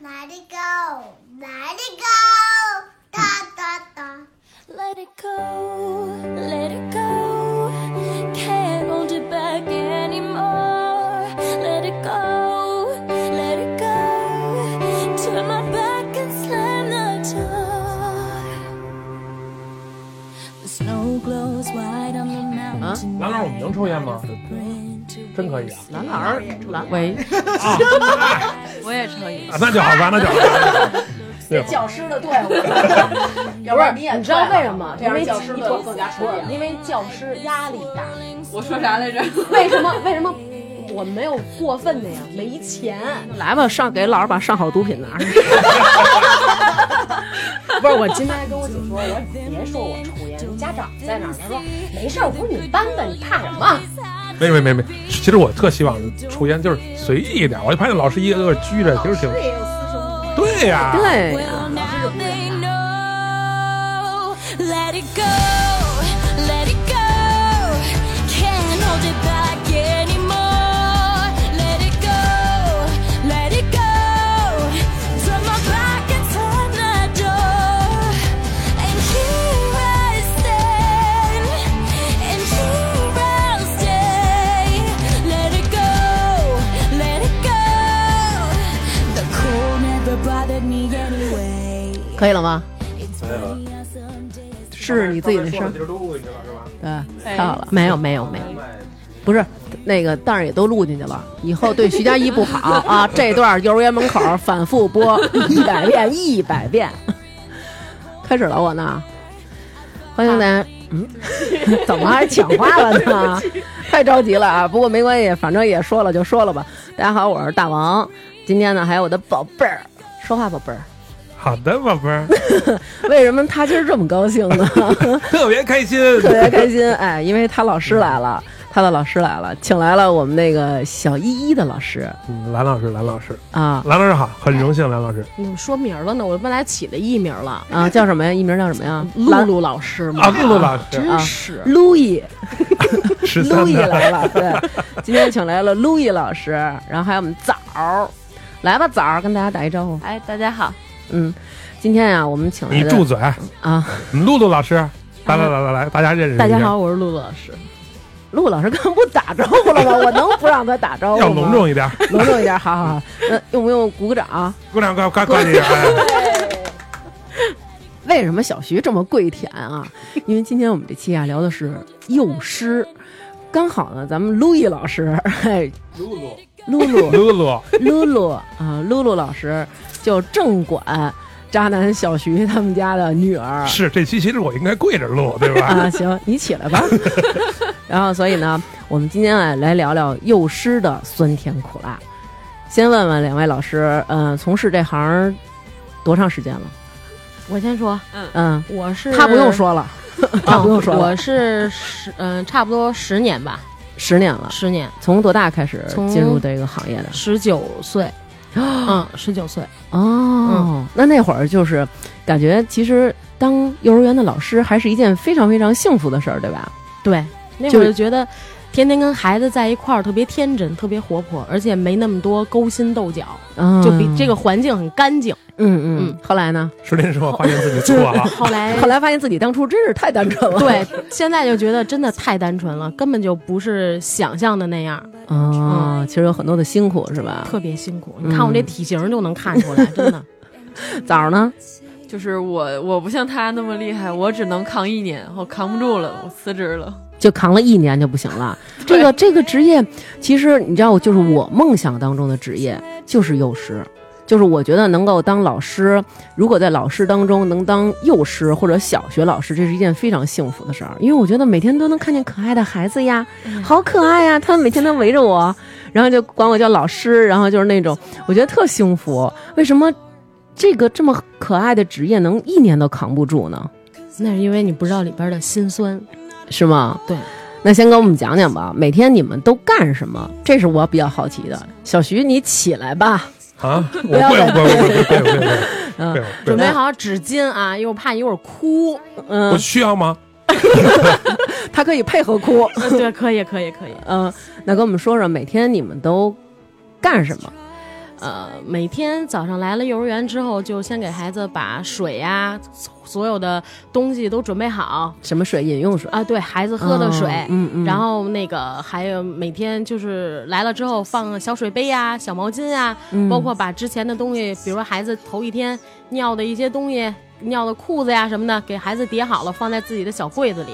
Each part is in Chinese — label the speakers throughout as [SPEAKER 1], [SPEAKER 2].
[SPEAKER 1] Let it go, let it go, da da da.
[SPEAKER 2] Let it go, let it go. Can't hold it back anymore. Let it go, let it go. Turn my back and slam the door. The snow glows white on the mountain.
[SPEAKER 3] 兰老师，我们能抽烟吗？真可以啊！
[SPEAKER 4] 蓝老师，蓝
[SPEAKER 5] 喂，
[SPEAKER 3] 啊，哎
[SPEAKER 5] 我也抽烟。
[SPEAKER 3] 啊那就好吧，那就好吧。对吧，
[SPEAKER 4] 教师的 队伍，要不然你也
[SPEAKER 6] 你知道为什么？
[SPEAKER 4] 这
[SPEAKER 6] 因
[SPEAKER 4] 样
[SPEAKER 6] 为
[SPEAKER 4] 教师队伍更加出名。
[SPEAKER 6] 因为教师压力 大。
[SPEAKER 7] 我说啥来着？
[SPEAKER 6] 为什么？为什么我没有过分的呀？没钱。
[SPEAKER 4] 来吧，上给老师把上好毒品拿上。
[SPEAKER 6] 不是，我今天还跟我姐说，我说你别说我抽烟，家长在哪儿？她说没事儿，我说你搬吧，你怕什
[SPEAKER 4] Ah.
[SPEAKER 6] 么？
[SPEAKER 3] 没没没没，其实我特希望抽烟就是随意一点，我就怕那老师一个个拘着，其实挺
[SPEAKER 1] 有四十五。
[SPEAKER 3] 对呀、
[SPEAKER 4] 对
[SPEAKER 2] Will now they know? Let it go, let it go. Can't hold it back anymore. Let it go, let it go. Turn my back and turn the door. And here I stand, and here I'll stay. Let it go, let it go. The cool never bothered me anyway.
[SPEAKER 4] 可以了吗？
[SPEAKER 2] It's funny how some days
[SPEAKER 4] 是你自己的事儿。
[SPEAKER 3] 地儿都录进去了是吧？
[SPEAKER 4] 对，太好了。没有没有没有，不是那个，但是也都录进去了。以后对徐佳一不好啊！这段幼儿园门口反复播一百遍，一百遍。开始了，我呢。欢迎咱，嗯， 怎么还抢话了呢？太着急了啊！不过没关系，反正也说了就说了吧。大家好，我是大王。今天呢，还有我的宝贝儿，说话宝贝儿。
[SPEAKER 3] 好的，宝贝儿，
[SPEAKER 4] 为什么他今儿这么高兴呢？
[SPEAKER 3] 特别开心。
[SPEAKER 4] 特别开心，哎，因为他老师来了，他的老师来了，请来了我们那个小依依的老师
[SPEAKER 3] 嗯，兰老师，兰老师，
[SPEAKER 4] 啊
[SPEAKER 3] 兰老师好，很荣幸，兰老师
[SPEAKER 6] 你怎么嗯说名儿了呢？我本来起了艺名了，
[SPEAKER 4] 啊，叫什么呀？艺名叫什么呀？
[SPEAKER 6] 露露老师嘛。
[SPEAKER 3] 啊，露露老师，
[SPEAKER 4] 啊
[SPEAKER 6] 真是。
[SPEAKER 4] 路易，
[SPEAKER 3] 十
[SPEAKER 4] 路
[SPEAKER 3] 三
[SPEAKER 4] 易
[SPEAKER 3] 的
[SPEAKER 4] 来了，对，今天请来了路易老师，然后还有我们枣儿，来吧，枣儿跟大家打一招呼，
[SPEAKER 5] 哎，大家好，
[SPEAKER 4] 嗯，今天呀、我们请来
[SPEAKER 3] 你
[SPEAKER 4] 的
[SPEAKER 3] 住嘴！
[SPEAKER 4] 啊，
[SPEAKER 3] 露露老师，来来来来来，大家认识一下
[SPEAKER 6] 大家好，，我是露露老师。
[SPEAKER 4] 陆老师刚不打招呼了吗？我能不让他打招呼吗？
[SPEAKER 3] 要隆，重一点，
[SPEAKER 4] 隆重一点，好好好，那用不用鼓个掌？啊
[SPEAKER 3] 姑娘，快快快点！哎
[SPEAKER 4] 为什么小徐这么跪舔啊？因为今天我们这期啊聊的是幼师，刚好呢，咱们路易老师，哎，
[SPEAKER 3] 露露，
[SPEAKER 4] 露露
[SPEAKER 3] 露露，
[SPEAKER 4] 露露啊，露露老师就正管渣男小徐他们家的女儿
[SPEAKER 3] 是这期其实我应该跪着录，对 吧？
[SPEAKER 4] 啊。行，你起来吧。然后，所以呢，我们今天啊来聊聊幼师的酸甜苦辣。先问问两位老师，嗯、从事这行多长时间了？
[SPEAKER 5] 我先说，
[SPEAKER 4] 嗯，
[SPEAKER 5] 我是
[SPEAKER 4] 他不用，说了，
[SPEAKER 6] 啊
[SPEAKER 4] 他不用说了，
[SPEAKER 5] 我是十嗯、差不多十年吧，
[SPEAKER 4] 十年了。
[SPEAKER 5] 十年，
[SPEAKER 4] 从多大开始
[SPEAKER 5] 从
[SPEAKER 4] 进入这个行业的？
[SPEAKER 5] 十九 岁，嗯，十九岁，
[SPEAKER 4] 哦，那那会儿就是感觉，其实当幼儿园的老师还是一件非常非常幸福的事儿，对吧？
[SPEAKER 5] 对，那会儿就觉得天天跟孩子在一块儿特别天真，特别活泼，而且没那么多勾心斗角，
[SPEAKER 4] 嗯，
[SPEAKER 5] 就比这个环境很干净。
[SPEAKER 4] 嗯，嗯嗯
[SPEAKER 5] 嗯。
[SPEAKER 4] 后来呢？
[SPEAKER 3] 十年之后发现自己错 了，
[SPEAKER 5] 后来
[SPEAKER 4] 后来发现自己当初真是太单纯了。
[SPEAKER 5] 对，现在就觉得真的太单纯了，根本就不是想象的那样，
[SPEAKER 4] 哦，其实有很多的辛苦，是吧？
[SPEAKER 5] 特别辛苦。你看
[SPEAKER 4] 嗯
[SPEAKER 5] 我这体型就能看出来，真 的。
[SPEAKER 4] 枣儿呢？
[SPEAKER 8] 就是我，我不像他那么厉害，我只能扛一年，我扛不住了，我辞职了。
[SPEAKER 4] 就扛了一年就不行了。这个这个职业，其实你知道，就是我梦想当中的职业就是幼师，就是我觉得能够当老师，如果在老师当中能当幼师或者小学老师，这是一件非常幸福的事儿，因为我觉得每天都能看见可爱的孩子呀，好可爱呀，他们每天都围着我，然后就管我叫老师，然后就是那种我觉得特幸福。为什么这个这么可爱的职业能一年都扛不住呢？
[SPEAKER 5] 那是因为你不知道里边的辛 酸。
[SPEAKER 4] 是吗？
[SPEAKER 5] 对。
[SPEAKER 4] 那先跟我们讲讲吧，每天你们都干什么？这是我比较好奇的。小徐，你起来吧。
[SPEAKER 3] 啊！我跪，我跪，我跪，我跪，我跪，我跪，
[SPEAKER 5] 嗯准备好纸巾啊，因为我怕一会儿哭。
[SPEAKER 3] 我
[SPEAKER 4] 嗯，
[SPEAKER 3] 需要吗？
[SPEAKER 4] 他可以配合哭。
[SPEAKER 5] 呃对，可以，可以，可以。
[SPEAKER 4] 嗯，那跟我们说说每天你们都干什么？
[SPEAKER 5] 呃，每天早上来了幼儿园之后，就先给孩子把水呀、所有的东西都准备好
[SPEAKER 4] 什么水？饮用水？
[SPEAKER 5] 啊，对孩子喝的水，
[SPEAKER 4] 哦嗯嗯
[SPEAKER 5] 然后那个还有每天就是来了之后放个小水杯呀、小毛巾呀、
[SPEAKER 4] 嗯
[SPEAKER 5] 包括把之前的东西，比如说孩子头一天尿的一些东西、尿的裤子呀什么的，给孩子叠好了，放在自己的小柜子里。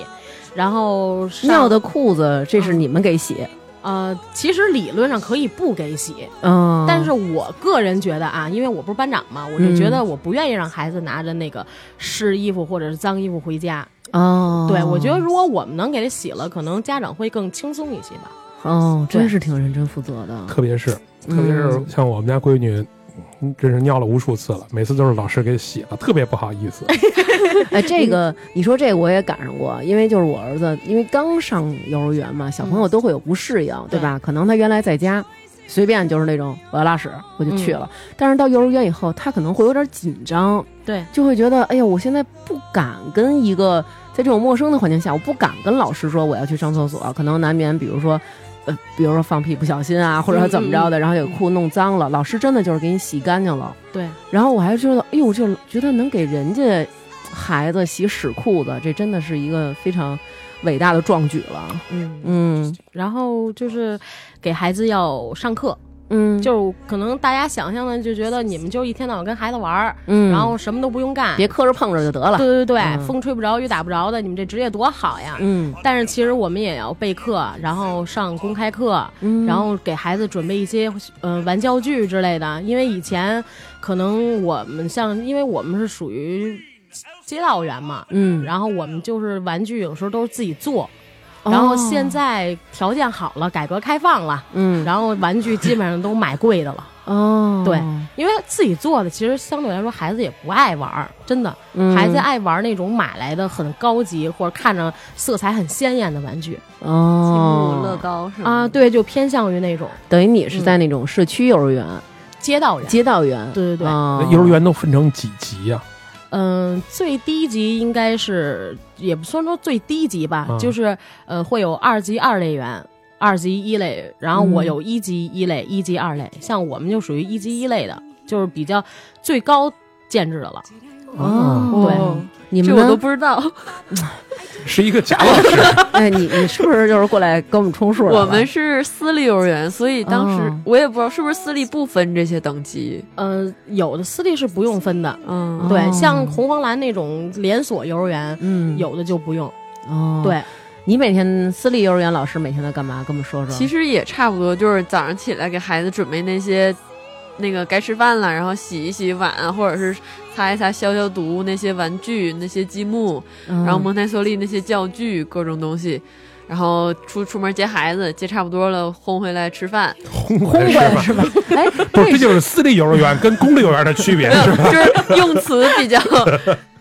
[SPEAKER 5] 然后上
[SPEAKER 4] 尿的裤子，这是你们给洗，
[SPEAKER 5] 呃，其实理论上可以不给洗，
[SPEAKER 4] 嗯，
[SPEAKER 5] 但是我个人觉得啊，因为我不是班长嘛，我就觉得
[SPEAKER 4] 嗯
[SPEAKER 5] 我不愿意让孩子拿着那个湿衣服或者是脏衣服回家。
[SPEAKER 4] 哦，
[SPEAKER 5] 对，我觉得如果我们能给他洗了，可能家长会更轻松一些吧。
[SPEAKER 4] 哦，真
[SPEAKER 5] 对
[SPEAKER 4] 是挺认真负责的，
[SPEAKER 3] 特别是
[SPEAKER 5] 嗯
[SPEAKER 3] 特别是像我们家闺女。嗯真是尿了无数次了，每次都是老师给洗了，特别不好意思。
[SPEAKER 4] 哎，这个你说这个我也赶上过，因为就是我儿子，因为刚上幼儿园嘛，小朋友都会有不适应，对吧？可能他原来在家随便就是那种我要拉屎我就去了，但是到幼儿园以后，他可能会有点紧张，
[SPEAKER 5] 对，
[SPEAKER 4] 就会觉得哎呀，我现在不敢跟一个在这种陌生的环境下，我不敢跟老师说我要去上厕所，可能难免比如说。呃，比如说放屁不小心啊，或者说怎么着的，然后有裤弄脏了，老师真的就是给你洗干净了，
[SPEAKER 5] 对，
[SPEAKER 4] 然后我还觉得，哎呦，就觉得能给人家孩子洗屎裤子，这真的是一个非常伟大的壮举了。
[SPEAKER 5] 嗯。
[SPEAKER 4] 嗯
[SPEAKER 5] 然后就是给孩子要上课，
[SPEAKER 4] 嗯
[SPEAKER 5] 就可能大家想象的就觉得你们就一天到晚跟孩子玩儿，
[SPEAKER 4] 嗯，
[SPEAKER 5] 然后什么都不用干。
[SPEAKER 4] 别磕着碰着就得了。
[SPEAKER 5] 对对对，
[SPEAKER 4] 嗯
[SPEAKER 5] 风吹不着雨打不着的，你们这职业多好呀！
[SPEAKER 4] 嗯
[SPEAKER 5] 但是其实我们也要备课，然后上公开课，
[SPEAKER 4] 嗯，
[SPEAKER 5] 然后给孩子准备一些呃玩教具之类的。因为以前可能我们像，因为我们是属于街道员嘛，
[SPEAKER 4] 嗯，
[SPEAKER 5] 然后我
[SPEAKER 8] 哦
[SPEAKER 5] 们就是玩具有时候都是自己做。然后
[SPEAKER 8] 哦
[SPEAKER 5] 现在条件好了，改革开放了，
[SPEAKER 4] 嗯
[SPEAKER 5] 然后玩具基本上都买贵的了，
[SPEAKER 4] 哦，
[SPEAKER 5] 对因为自己做的其实相对来说孩子也不爱玩儿，真的，
[SPEAKER 4] 嗯
[SPEAKER 8] 嗯
[SPEAKER 5] 孩子爱玩那种买来的很高级或者看着色彩很鲜艳的玩具
[SPEAKER 4] 哦，
[SPEAKER 8] 乐高是吗？
[SPEAKER 5] 啊，对，就偏向于那种
[SPEAKER 4] 等于你是在那种社区幼儿园、
[SPEAKER 5] 街道员。
[SPEAKER 4] 街道园，
[SPEAKER 5] 嗯对对对，
[SPEAKER 4] 哦
[SPEAKER 3] 幼儿园都分成几级呀、
[SPEAKER 5] 嗯，最低级应该是也不算说最低级吧，
[SPEAKER 4] 啊
[SPEAKER 3] 嗯
[SPEAKER 5] 就是呃会有二级二类员、二级一类，然后我
[SPEAKER 4] 嗯
[SPEAKER 5] 有一级一类、一级二类，像我们就属于一级一类的，就是比较最高建制的了。
[SPEAKER 3] 嗯
[SPEAKER 4] 哦，
[SPEAKER 8] 哦
[SPEAKER 4] 你
[SPEAKER 8] 这
[SPEAKER 4] 们
[SPEAKER 8] 我
[SPEAKER 4] 呢
[SPEAKER 8] 都不知道。
[SPEAKER 3] 是一个贾老师，
[SPEAKER 4] 哎，你你是不是就是过来给我们充数来了？
[SPEAKER 8] 我们是私立幼儿园，所以当时
[SPEAKER 4] 哦
[SPEAKER 8] 我也不知道是不是私立不分这些等级。
[SPEAKER 5] 呃，有的私立是不用分的，
[SPEAKER 8] 嗯，
[SPEAKER 5] 对，
[SPEAKER 4] 哦
[SPEAKER 5] 像红黄蓝那种连锁幼儿园，
[SPEAKER 4] 嗯
[SPEAKER 5] 有的就不用。
[SPEAKER 4] 哦，
[SPEAKER 5] 对，
[SPEAKER 4] 你每天私立幼儿园老师每天都干嘛？跟我们说说。
[SPEAKER 8] 其实也差不多，就是早上起来给孩子准备那些，那个该吃饭了，然后洗一洗碗，啊或者是擦一擦消消毒那些玩具、那些积木，
[SPEAKER 4] 嗯，
[SPEAKER 8] 然后蒙台梭利那些教具、各种东西，然后出出门接孩子，接差不多了，轰回来吃饭。
[SPEAKER 3] 轰回来 是吧？
[SPEAKER 4] 哎，
[SPEAKER 3] 不是，这就是私立幼儿园跟公立幼儿园的区别，
[SPEAKER 8] 没有
[SPEAKER 5] 啊
[SPEAKER 3] 是吧？，
[SPEAKER 8] 就是用词比较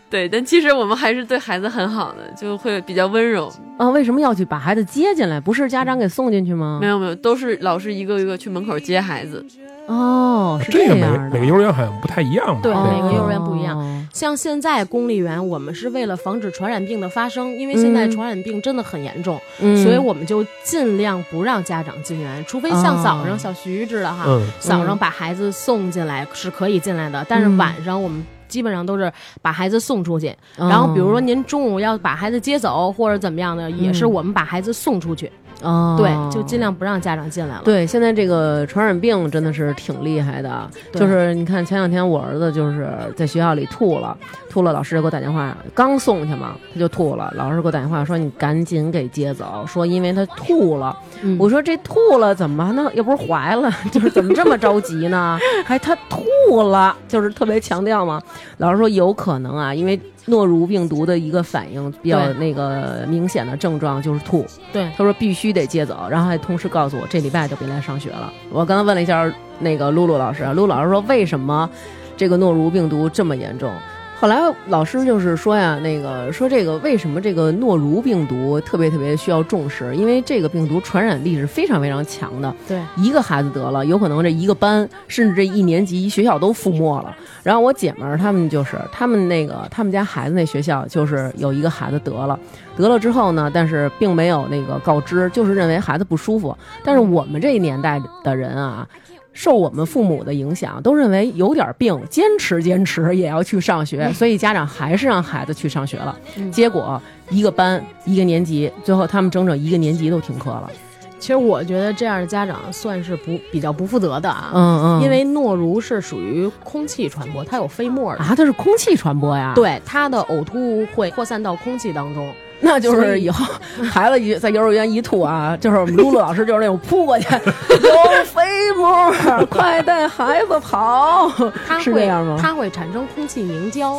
[SPEAKER 8] 对，但其实我们还是对孩子很好的，就会比较温柔。
[SPEAKER 4] 啊，为什么要去把孩子接进来？不是家长给送进去吗？
[SPEAKER 8] 没有没有，都是老师一个一个去门口接孩子。
[SPEAKER 4] 哦，是
[SPEAKER 3] 这个每
[SPEAKER 4] 样的。
[SPEAKER 3] 每个幼儿园好像不太一样吧？
[SPEAKER 5] 对
[SPEAKER 4] 哦
[SPEAKER 5] 每个幼儿园不一样
[SPEAKER 4] 哦
[SPEAKER 5] 像现在公立园，我们是为了防止传染病的发生，因为现在
[SPEAKER 4] 嗯
[SPEAKER 5] 传染病真的很严重，
[SPEAKER 4] 嗯
[SPEAKER 5] 所以我们就尽量不让家长进园，除非像早
[SPEAKER 4] 哦
[SPEAKER 5] 上小徐知道哈，
[SPEAKER 3] 嗯，
[SPEAKER 5] 早上把孩子送进来是可以进来的，但是
[SPEAKER 4] 嗯
[SPEAKER 5] 晚上我们。基本上都是把孩子送出去，然后比如说您中午要把孩子接走或者怎么样的，也是我们把孩子送出去，
[SPEAKER 4] 哦，
[SPEAKER 5] 对，就尽。量不让家长进来了。
[SPEAKER 4] 对，现在这个传染病真的是挺厉害的，
[SPEAKER 5] 对
[SPEAKER 4] 就是你看前两天我儿子就是在学校里吐了，吐了，老师就给我打电话，刚送去嘛，他就吐了，老师给我打电话说你赶紧给接走，说因为他吐了，
[SPEAKER 5] 嗯
[SPEAKER 4] 我说这吐了怎么呢？又不是怀了， 就是怎么这么着急呢？还他吐了，就是特别强调嘛。老师说有可能啊，因为诺如病毒的一个反应比较
[SPEAKER 5] 对
[SPEAKER 4] 那个明显的症状就是吐。
[SPEAKER 5] 对
[SPEAKER 4] 他说必须得接走，然后还同时告诉我这礼拜就别来上学了。我刚才问了一下那个露露老师，啊露露老师说为什么这个诺如病毒这么严重？后来老师就是说呀，那个说这个为什么这个诺如病毒特别特别需要重视，因为这个病毒传染力是非常非常强的，
[SPEAKER 5] 对，
[SPEAKER 4] 一个孩子得了，有可能这一个班甚至这一年级一学校都覆没了。然后我姐们儿她们就是，她们那个她们家孩子那学校就是有一个孩子得了，得了之后呢，但是并没有那个告知，就是认为孩子不舒服。但是我们这一年代的人啊，受我们父母的影响，都认为有点病，坚持坚持也要去上学，所以家长还是让孩子去上学了。结果一个班一个年级，最后他们整整一个年级都停课了。
[SPEAKER 5] 其实我觉得这样的家长算是不比较不负责的啊，
[SPEAKER 4] 嗯嗯
[SPEAKER 5] 因为诺如是属于空气传播，它有飞沫的，
[SPEAKER 4] 啊，它是空气传播呀，，
[SPEAKER 5] 对，它的呕吐物会扩散到空气当中，
[SPEAKER 4] 那就
[SPEAKER 5] 所
[SPEAKER 4] 是
[SPEAKER 5] 以
[SPEAKER 4] 以后孩子一在幼儿园一吐啊，就是我们露露老师就是那种扑过去， 有飞沫，快带孩子跑，
[SPEAKER 5] 它
[SPEAKER 4] 是这
[SPEAKER 5] 会
[SPEAKER 4] 样吗？
[SPEAKER 5] 它会产生空气凝胶，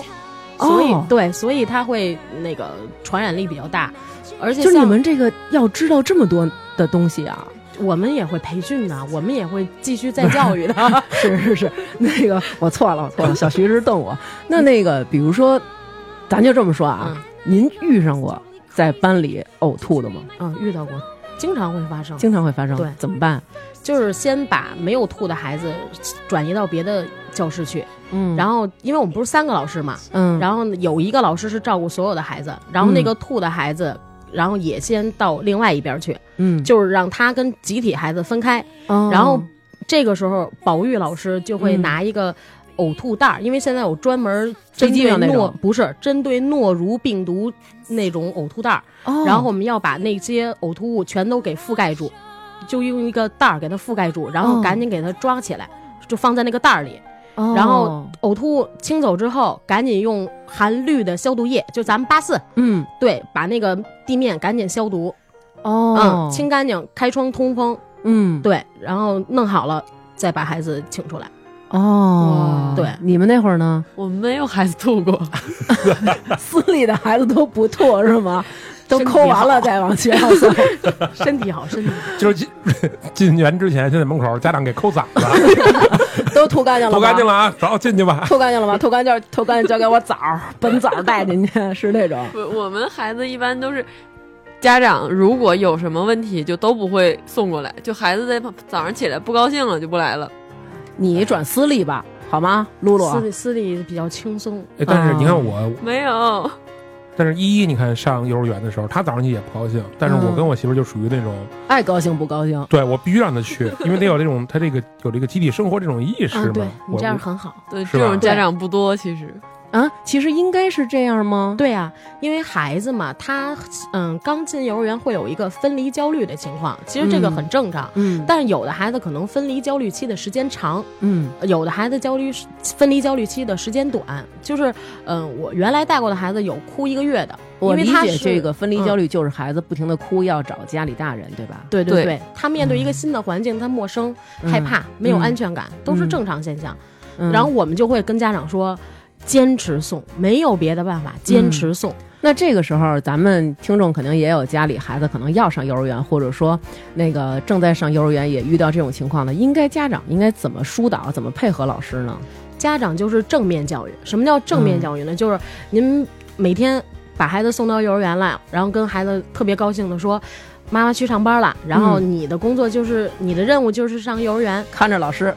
[SPEAKER 4] 哦
[SPEAKER 5] 所以、对，所以它会那个传染力比较大，而且
[SPEAKER 4] 就是你
[SPEAKER 5] 像
[SPEAKER 4] 们这个要知道这么多的东西 啊，
[SPEAKER 5] 我们也会培训的，我们也会继续再教 育的。
[SPEAKER 4] 是是是，那个我错了，我 错了，小徐是瞪我。那那个，比如说，咱就这么说啊，您遇上过在班里呕吐的吗？
[SPEAKER 5] 嗯，遇到过，经常会发生，
[SPEAKER 4] 经常会发生，
[SPEAKER 5] 对
[SPEAKER 4] 怎么办？
[SPEAKER 5] 就是先把没有吐的孩子转移到别的教室去，
[SPEAKER 4] 嗯
[SPEAKER 5] 然后因为我们不是三个老师嘛，
[SPEAKER 4] 嗯，
[SPEAKER 5] 然后有一个老师是照顾所有的孩子，然后那个吐的孩子，然后也先到另外一边去，
[SPEAKER 4] 嗯，
[SPEAKER 5] 就是让他跟集体孩子分开。
[SPEAKER 4] 哦嗯
[SPEAKER 5] 然后这个时候，保育老师就会拿一个呕吐袋儿，因为现在有专门针
[SPEAKER 4] 飞机
[SPEAKER 5] 对
[SPEAKER 4] 上那
[SPEAKER 5] 诺
[SPEAKER 4] 种
[SPEAKER 5] 不是针对诺如病毒那种呕吐袋儿，
[SPEAKER 4] 哦
[SPEAKER 5] 然后我们要把那些呕吐物全都给覆盖住，就用一个袋儿给它覆盖住，然后
[SPEAKER 4] 哦
[SPEAKER 5] 赶紧给它抓起来，就放在那个袋儿里。
[SPEAKER 4] 哦
[SPEAKER 5] 然后呕吐物清走之后，赶紧用含氯的消毒液，就咱们八四
[SPEAKER 4] 嗯
[SPEAKER 5] 对，把那个地面赶紧消毒，
[SPEAKER 4] 哦
[SPEAKER 5] 嗯，清干净，开窗通风，
[SPEAKER 4] 嗯
[SPEAKER 5] 对，然后弄好了再把孩子请出来。
[SPEAKER 4] 哦
[SPEAKER 5] 哇对
[SPEAKER 4] 你们那会儿呢？
[SPEAKER 8] 我没有孩子吐过，
[SPEAKER 4] 私立的孩子都不吐是吗？ 都
[SPEAKER 5] 身体
[SPEAKER 4] 抠完
[SPEAKER 5] 好
[SPEAKER 4] 了再往学校 送。
[SPEAKER 5] 身体好，身体好。
[SPEAKER 3] 就是进 进园之前，先在门口家长给抠嗓子，
[SPEAKER 4] 都吐干净了，
[SPEAKER 3] 抠干净。了啊，走进 去
[SPEAKER 5] 嗯
[SPEAKER 3] 吧。
[SPEAKER 4] 吐干净了吗？吐干净，吐干净交给我枣儿，本枣儿带进去，是那种。
[SPEAKER 8] 我我们孩子一般都是。家长如果有什么问题，就都不会送过来。就孩子在旁早上起来不高兴了，就不来了。
[SPEAKER 4] 你转私立吧，好吗，露露？
[SPEAKER 5] 私立私立比较轻松，
[SPEAKER 3] 哎但是你看我，
[SPEAKER 8] 没有，
[SPEAKER 3] 但是依依，你看上幼儿园的时候，她早上起也不高兴，但是我
[SPEAKER 4] 嗯
[SPEAKER 3] 跟我媳妇儿就属于那种，
[SPEAKER 4] 爱高兴不高兴？
[SPEAKER 3] 对我必须让她去，因为得有这种她这个有这个集体生活这种意识
[SPEAKER 5] 嗯，对
[SPEAKER 3] 嘛。
[SPEAKER 5] 你
[SPEAKER 3] 我
[SPEAKER 5] 这样很好。
[SPEAKER 8] 对这
[SPEAKER 3] 是吧
[SPEAKER 8] 种家长不多。其实
[SPEAKER 4] 啊，其实应该是这样吗？
[SPEAKER 5] 对啊，因为孩子嘛，他嗯刚进幼儿园会有一个分离焦虑的情况，其实这个
[SPEAKER 4] 嗯
[SPEAKER 5] 很正常。
[SPEAKER 4] 嗯
[SPEAKER 5] 但有的孩子可能分离焦虑期的时间长，
[SPEAKER 4] 嗯
[SPEAKER 5] 有的孩子焦虑分离焦虑期的时间短，就是，嗯、我原来带过的孩子有哭一个月的，
[SPEAKER 4] 我
[SPEAKER 5] 因为
[SPEAKER 4] 理
[SPEAKER 5] 他
[SPEAKER 4] 解
[SPEAKER 5] 是嗯
[SPEAKER 4] 这个分离焦
[SPEAKER 5] 虑，
[SPEAKER 4] 虑就是孩子不停的哭，要找家里大人，对吧？
[SPEAKER 5] 嗯对对
[SPEAKER 8] 对
[SPEAKER 5] 对，他面对一个新的环境，他陌生、
[SPEAKER 4] 嗯
[SPEAKER 5] 害怕、没有
[SPEAKER 4] 嗯
[SPEAKER 5] 安全感，都是
[SPEAKER 4] 嗯
[SPEAKER 5] 正常现象。
[SPEAKER 4] 嗯
[SPEAKER 5] 然后我们就会跟家长说，坚持送，没有别的办法，
[SPEAKER 4] 嗯
[SPEAKER 5] 坚持送。
[SPEAKER 4] 那这个时候，咱们听众肯定也有家里孩子可能要上幼儿园，或者说那个正在上幼儿园也遇到这种情况的，应该家长应该怎么疏导，怎么配合老师呢？
[SPEAKER 5] 家长就是正面教育。什么叫正面教育
[SPEAKER 4] 嗯
[SPEAKER 5] 呢？就是您每天把孩子送到幼儿园来，然后跟孩子特别高兴的说：“妈妈去上班了。”然后
[SPEAKER 4] 嗯
[SPEAKER 5] 你的工作就是、你的任务就是上幼儿园，
[SPEAKER 4] 看着老师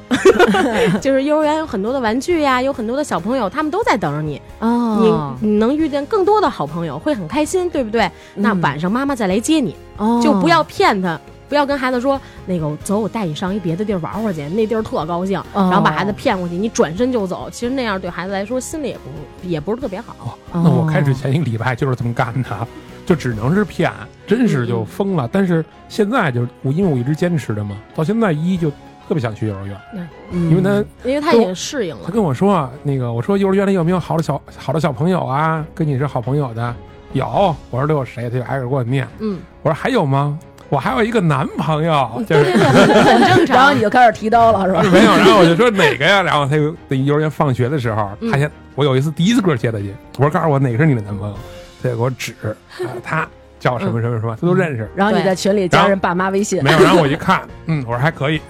[SPEAKER 5] 就是幼儿园有很多的玩具呀，有很多的小朋友，他们都在等着你。
[SPEAKER 4] 哦，
[SPEAKER 5] 你你能遇见更多的好朋友，会很开心，对不对？那
[SPEAKER 4] 嗯
[SPEAKER 5] 晚上妈妈再来接你，
[SPEAKER 4] 哦
[SPEAKER 5] 就不要骗他。不要跟孩子说那个走，我带你上一别的地儿玩会儿去，那地儿特高兴，
[SPEAKER 4] 哦
[SPEAKER 5] 然后把孩子骗过去，你转身就走。其实那样对孩子来说心里也不也不是特别好。
[SPEAKER 3] 那我开始前一个礼拜就是这么干 的，就只能是骗，真是就疯了。但是现在就是我，因为我一直坚持着嘛，到现在依依就特别想去幼儿园，
[SPEAKER 4] 嗯，
[SPEAKER 3] 因为她
[SPEAKER 5] 因为他已经适应
[SPEAKER 3] 她
[SPEAKER 5] 了，
[SPEAKER 3] 跟我说啊那个，我说幼儿园里有没有好的小好的小朋友啊，跟你是好朋友的？有，我说都有谁？她就挨个给我念。
[SPEAKER 5] 嗯，
[SPEAKER 3] 我说还有吗？我还有一个男朋友，就是
[SPEAKER 5] 很正
[SPEAKER 4] 然后
[SPEAKER 5] 常
[SPEAKER 4] 你。就开始提刀了，是吧？
[SPEAKER 3] 没有，然后我就说哪个呀？然后他就在幼儿园放学的时候，
[SPEAKER 5] 嗯
[SPEAKER 3] 他先我有一次第一次个接他去，我说告诉我哪个是你的男朋友，他就给我指，啊他叫什么什么什么，他都认 识。
[SPEAKER 4] 然后你
[SPEAKER 5] 对
[SPEAKER 4] 在群里
[SPEAKER 3] 然
[SPEAKER 4] 加
[SPEAKER 3] 后
[SPEAKER 4] 人爸妈微信
[SPEAKER 3] 没有，然后我一看，嗯，我说还可以，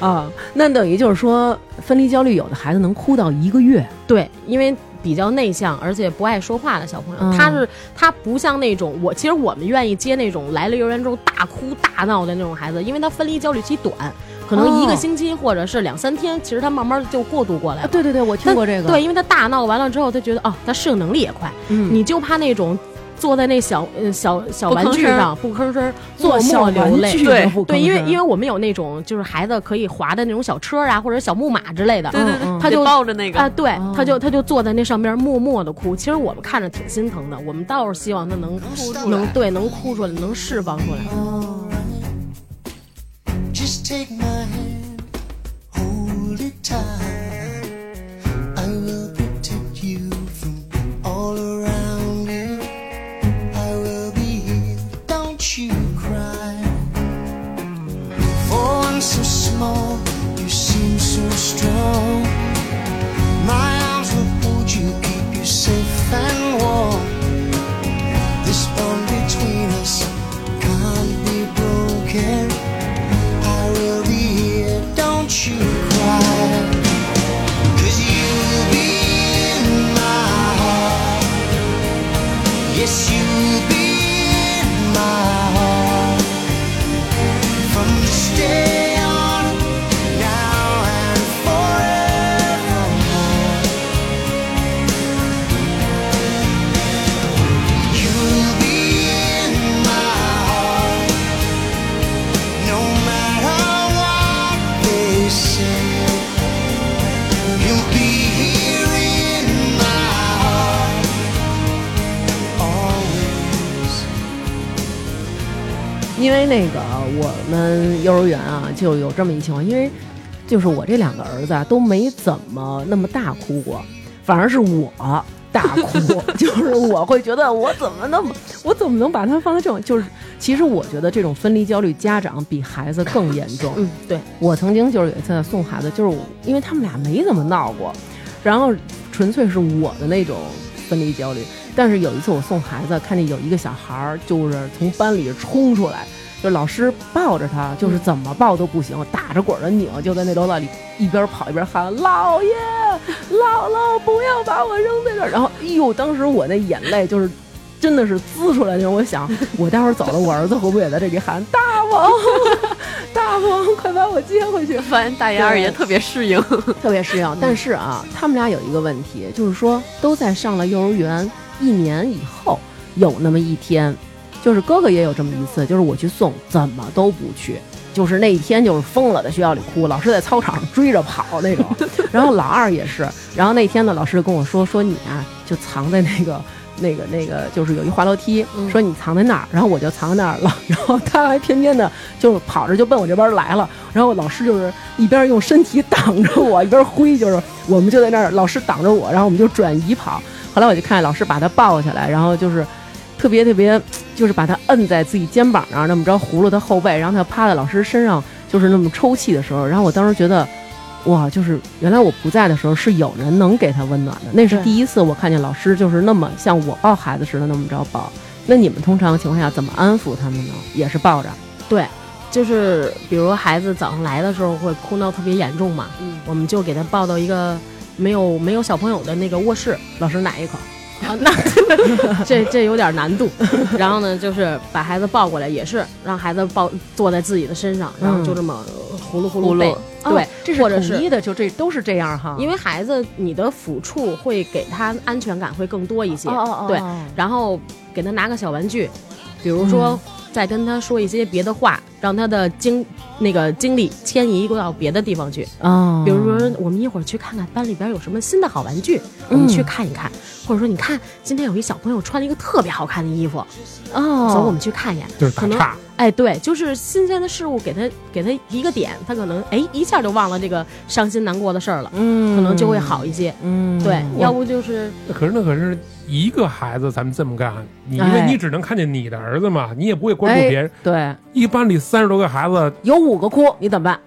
[SPEAKER 4] 啊，那等于就是说，分离焦虑有的孩子能哭到一个月，
[SPEAKER 5] 对，因为比较内向而且不爱说话的小朋友，
[SPEAKER 4] 嗯
[SPEAKER 5] 他是他不像那种我，其实我们愿意接那种来了幼儿园之后大哭大闹的那种孩子，因为他分离焦虑期短，可能一
[SPEAKER 4] 哦
[SPEAKER 5] 个星期或者是两三天，其实他慢慢就过渡过来
[SPEAKER 4] 啊，
[SPEAKER 5] 了。
[SPEAKER 4] 对对对，我听
[SPEAKER 5] 但
[SPEAKER 4] 过这个。
[SPEAKER 5] 对，因为他大闹完了之后，他觉得哦，他适应能力也快。
[SPEAKER 4] 嗯，
[SPEAKER 5] 你就怕那种坐在那小嗯小小
[SPEAKER 8] 不
[SPEAKER 5] 玩
[SPEAKER 8] 吭
[SPEAKER 5] 具
[SPEAKER 8] 声儿
[SPEAKER 5] 上不吭声儿，
[SPEAKER 4] 做
[SPEAKER 5] 默默流泪。
[SPEAKER 8] 对
[SPEAKER 5] 对，因为因为我们有那种就是孩子可以滑的那种小车啊，或者小木马之类的，
[SPEAKER 8] 对对对，
[SPEAKER 5] 他
[SPEAKER 8] 得
[SPEAKER 5] 就
[SPEAKER 8] 抱着那
[SPEAKER 5] 啊，
[SPEAKER 8] 个，嗯
[SPEAKER 5] 对
[SPEAKER 4] 哦，
[SPEAKER 5] 他就他就坐在那上面默默的哭。其实我们看着挺心疼的，我们倒是希望他能能对能哭出来，能释放出来。
[SPEAKER 9] Just take my hand, hold it tight. I will protect you from all around you. I will be here, don't you cry. Oh, I'm so small, you seem so strong. My arms will hold you, keep you safe and warm. This bond between us can't be broken. I will be here, don't you cry. Cause you'll be in my heart. Yes, you'll be in my heart. From this day on, now and forevermore. You'll be in my heart. No matter what they say, you'll be here in my heart always.
[SPEAKER 4] 因为那个我们幼儿园啊就有这么一情况，因为就是我这两个儿子啊都没怎么那么大哭过，反而是我大 哭，就是我会觉得我怎么那么我怎么能把他放在这种就是，其实我觉得这种分离焦虑家长比孩子更严重。
[SPEAKER 5] 嗯，对，
[SPEAKER 4] 我曾经就是有一次送孩子，就是我因为他们俩没怎么闹过，然后纯粹是我的那种分离焦虑。但是有一次我送孩子，看见有一个小孩儿就是从班里冲出来，就老师抱着他，就是怎么抱都不行，打着滚儿的拧，就在那楼道里一边跑一边喊：“姥爷，姥姥，不要把我扔在这儿！”然后，哎呦，当时我那眼泪就是。真的是滋出来那种，我想，我待会儿走了，我儿子会不会也在这里喊大王，大王，快把我接回去？
[SPEAKER 8] 发现大爷二爷特别适应，
[SPEAKER 4] 特别适应。但是啊，他们俩有一个问题，就是说都在上了幼儿园一年以后，有那么一天，就是哥哥也有这么一次，就是我去送，怎么都不去。就是那一天就是疯了，在学校里哭，老师在操场上追着跑那种。然后老二也是，然后那天呢，老师跟我说说你啊，就藏在那个那个那个，就是有一滑楼梯，说你藏在那儿，然后我就藏在那儿了。 然后他还偏偏的就是跑着就奔我这边来了，然后老师就是一边用身体挡着我，一边挥，就是我们就在那儿，老师挡着我，然后我们就转移跑。后来我就看见老师把他抱起来，然后就是特别特别，就是把他摁在自己肩膀上，那么着葫芦他后背，然后他趴在老师身上，就是那么抽泣的时候，然后我当时觉得，哇，就是原来我不在的时候是有人能给他温暖的，那是
[SPEAKER 5] 对
[SPEAKER 4] 第一次我看见老师就是那么像我抱孩子似的那么着抱。那你们通常情况下怎么安抚他们呢？也是抱着，
[SPEAKER 5] 就是比如孩子早上来的时候会哭闹特别严重嘛，
[SPEAKER 4] 嗯
[SPEAKER 5] 我们就给他抱到一个没有没有小朋友的那个卧室，老师奶一口。 啊，那这这有点难度。然后呢，就是把孩子抱过来，也是让孩子抱坐在自己的身上，然后就这么呼噜呼噜
[SPEAKER 8] 呼噜
[SPEAKER 5] 背。对，
[SPEAKER 4] 哦这
[SPEAKER 5] 或者是
[SPEAKER 4] 统一的，就这都是这样哈。
[SPEAKER 5] 因为孩子你的抚触会给他安全感会更多一些，
[SPEAKER 4] 哦哦哦
[SPEAKER 5] 对
[SPEAKER 4] 哦，
[SPEAKER 5] 然后给他拿个小玩具，比如
[SPEAKER 3] 嗯
[SPEAKER 5] 说再跟他说一些别的话，让他的精那个精力迁移到别的地方去，
[SPEAKER 3] 嗯
[SPEAKER 4] 啊，
[SPEAKER 5] 比如说我们一会儿去看看班里边有什么新的好玩具，
[SPEAKER 3] 嗯
[SPEAKER 5] 我们去看一看，或者说你看今天有一小朋友穿了一个特别好看的衣服，
[SPEAKER 4] 哦，
[SPEAKER 5] 走我们去看一眼，
[SPEAKER 3] 就是
[SPEAKER 5] 可
[SPEAKER 3] 打
[SPEAKER 5] 能
[SPEAKER 3] 岔，
[SPEAKER 5] 哎，对，就是新鲜的事物给他给他一个点，他可能哎一下就忘了这个伤心难过的事儿了。
[SPEAKER 4] 嗯，
[SPEAKER 5] 可能就会好一些。
[SPEAKER 4] 嗯，
[SPEAKER 5] 对，要不就是
[SPEAKER 3] 那可是那可是一个孩子，咱们这么干，你因
[SPEAKER 4] 哎
[SPEAKER 3] 为你只能看见你的儿子嘛，你也不会关注别人。
[SPEAKER 4] 对，
[SPEAKER 3] 一班里三十多个孩子，
[SPEAKER 4] 有五个哭，你怎么办？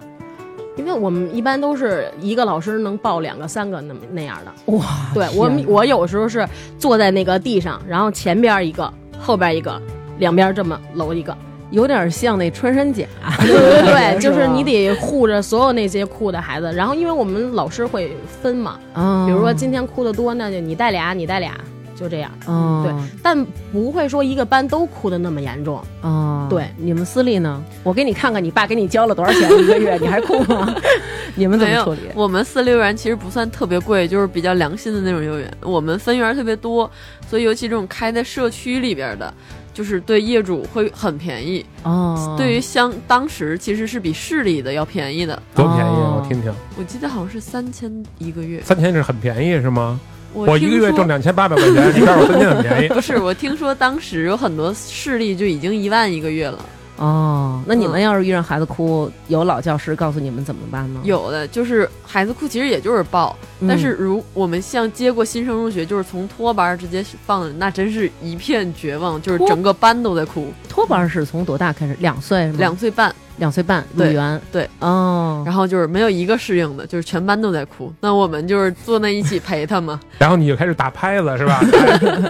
[SPEAKER 5] 因为我们一般都是一个老师能报两个、三个那么那样的。
[SPEAKER 4] 哇，
[SPEAKER 5] 对我们，我有时候是坐在那个地上，然后前边一个，后边一个，两边这么搂一 个。
[SPEAKER 4] 有点像那穿山甲，啊
[SPEAKER 5] 对对对，
[SPEAKER 4] 是
[SPEAKER 5] 就
[SPEAKER 4] 吧
[SPEAKER 5] 是你得护着所有那些哭的孩子。然后因为我们老师会分嘛，
[SPEAKER 4] 啊
[SPEAKER 5] 比如说今天哭的多，那就你带俩，你带俩，就这样。
[SPEAKER 4] 哦，
[SPEAKER 5] 对但不会说一个班都哭的那么严重。
[SPEAKER 4] 哦，
[SPEAKER 5] 对
[SPEAKER 4] 你们私立呢？我给你看看，你爸给你交了多少钱一个月，你还哭吗？ 你们怎
[SPEAKER 8] 没
[SPEAKER 4] 么
[SPEAKER 8] 有哦
[SPEAKER 4] 处理？
[SPEAKER 8] 我们私立幼儿园其实不算特别贵，就是比较良心的那种幼儿园。我们分园特别多，所以尤其这种开在社区里边的，就是对业主会很便宜。
[SPEAKER 4] 哦，
[SPEAKER 8] 对于相当时其实是比市里的要便宜的，
[SPEAKER 3] 多便宜啊！
[SPEAKER 4] 哦
[SPEAKER 3] 我听听，
[SPEAKER 8] 我记得好像是三千一个月。
[SPEAKER 3] 三千是很便宜是吗？我一
[SPEAKER 8] 听
[SPEAKER 3] 个月
[SPEAKER 8] 说
[SPEAKER 3] 挣两千八百块钱，你告诉我三千很便宜
[SPEAKER 8] 不是，我听说当时有很多市里就已经一万一个月了，嗯
[SPEAKER 4] 哦，那你们要是遇上孩子哭，有老教师告诉你们怎么办吗？
[SPEAKER 8] 有的就是孩子哭，其实也就是抱。
[SPEAKER 4] 嗯，
[SPEAKER 8] 但是如我们像接过新生入学，就是从托班儿直接放的，那真是一片绝望，就是
[SPEAKER 4] 托
[SPEAKER 8] 整个班都在哭，
[SPEAKER 4] 托班是从多大开始？两岁是吗？
[SPEAKER 8] 两岁半，
[SPEAKER 4] 两岁半入
[SPEAKER 8] 对
[SPEAKER 4] 园。
[SPEAKER 8] 对，
[SPEAKER 4] 哦，
[SPEAKER 8] 然后就是没有一个适应的，就是全班都在哭。那我们就是坐那一起陪他 嘛，
[SPEAKER 3] 然后你就开始打拍子是吧？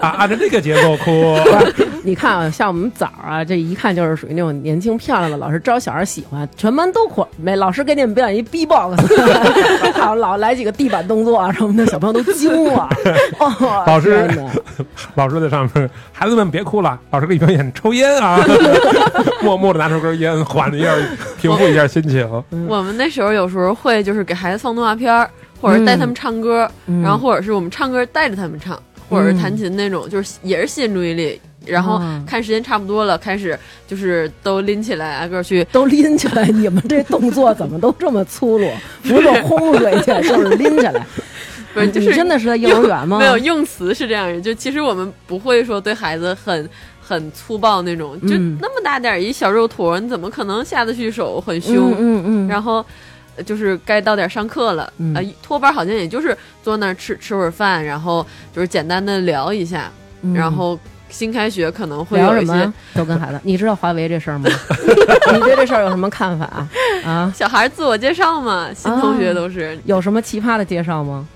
[SPEAKER 3] 啊，按照这个节奏哭，
[SPEAKER 4] 你看啊，像我们枣儿啊，这一看就是属于那种年轻漂亮的，老师招小孩喜欢，全班都哭。没，老师给你们表演一 B-box，好，老来几个地板动作啊什么的，小朋友都惊了。哦，
[SPEAKER 3] 老师
[SPEAKER 4] 天哪
[SPEAKER 3] 老师在上面，孩子们别哭了，老师给你表演抽烟啊，默默的拿出根烟，缓一下，平复一下心情。
[SPEAKER 4] 嗯
[SPEAKER 8] 我们那时候有时候会就是给孩子放动画片儿，或者带他们唱歌，
[SPEAKER 4] 嗯
[SPEAKER 8] 然后或者是我们唱歌带着他们唱，或者是弹琴那种，就是也是吸引注意力。然后
[SPEAKER 4] 啊
[SPEAKER 8] 看时间差不多了，开始就是都拎起来挨个去
[SPEAKER 4] 都拎起来，你们这动作怎么都这么粗鲁？不是轰出去，就是拎起来。
[SPEAKER 8] 不是，
[SPEAKER 4] 你
[SPEAKER 8] 就是
[SPEAKER 4] 你真的是在幼儿园吗？
[SPEAKER 8] 没有用词是这样的，就其实我们不会说对孩子很很粗暴那种，就
[SPEAKER 4] 嗯
[SPEAKER 8] 那么大点儿一小肉坨，你怎么可能下得去手？很
[SPEAKER 4] 嗯
[SPEAKER 8] 凶。
[SPEAKER 4] 嗯嗯，
[SPEAKER 8] 然后呃就是该到点儿上课了，
[SPEAKER 4] 嗯
[SPEAKER 8] 呃，托班好像也就是坐那儿吃吃会儿饭，然后就是简单的聊一下，
[SPEAKER 4] 嗯
[SPEAKER 8] 然后新开学可能会有
[SPEAKER 4] 聊什
[SPEAKER 8] 一
[SPEAKER 4] 么
[SPEAKER 8] 些
[SPEAKER 4] 啊都跟 孩子，你知道华为这事儿吗？你对这事儿有什么看法啊？啊，
[SPEAKER 8] 小孩自我介绍嘛，新同学都是、
[SPEAKER 4] 有什么奇葩的介绍吗？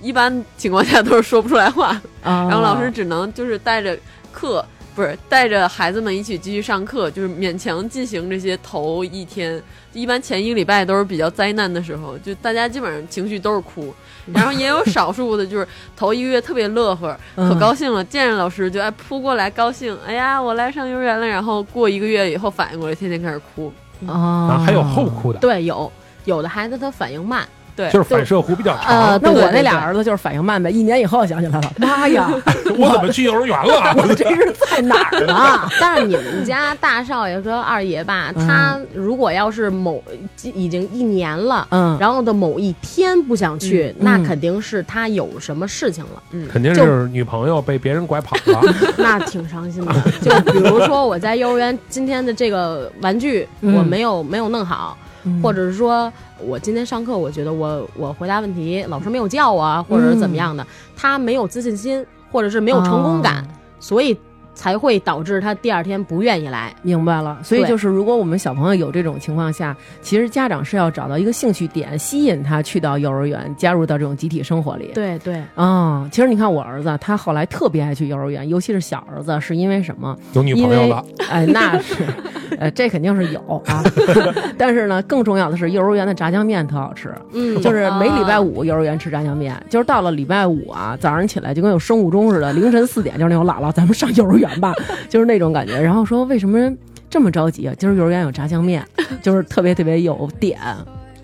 [SPEAKER 8] 一般情况下都是说不出来话，
[SPEAKER 4] 啊，
[SPEAKER 8] 然后老师只能就是带着课，不是带着孩子们一起继续上课，就是勉强进行这些头一天。一般前一个礼拜都是比较灾难的时候，就大家基本上情绪都是哭，然后也有少数的就是头一个月特别乐呵，可
[SPEAKER 4] 嗯
[SPEAKER 8] 高兴了，见着老师就哎扑过来高兴，哎呀我来上幼儿园了，然后过一个月以后反应过来，天天开始哭。
[SPEAKER 3] 啊，
[SPEAKER 4] 啊，
[SPEAKER 3] 还有后。哭的，
[SPEAKER 5] 对，有有的孩子他反应慢，
[SPEAKER 8] 对，
[SPEAKER 3] 就是反射弧比较
[SPEAKER 5] 呃
[SPEAKER 3] 长。
[SPEAKER 4] 那
[SPEAKER 5] 对对
[SPEAKER 4] 我那
[SPEAKER 5] 对
[SPEAKER 4] 俩
[SPEAKER 5] 对
[SPEAKER 4] 儿子就是反应慢呗，一年以后想起来了，妈 呀，
[SPEAKER 3] 我怎么去幼儿园了？
[SPEAKER 4] 我这是在哪儿呢？
[SPEAKER 5] 但是你们家大少爷和二爷吧，
[SPEAKER 4] 嗯
[SPEAKER 5] 他如果要是某已经一年了，
[SPEAKER 4] 嗯
[SPEAKER 5] 然后的某一天不想去，
[SPEAKER 4] 嗯
[SPEAKER 5] 那
[SPEAKER 4] 嗯
[SPEAKER 5] 肯定是他有什么事情 了，
[SPEAKER 3] 肯定是女朋友被别人拐跑了，
[SPEAKER 5] 那挺伤心 的。就比如说我在幼儿园今天的这个玩具
[SPEAKER 4] 嗯
[SPEAKER 5] 我没有没有弄好，或者是说我今天上课我觉得我我回答问题老师没有叫我
[SPEAKER 4] 嗯
[SPEAKER 5] 啊，或者是怎么样的，他没有自信心，或者是没有成功感，
[SPEAKER 4] 哦
[SPEAKER 5] 所以才会导致他第二天不愿意来。
[SPEAKER 4] 明白了，所以
[SPEAKER 5] 对
[SPEAKER 4] 就是，如果我们小朋友有这种情况下，其实家长是要找到一个兴趣点，吸引他去到幼儿园，加入到这种集体生活里。
[SPEAKER 5] 对对，
[SPEAKER 4] 啊、其实你看我儿子，他后来特别爱去幼儿园，尤其是小儿子，是因为什么？
[SPEAKER 3] 有女
[SPEAKER 4] 因
[SPEAKER 3] 朋
[SPEAKER 4] 为
[SPEAKER 3] 友了，
[SPEAKER 4] 哎，那是，呃，这肯定是有 啊。但是呢，更重要的是，幼儿园的炸酱面特好吃，
[SPEAKER 5] 嗯，
[SPEAKER 4] 就是每礼拜五幼儿园吃炸酱面，就是到了礼拜五啊，早上起来就跟有生物钟似的，凌晨四点就是那种姥姥，咱们上幼儿园吧，就是那种感觉。然后说为什么这么着急啊？今儿幼儿园有炸酱面，就是特别特别有点。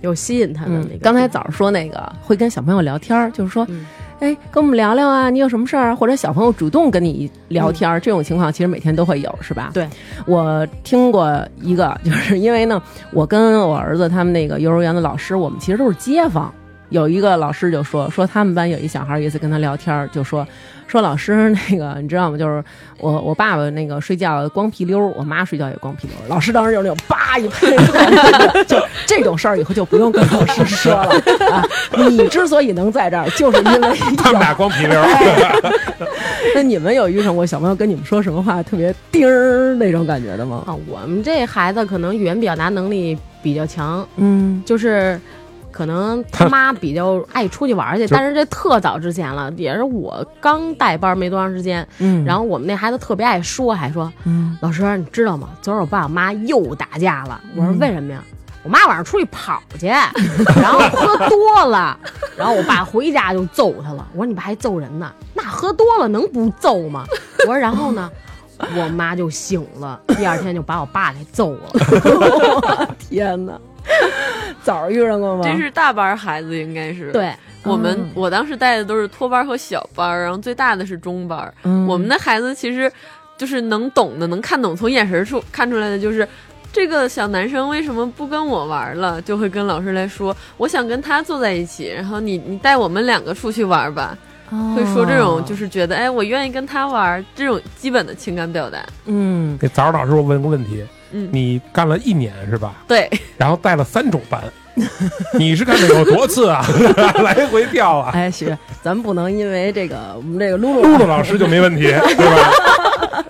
[SPEAKER 5] 有吸引他的那个。
[SPEAKER 4] 嗯刚才早上说那个会跟小朋友聊天儿，就是说，
[SPEAKER 5] 嗯
[SPEAKER 4] 哎，跟我们聊聊啊，你有什么事儿啊？或者小朋友主动跟你聊天儿，这种情况其实每天都会有，是吧？
[SPEAKER 5] 嗯对，
[SPEAKER 4] 我听过一个，就是因为呢，我跟我儿子他们那个幼儿园的老师，我们其实都是街坊。有一个老师就说说他们班有一小孩儿，有一次跟他聊天儿，就说说老师那个你知道吗？就是我我爸爸那个睡觉光屁溜儿，我妈睡觉也光屁溜儿。老师当时就那种叭一拍桌子，就这种事儿以后就不用跟老师说了啊。你之所以能在这儿，就是因为
[SPEAKER 3] 他们俩光皮溜儿。
[SPEAKER 4] 那你们有遇上过小朋友跟你们说什么话特别叮儿那种感觉的吗？
[SPEAKER 5] 啊，我们这孩子可能语言表达能力比较强，
[SPEAKER 4] 嗯，
[SPEAKER 5] 就是可能他妈比较爱出去玩儿去，但是这特早之前了，也是我刚带班儿没多长时间。
[SPEAKER 4] 嗯
[SPEAKER 5] 然后我们那孩子特别爱说，还说：“
[SPEAKER 4] 嗯嗯
[SPEAKER 5] 老师，你知道吗？昨儿我爸我妈又打架了。”我说：“为什么呀？”我妈晚上出去跑去， 然后喝多了，然后我爸回家就揍她了。我说你爸还揍人呢？那喝多了能不揍 吗？我说然后呢？我妈就醒了，第二天就把我爸给揍 了。
[SPEAKER 4] 天哪， 早上遇上过吗？
[SPEAKER 8] 这是大班孩子应该是。
[SPEAKER 5] 对，
[SPEAKER 8] 我们我当时带的都是托班和小班，然后最大的是中班。
[SPEAKER 4] 嗯
[SPEAKER 8] 我们的孩子其实就是能懂的，能看懂，从眼神处看出来的就是。这个小男生为什么不跟我玩了？就会跟老师来说，我想跟他坐在一起，然后你你带我们两个出去玩吧，会说这种就是是觉得哎，我愿意跟他玩这种基本的情感表达。
[SPEAKER 4] 嗯，
[SPEAKER 3] 那早上老师我问个问题，
[SPEAKER 8] 嗯
[SPEAKER 3] 你干了一年是吧？
[SPEAKER 8] 对，
[SPEAKER 3] 然后带了三种班，你是干的有多次啊？ 来回调啊？
[SPEAKER 4] 哎，许，咱们不能因为这个我们这个露露
[SPEAKER 3] 露露老师就没问题，对吧？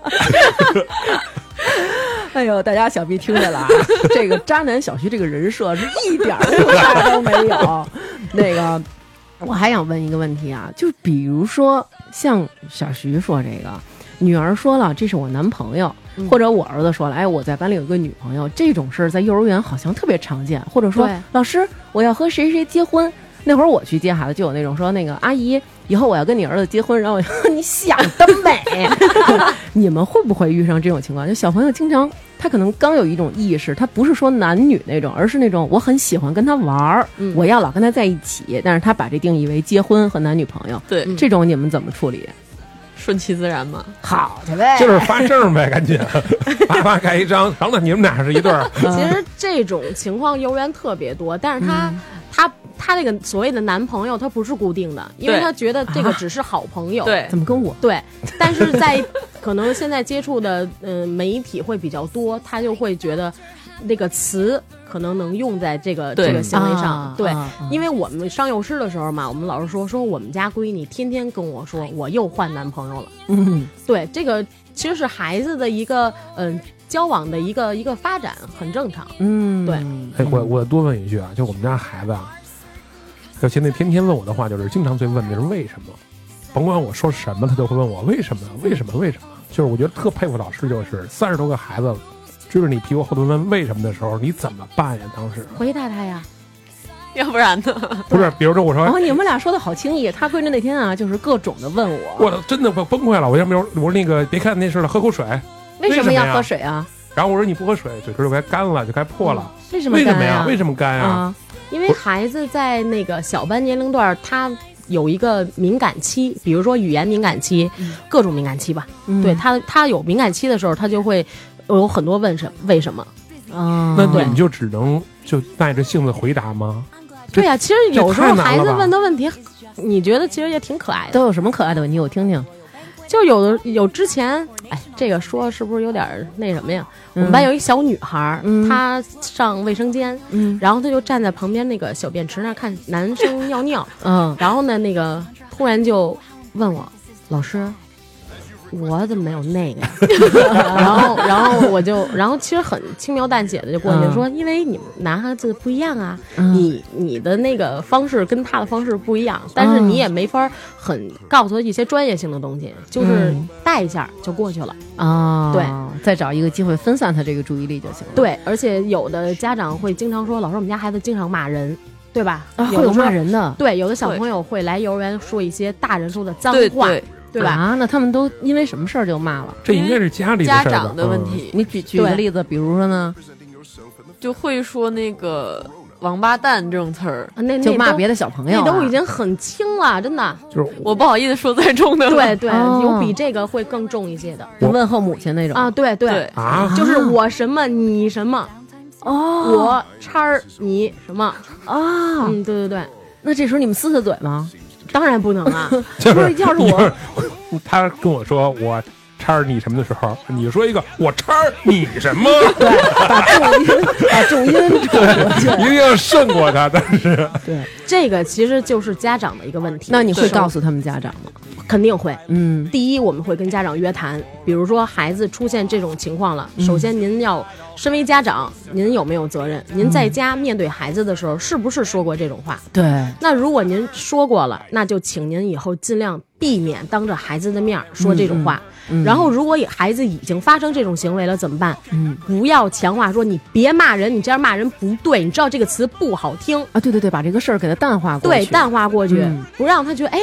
[SPEAKER 4] 哎呦，大家想必听见了 啊，这个渣男小徐这个人设是一点儿 落差都没有。那个， 我还想问一个问题啊，就比如说像小徐说这个，女儿说了这是我男朋友，或者我儿子说了，哎，我在班里有一个女朋友，这种事儿在幼儿园好像特别常见，或者说
[SPEAKER 5] 对
[SPEAKER 4] 老师我要和谁谁结婚。那会儿我去接孩子，就有那种说那个阿姨，以后我要 跟你儿子结婚，然后我就你想得美， 你们会不会遇上这种情况？就小朋友经常他可能刚有一种意识，他不是说男女那种，而是那种我很喜欢跟他玩儿，
[SPEAKER 5] 嗯
[SPEAKER 4] 我要老跟他在一起，但是他把这定义为结婚和男女朋友，
[SPEAKER 8] 对，
[SPEAKER 5] 嗯
[SPEAKER 4] 这种你们怎么处理？
[SPEAKER 8] 顺其自然嘛。
[SPEAKER 4] 好去呗
[SPEAKER 3] 就是发证呗，赶紧，爸妈盖一张，然后呢，你们俩是一对儿，
[SPEAKER 8] 嗯
[SPEAKER 5] 其实这种情况幼儿园特别多，但是他、
[SPEAKER 8] 嗯
[SPEAKER 5] 他他那个所谓的男朋友，他不是固定的，因为
[SPEAKER 8] 对
[SPEAKER 5] 他觉得这个
[SPEAKER 4] 啊
[SPEAKER 5] 只是好朋友。
[SPEAKER 8] 对，
[SPEAKER 4] 怎么跟我
[SPEAKER 5] 对，但是在可能现在接触的嗯、呃媒体会比较多，他就会觉得那个词可能能用在这个
[SPEAKER 8] 对
[SPEAKER 5] 这个行为哎上
[SPEAKER 4] 啊。
[SPEAKER 5] 对
[SPEAKER 4] 啊啊，
[SPEAKER 5] 因为我们上幼师的时候嘛，我们老师说说我们家闺女天天跟我说我又换男朋友了。
[SPEAKER 4] 嗯
[SPEAKER 5] 对，这个其实是孩子的一个嗯、呃交往的一个一个发展，很正常。
[SPEAKER 4] 嗯
[SPEAKER 5] 对
[SPEAKER 3] 哎，我我多问一句啊，就我们家孩子啊，就现在天天问我的话，就是经常最问的是为什么，甭管我说什么，他就会问我为什么，为什么，为什么。就是我觉得特佩服老师，就是三十多个孩子追着你屁股后头问为什么的时候，你怎么办呀？当时
[SPEAKER 5] 回答他呀，
[SPEAKER 8] 要不然呢？
[SPEAKER 3] 不是，比如说我说
[SPEAKER 4] 然后哦你们俩说的好轻易，他闺女那天啊，就是各种的问我，
[SPEAKER 3] 我真的我崩溃了，我要没有我说那个别看那事了，喝口水。
[SPEAKER 4] 为什
[SPEAKER 3] 为什么
[SPEAKER 4] 么
[SPEAKER 3] 呀
[SPEAKER 4] 要喝水啊？
[SPEAKER 3] 然后我说你不喝水，嘴唇就该干了，就该破了。
[SPEAKER 4] 为什
[SPEAKER 3] 为什么
[SPEAKER 4] 干呀？
[SPEAKER 3] 为什么干呀？
[SPEAKER 4] 啊？
[SPEAKER 5] 因为孩子在那个小班年龄段儿，他有一个敏感期，比如说语言敏感期，各种敏感期吧。
[SPEAKER 4] 嗯
[SPEAKER 5] 对他，他有敏感期的时候，他就会有很多问什为什么？
[SPEAKER 4] 啊，
[SPEAKER 3] 那你们就只能就耐着性子回答吗？这
[SPEAKER 5] 对呀、其实有时
[SPEAKER 3] 这
[SPEAKER 5] 候
[SPEAKER 3] 太难
[SPEAKER 5] 孩子
[SPEAKER 3] 了吧
[SPEAKER 5] 问的问题，你觉得其实也挺可爱的。
[SPEAKER 4] 都有什么可爱的问题？我听听。
[SPEAKER 5] 就有的有之前，哎，这个说是不是有点儿那什么呀？我们班有一小女孩儿，
[SPEAKER 4] 嗯
[SPEAKER 5] 她上卫生间，
[SPEAKER 4] 嗯
[SPEAKER 5] 然后她就站在旁边那个小便池那儿看男生尿 尿。
[SPEAKER 4] 嗯，
[SPEAKER 5] 然后呢，那个突然就问我老师，我怎么没有那个呀？ 然后，然后我就，然后其实很轻描淡写的就过去
[SPEAKER 4] 嗯
[SPEAKER 5] 说，因为你们男孩子不一样啊，你你的那个方式跟他的方式不一样，但是
[SPEAKER 4] 嗯
[SPEAKER 5] 你也没法很告诉他一些专业性的东西，就是
[SPEAKER 4] 嗯
[SPEAKER 5] 带一下就过去了。
[SPEAKER 4] 啊，
[SPEAKER 5] 对，
[SPEAKER 4] 再找一个机会分散他这个注意力就行了。
[SPEAKER 5] 对，而且有的家长会经常说，老师，我们家孩子经常骂人，对吧？
[SPEAKER 4] 啊，
[SPEAKER 5] 有的
[SPEAKER 4] 会有
[SPEAKER 5] 时候
[SPEAKER 4] 骂。人的，
[SPEAKER 5] 对，有的小
[SPEAKER 8] 会
[SPEAKER 5] 朋友会来幼儿园说一些大人说的脏
[SPEAKER 8] 对
[SPEAKER 5] 话，
[SPEAKER 8] 对，
[SPEAKER 5] 对吧？
[SPEAKER 4] 啊，那他们都因为什么事儿就骂了？
[SPEAKER 3] 这应该是家里
[SPEAKER 8] 家
[SPEAKER 3] 事儿嗯吧
[SPEAKER 8] 长的问。题。
[SPEAKER 4] 你举举个
[SPEAKER 5] 对
[SPEAKER 4] 例子，比如说呢，
[SPEAKER 8] 就会说那个“王八蛋”这种词儿。
[SPEAKER 5] 啊那那
[SPEAKER 4] 就骂
[SPEAKER 5] 都
[SPEAKER 4] 别的小朋友
[SPEAKER 5] 那
[SPEAKER 4] 啊，
[SPEAKER 5] 都已经很轻了，真的。
[SPEAKER 3] 嗯就是
[SPEAKER 8] 我不好意思说太重 的了。
[SPEAKER 5] 对对，
[SPEAKER 4] 哦
[SPEAKER 5] 有比这个会更重一些的
[SPEAKER 4] 就问候母亲那种
[SPEAKER 5] 啊，对对
[SPEAKER 8] 对，
[SPEAKER 3] 啊，
[SPEAKER 5] 就是我什么你什么，
[SPEAKER 4] 哦
[SPEAKER 5] 我叉儿你什么，
[SPEAKER 4] 啊，
[SPEAKER 5] 嗯，对对对，
[SPEAKER 4] 那这时候你们撕撕嘴吗？
[SPEAKER 5] 当然不能 啊，
[SPEAKER 3] 就
[SPEAKER 4] 不是要是我
[SPEAKER 3] 你 他跟我说我叉儿你什么的时候，你说一个我叉儿你什么，
[SPEAKER 4] 对，把重音把重音转过去。
[SPEAKER 3] 一定要胜过他。但是
[SPEAKER 5] 这个其实就是家长的一个问题。
[SPEAKER 4] 那你会
[SPEAKER 5] 是
[SPEAKER 4] 告诉他们家长吗？
[SPEAKER 5] 肯定会。
[SPEAKER 4] 嗯
[SPEAKER 5] 第一，我们会跟家长约谈，比如说孩子出现这种情况了，
[SPEAKER 4] 嗯
[SPEAKER 5] 首先您要身为家长，您有没有责任？您
[SPEAKER 4] 嗯
[SPEAKER 5] 在家面对孩子的时候，是不是说过这种话？，
[SPEAKER 4] 对，
[SPEAKER 5] 那如果您说过了，那就请您以后尽量避免当着孩子的面儿说这种话。
[SPEAKER 4] 嗯
[SPEAKER 5] 然后，如果孩子已经发生这种行为了，怎么办？
[SPEAKER 4] 嗯
[SPEAKER 5] 不要强化说你别骂人，你这样骂人不对，你知道这个词不好听，
[SPEAKER 4] 啊，对对对，把这个事儿给它淡化过去，
[SPEAKER 5] 对，淡化过去，
[SPEAKER 4] 嗯
[SPEAKER 5] 不让他觉得哎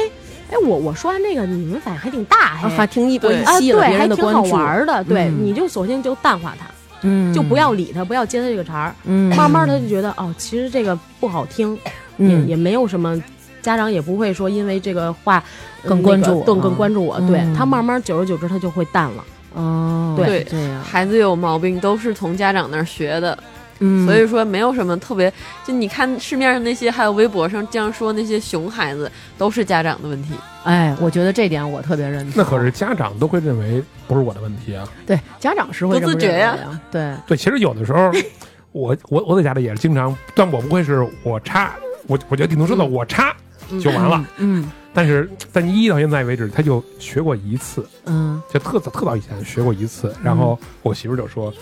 [SPEAKER 5] 哎，我我说完这个，你们反应还挺大，
[SPEAKER 4] 啊，
[SPEAKER 5] 哎
[SPEAKER 4] 还挺一波
[SPEAKER 8] 对
[SPEAKER 4] 一
[SPEAKER 5] 啊，
[SPEAKER 4] 吸
[SPEAKER 5] 对
[SPEAKER 4] 了别，
[SPEAKER 5] 还
[SPEAKER 4] 人的
[SPEAKER 5] 挺
[SPEAKER 4] 关
[SPEAKER 5] 好
[SPEAKER 4] 注，
[SPEAKER 5] 玩儿的，对，
[SPEAKER 4] 嗯
[SPEAKER 5] 你就索性就淡化它，
[SPEAKER 4] 嗯，
[SPEAKER 5] 就不要理他，不要接他这个茬儿。
[SPEAKER 4] 嗯，
[SPEAKER 5] 慢慢他就觉得哦，其实这个不好听，也
[SPEAKER 4] 嗯
[SPEAKER 5] 也没有什么，家长也不会说因为这个话呃
[SPEAKER 4] 更
[SPEAKER 5] 那
[SPEAKER 4] 关
[SPEAKER 5] 个
[SPEAKER 4] 注我
[SPEAKER 5] 更
[SPEAKER 4] 啊
[SPEAKER 5] 更关注我。对
[SPEAKER 4] 嗯
[SPEAKER 5] 他慢慢久而久之他就会淡了。
[SPEAKER 4] 哦，
[SPEAKER 8] 对
[SPEAKER 4] 是这样，
[SPEAKER 8] 孩子有毛病都是从家长那儿学的，
[SPEAKER 4] 嗯，
[SPEAKER 8] 所以说没有什么特别。就你看市面上那些，还有微博上这样说那些熊孩子，都是家长的问题。
[SPEAKER 4] 哎，我觉得这点我特别认同。
[SPEAKER 3] 那可是家长都会认为不是我的问题啊。
[SPEAKER 4] 对家长是会
[SPEAKER 8] 不自
[SPEAKER 4] 这么认
[SPEAKER 8] 觉呀
[SPEAKER 4] 为啊，对，
[SPEAKER 3] 对，其实有的时候，我我我在家里也是经常，但我不会是我插，我我觉得顶多说的我插就完了。
[SPEAKER 4] 嗯
[SPEAKER 3] 但是但一到现在为止，他就学过一次，
[SPEAKER 4] 嗯
[SPEAKER 3] 就特早特早以前学过一次。然后我媳妇儿就说：“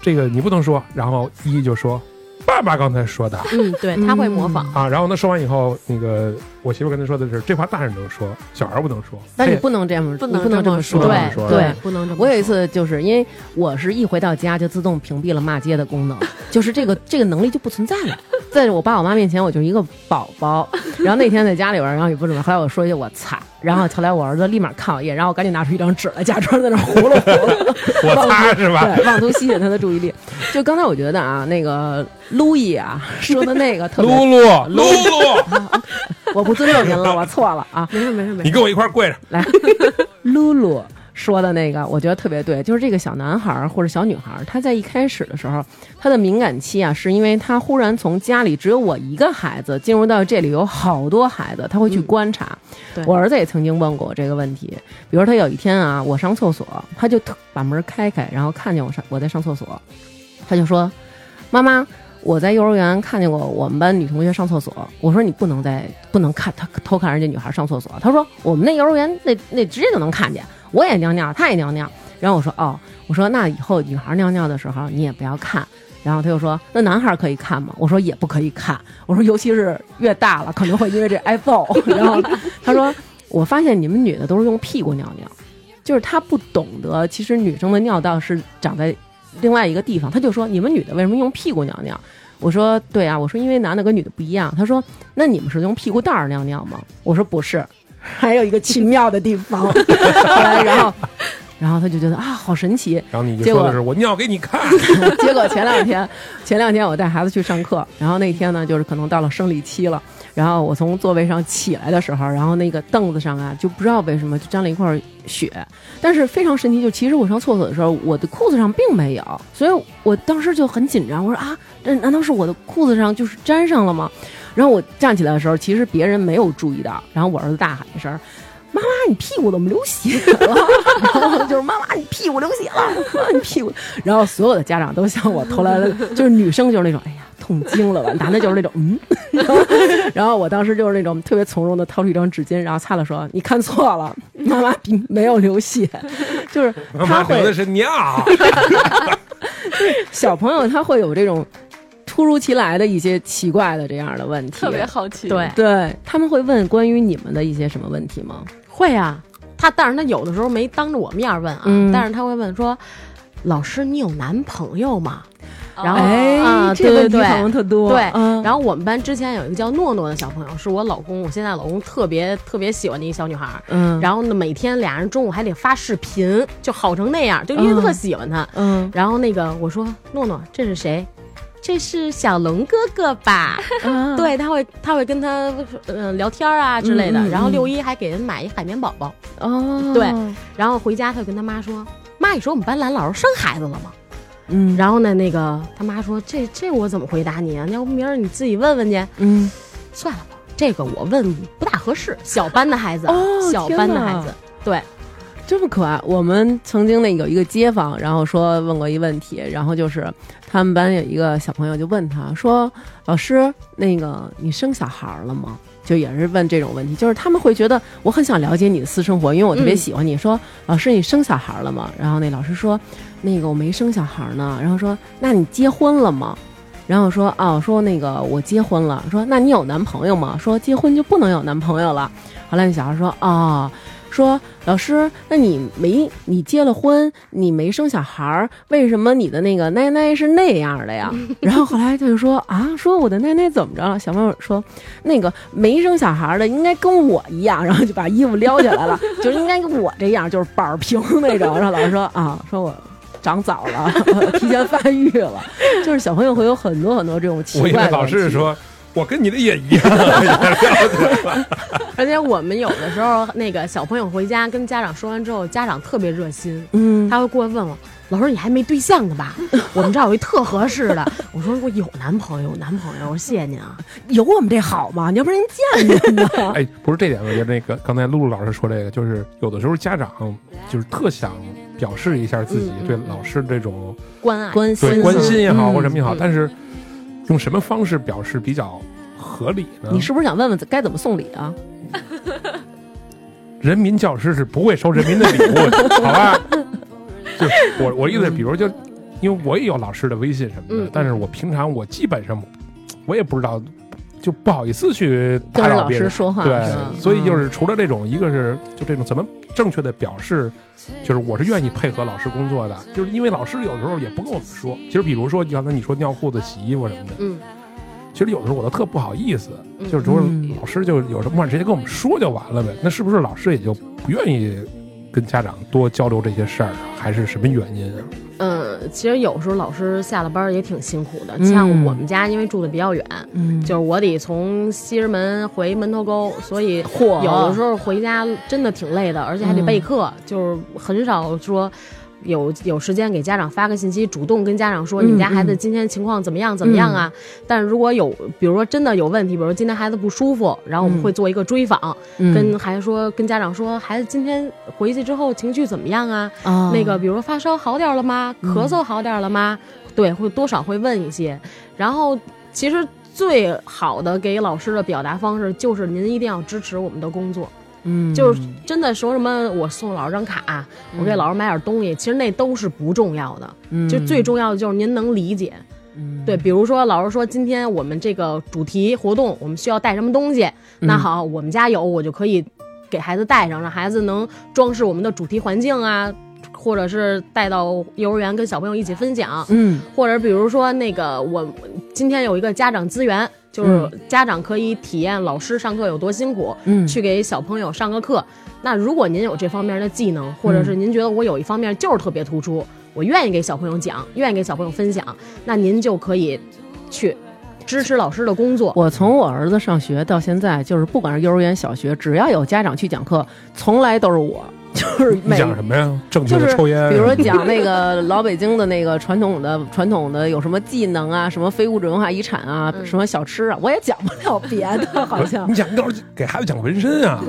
[SPEAKER 3] 这个你不能说。”然后一就说：“爸爸刚才 说的
[SPEAKER 5] 嗯，对他会模仿。
[SPEAKER 3] 啊。”然后他说完以后，那个我媳妇儿跟他说的是，这话大人能说，小孩儿不能说。
[SPEAKER 4] 但你
[SPEAKER 3] 他也
[SPEAKER 4] 不能这么，
[SPEAKER 8] 不
[SPEAKER 4] 你
[SPEAKER 8] 能
[SPEAKER 4] 不能
[SPEAKER 8] 这
[SPEAKER 4] 么
[SPEAKER 8] 么
[SPEAKER 4] 说，
[SPEAKER 8] 说
[SPEAKER 3] 不能
[SPEAKER 4] 对
[SPEAKER 3] 说
[SPEAKER 4] 对。
[SPEAKER 5] 不能这么说。
[SPEAKER 4] 我有一次就是因为我是一回到家就自动屏蔽了骂街的功能，就是这个这个能力就不存在了。在我爸我妈面前，我就是一个宝宝。然后那天在家里边儿，然后也不怎么，后来我说一句我擦，然后后来我儿子立马看我一眼，然后我赶紧拿出一张纸来，假装在那儿糊弄糊弄。
[SPEAKER 3] 我擦是吧？
[SPEAKER 4] 对，妄图吸引他的注意力。就刚才我觉得啊，那个路易啊说的那个特别，
[SPEAKER 3] 露露，露露，
[SPEAKER 4] 我不尊重您了，我错了啊。
[SPEAKER 5] 没事没事没
[SPEAKER 3] 你
[SPEAKER 5] 事。
[SPEAKER 3] 跟我一块儿跪着。
[SPEAKER 4] 来，露露说的那个，我觉得特别对，就是这个小男孩儿或者小女孩儿，他在一开始的时候，他的敏感期啊，是因为他忽然从家里只有我一个孩子，进入到这里有好多孩子，他会去观察。
[SPEAKER 5] 对
[SPEAKER 4] 我儿子也曾经问过我这个问题，比如他有一天啊，我上厕所，他就特把门开开，然后看见我上我在上厕所，他就说：“妈妈。”我在幼儿园看见过我们班女同学上厕所，我说你不能再不能看她偷看人家女孩上厕所。他说我们那幼儿园那那直接就能看见，我也尿尿，她也尿尿。然后我说哦，我说那以后女孩尿尿的时候你也不要看。然后他就说那男孩可以看吗？我说也不可以看。我说尤其是越大了 可能会因为这挨揍。然后他说我发现你们女的都是用屁股尿尿，就是他不懂得其实女生的尿道是长在另外一个地方。他就说你们女的为什么用屁股尿尿？我说对啊，我说因为男的跟女的不一样。他说那你们是用屁股蛋儿尿尿吗？我说不是， 还有一个奇妙的地方。 后来然后然后他就觉得啊好神奇，
[SPEAKER 3] 然后你就
[SPEAKER 4] 结
[SPEAKER 3] 说
[SPEAKER 4] 果
[SPEAKER 3] 的是我尿给 你看。
[SPEAKER 4] 结果前两天，前两天我带孩子去上课，然后那天呢，就是可能到了生理期了，然后我从座位上啊起来的时候，然后那个凳子上啊，就不知道为什么就沾了一块血，但是非常神奇，就其实我上厕所的时候，我的裤子上并没有，所以我当时就很紧张，我说啊，这难道是我的裤子上就是沾上了吗？然后我站起来的时候，其实别人没有注意到，然后我儿子大喊一声。妈妈，你屁股怎么流血了？ 然后就是妈妈，你屁股流血了， 妈妈你屁股。然后所有的家长都向我投 来了，就是女生就是那种，哎呀，痛经了吧？男的就是那种，嗯。 然后，然后我当时就是那种特别从容的掏出一张纸巾，然后擦了说：“你看错了，妈妈并没有流血。”就是
[SPEAKER 3] 妈
[SPEAKER 4] 他
[SPEAKER 3] 妈
[SPEAKER 4] 会
[SPEAKER 3] 流的是尿，
[SPEAKER 4] 小朋友他会有这种突如其来的一些奇怪的这样的问题，
[SPEAKER 8] 特别好奇，
[SPEAKER 5] 对，
[SPEAKER 4] 对他们会问关于你们的一些什么问题吗？
[SPEAKER 5] 会啊，他但是他有的时候没当着我面儿问啊，
[SPEAKER 4] 嗯
[SPEAKER 5] 但是他会问说。老师，你有男朋友吗？然后
[SPEAKER 4] 哎，
[SPEAKER 5] 啊
[SPEAKER 4] 这
[SPEAKER 5] 对
[SPEAKER 4] 个
[SPEAKER 5] 对
[SPEAKER 4] 问题
[SPEAKER 5] 对
[SPEAKER 4] 好像特多。
[SPEAKER 5] 对，
[SPEAKER 4] 嗯、
[SPEAKER 5] 然后我们班之前有一个叫诺诺的小朋友，是我老公，我现在老公特别特别喜欢的一个小女孩儿。
[SPEAKER 4] 嗯，后
[SPEAKER 5] 然后呢，每天俩人中午还得发视频，就好成那样，就因为特喜欢他。
[SPEAKER 4] 嗯，
[SPEAKER 5] 然后那个我说诺诺，这是谁？这是小龙哥哥 吧？
[SPEAKER 4] 啊，
[SPEAKER 5] 对，他会他会跟他呃聊天啊之类的。
[SPEAKER 4] 嗯嗯嗯
[SPEAKER 5] 然后六一还给人买一海绵宝宝，
[SPEAKER 4] 哦，
[SPEAKER 5] 对然后回家他就跟他妈说：“妈，你说我们班蓝老师生孩子了吗？”
[SPEAKER 4] 嗯，
[SPEAKER 5] 然后呢，那个他妈说：“这这我怎么回答你啊？要不明儿你自己问问去。”
[SPEAKER 4] 嗯，
[SPEAKER 5] 算了吧，这个我问不大合适。小班的孩子啊，
[SPEAKER 4] 哦
[SPEAKER 5] 小班的孩
[SPEAKER 4] 天
[SPEAKER 5] 子
[SPEAKER 4] 哪，
[SPEAKER 5] 对，
[SPEAKER 4] 这么可爱。我们曾经那有一个街坊，然后说问过一问题，然后就是他们班有一个小朋友就问他说：“老师，那个你生小孩儿了吗？”就也是问这种问题，就是他们会觉得我很想了解你的私生活，因为我特别
[SPEAKER 5] 嗯
[SPEAKER 4] 喜欢你。说老师，你生小孩儿了吗？然后那老师说，那个我没生小孩儿呢。然后说，那你结婚了吗？然后说哦，说那个我结婚了。说那你有男朋友吗？说结婚就不能有男朋友了。后来那小孩说哦，说老师，那你没你结了婚，你没生小孩儿，为什么你的那个奶奶是那样的呀？ 然后后来他就说啊，说我的奶奶怎么着了？小妹说那个没生小孩儿的应该跟我一样，然后就把衣服撩起来了， 就应该跟我这样，就是板儿平那种。然后老师说啊，说我。长早了， 提前发育了，就是小朋友会有很多很多这种奇
[SPEAKER 3] 我以
[SPEAKER 4] 怪的
[SPEAKER 3] 为
[SPEAKER 4] 问题。
[SPEAKER 3] 老师是说，我跟你的也一 样。
[SPEAKER 5] 而且我们有的时候，那个小朋友回家跟家长说完之后，家长特别热心，
[SPEAKER 4] 嗯，
[SPEAKER 5] 他会过来问我：“老师，你还没对象呢 吧？我们这儿有一特合适的。”我说：“我有男朋友，有男朋友。”我说：“谢谢您啊。
[SPEAKER 4] 有我们这好吗？你要不然人见见呢？
[SPEAKER 3] 哎，不是这点，我觉得那个刚才露露老师说这个，就是有的时候家长就是特想表示一下自
[SPEAKER 5] 嗯
[SPEAKER 3] 己对老师这种”
[SPEAKER 5] 关爱，
[SPEAKER 4] 关
[SPEAKER 3] 对
[SPEAKER 4] 嗯
[SPEAKER 3] 关心也好或者什么也好，
[SPEAKER 5] 嗯
[SPEAKER 3] 但是用什么方式表示比较合理呢？
[SPEAKER 4] 嗯你是不是想问问该怎么送礼啊？
[SPEAKER 3] 人民教师是不会收人民的礼物 的，好吧？就是我我意思是，比如就因为我也有老师的微信什么的，
[SPEAKER 5] 嗯
[SPEAKER 3] 但是我平常我基本上我也不知道，就不好意思去
[SPEAKER 4] 跟
[SPEAKER 3] 打
[SPEAKER 4] 着
[SPEAKER 3] 扰
[SPEAKER 4] 老
[SPEAKER 3] 别
[SPEAKER 4] 师
[SPEAKER 3] 人。
[SPEAKER 4] 说话
[SPEAKER 3] 对
[SPEAKER 4] 是吧？，
[SPEAKER 3] 所以就是除了这种，一个是就这种怎么正确的表示，就是我是愿意配合老师工作的，就是因为老师有时候也不跟我们说。其实比如说刚才你说尿裤子、洗衣服什么的，
[SPEAKER 5] 嗯，
[SPEAKER 3] 其实有的时候我都特不好意思，
[SPEAKER 5] 嗯
[SPEAKER 3] 就是说
[SPEAKER 4] 嗯
[SPEAKER 3] 老师就有什么话直接跟我们说就完了呗。那是不是老师也就不愿意跟家长多交流这些事儿，啊还是什么原因啊？
[SPEAKER 5] 嗯，其实有时候老师下了班也挺辛苦的，
[SPEAKER 4] 嗯
[SPEAKER 5] 像我们家因为住的比较远，
[SPEAKER 4] 嗯
[SPEAKER 5] 就是我得从西直门回门头沟，所以
[SPEAKER 4] 嚯嗯
[SPEAKER 5] 有的时候回家真的挺累的，而且还得备课，就是很少说。有有时间给家长发个信息，主动跟家长说
[SPEAKER 4] 嗯
[SPEAKER 5] 你们家孩子今天情况怎么样怎么样啊？但是如果有，比如说真的有问题，比如说今天孩子不舒服，然后我们
[SPEAKER 4] 嗯
[SPEAKER 5] 会做一个追访，
[SPEAKER 4] 跟
[SPEAKER 5] 跟孩子说，跟家长说孩子今天回去之后情绪怎么样啊？那
[SPEAKER 4] 那
[SPEAKER 5] 个，比如说发烧好点儿了吗？咳嗽好点儿了吗？对，会多少会问一些。然后，其实最好的给老师的表达方式就是您一定要支持我们的工作，
[SPEAKER 4] 嗯，
[SPEAKER 5] 就是真的说什么我送老师张卡，我给老师买点东西，其实那都是不重要的，
[SPEAKER 4] 嗯
[SPEAKER 5] 就最重要的就是您能理解。对，比如说老师说今天我们这个主题活动，我们需要带什么东西，
[SPEAKER 4] 嗯
[SPEAKER 5] 那好，我们家有，我就可以给孩子带上，让孩子能装饰我们的主题环境啊，或者是带到幼儿园跟小朋友一起分享，
[SPEAKER 4] 嗯
[SPEAKER 5] 或者比如说那个我今天有一个家长资源，就是家长可以体验老师上课有多辛苦，
[SPEAKER 4] 嗯
[SPEAKER 5] 去给小朋友上个课。那如果您有这方面的技能，或者是您觉得我有一方面就是特别突出，我愿意给小朋友讲，愿意给小朋友分享，那您就可以去支持老师的工作。
[SPEAKER 4] 我从我儿子上学到现在，就是不管是幼儿园、小学，只要有家长去讲课，从来都是我， 就是
[SPEAKER 3] 你
[SPEAKER 4] 每
[SPEAKER 3] 讲什么呀？正确
[SPEAKER 4] 就
[SPEAKER 3] 的
[SPEAKER 4] 是
[SPEAKER 3] 抽烟，啊
[SPEAKER 4] 比如说讲那个老北京的那个传统的传统的有什么技能啊，什么非物质文化遗产啊，
[SPEAKER 5] 嗯
[SPEAKER 4] 什么小吃啊，我也讲不了别的，好像
[SPEAKER 3] 你讲你到时候给孩子讲纹身啊，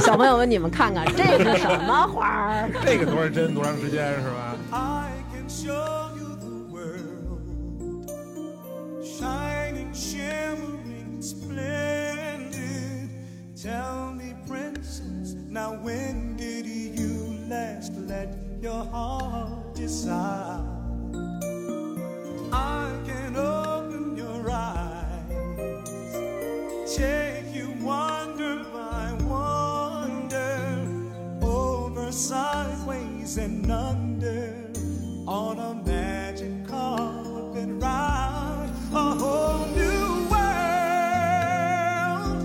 [SPEAKER 4] 小朋友们你们看看这是什么花儿？
[SPEAKER 3] 哎这个多少针多长时间是吧？
[SPEAKER 10] I can show you the world, shining, shimmering, splendid. Tell me, princess, now when did you last let your heart decide? I can open your eyes, take you wonder by wonder over sideways and under on a magic carpet ride a whole new world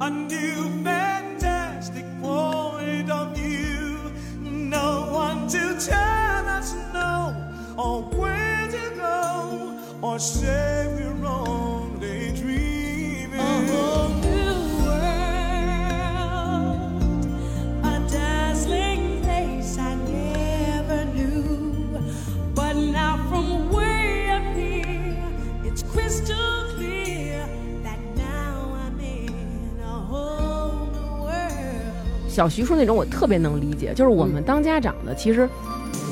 [SPEAKER 10] a new fantastic point of view no one to tell us no or where to go or say we're only dreaming
[SPEAKER 4] 小徐说那种我特别能理解，就是我们当家长的，其实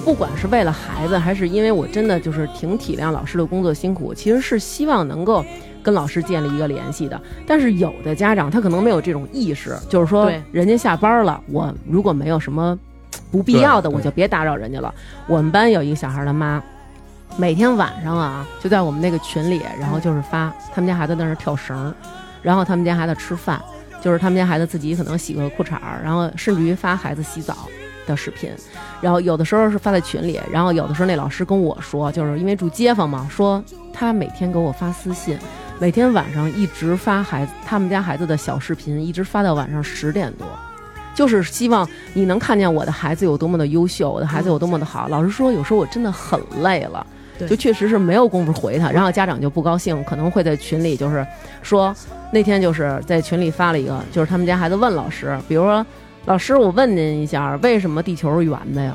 [SPEAKER 4] 不管是为了孩子，还是因为我真的就是挺体谅老师的工作辛苦，其实是希望能够跟老师建立一个联系的。但是有的家长他可能没有这种意识，就是说
[SPEAKER 5] 对
[SPEAKER 4] 人家下班了，我如果没有什么不必要的，
[SPEAKER 3] 对对
[SPEAKER 4] 我就别打扰人家了。我们班有一个小孩的妈。每天晚上啊，就
[SPEAKER 3] 嗯
[SPEAKER 4] 在我们那个群里，然后就是发他们家孩子在那儿跳绳儿，然后他们家孩子吃饭，就是他们家孩子自己可能洗个裤衩儿，然后甚至于发孩子洗澡的视频，然后有的时候是发在群里，然后有的时候那老师跟我说，就是因为住街坊嘛，说他每天给我发私信，每天晚上一直发孩子他们家孩子的小视频，一直发到晚上十点多。就是希望你能看见我的孩子有多么的优秀，我的孩子有多么的好。老师说，有时候我真的很累了，
[SPEAKER 8] 对
[SPEAKER 4] 就确实是没有功夫回他，然后家长就不高兴，可能会在群里就是说，那天就是在群里发了一个，就是他们家孩子问老师，比如说老师，我问您一下，为什么地球是圆的呀？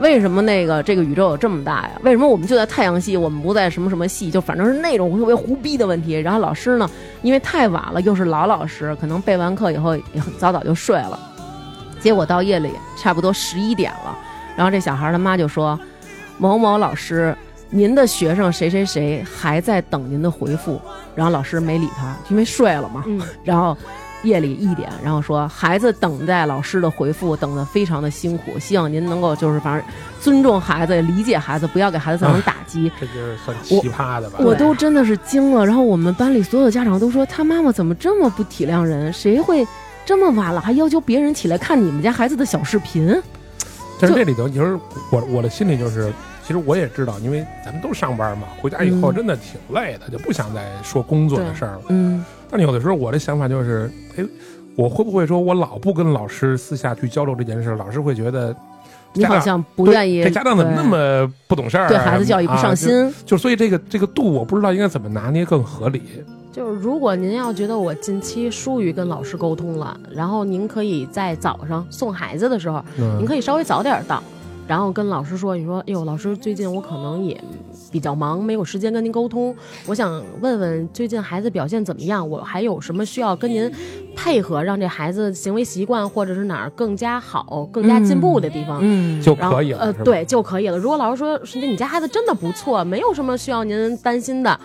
[SPEAKER 4] 为什么那个这个宇宙有这么大呀？为什么我们就在太阳系，我们不在什么什么系？就反正是那种特别胡逼的问题。然后老师呢，因为太晚了，又是老老师，可能备完课以后也很早早就睡了。结果到夜里差不多十一点了，然后这小孩他妈就说：“某某老师，您的学生谁谁谁还在等您的回复。”然后老师没理他，因为睡了嘛。
[SPEAKER 5] 嗯
[SPEAKER 4] 然后夜里一点，然后说孩子等待老师的回复，等得非常的辛苦，希望您能够就是反正尊重孩子，理解孩子，不要给孩子造成打击。
[SPEAKER 3] 这就是算奇葩的吧？
[SPEAKER 4] 我都真的是惊了。然后我们班里所有的家长都说，他妈妈怎么这么不体谅人？谁会这么晚了还要求别人起来看你们家孩子的小视频？
[SPEAKER 3] 但是这里头，其实我我的心里就是，其实我也知道，因为咱们都上班嘛，回家以后
[SPEAKER 4] 嗯
[SPEAKER 3] 真的挺累的，就不想再说工作的事儿了。
[SPEAKER 4] 嗯
[SPEAKER 3] 但有的时候我的想法就是，哎，我会不会说我老不跟老师私下去交流这件事，老师会觉得
[SPEAKER 4] 你
[SPEAKER 3] 家
[SPEAKER 4] 好
[SPEAKER 3] 长
[SPEAKER 4] 像不
[SPEAKER 3] 对
[SPEAKER 4] 愿意
[SPEAKER 3] 这家长怎么那
[SPEAKER 4] 对
[SPEAKER 3] 么不懂事儿啊，
[SPEAKER 4] 对孩子教育不上
[SPEAKER 3] 啊
[SPEAKER 4] 心？
[SPEAKER 3] 就就所以这个这个度，我不知道应该怎么拿捏更合理。
[SPEAKER 5] 就是如果您要觉得我近期疏于跟老师沟通了，然后您可以在早上送孩子的时候，您
[SPEAKER 3] 嗯，
[SPEAKER 5] 可以稍微早点到，然后跟老师说，你说，哎呦，老师，最近我可能也比较忙，没有时间跟您沟通，我想问问最近孩子表现怎么样，我还有什么需要跟您配合，让这孩子行为习惯或者是哪儿更加好、更加进步的地方。
[SPEAKER 4] 嗯，
[SPEAKER 3] 就
[SPEAKER 5] 然后
[SPEAKER 3] 可以了。
[SPEAKER 5] 呃
[SPEAKER 3] 是，吧，
[SPEAKER 5] 对就可以了。如果老师说是你家孩子真的不错，没有什么需要您担心的，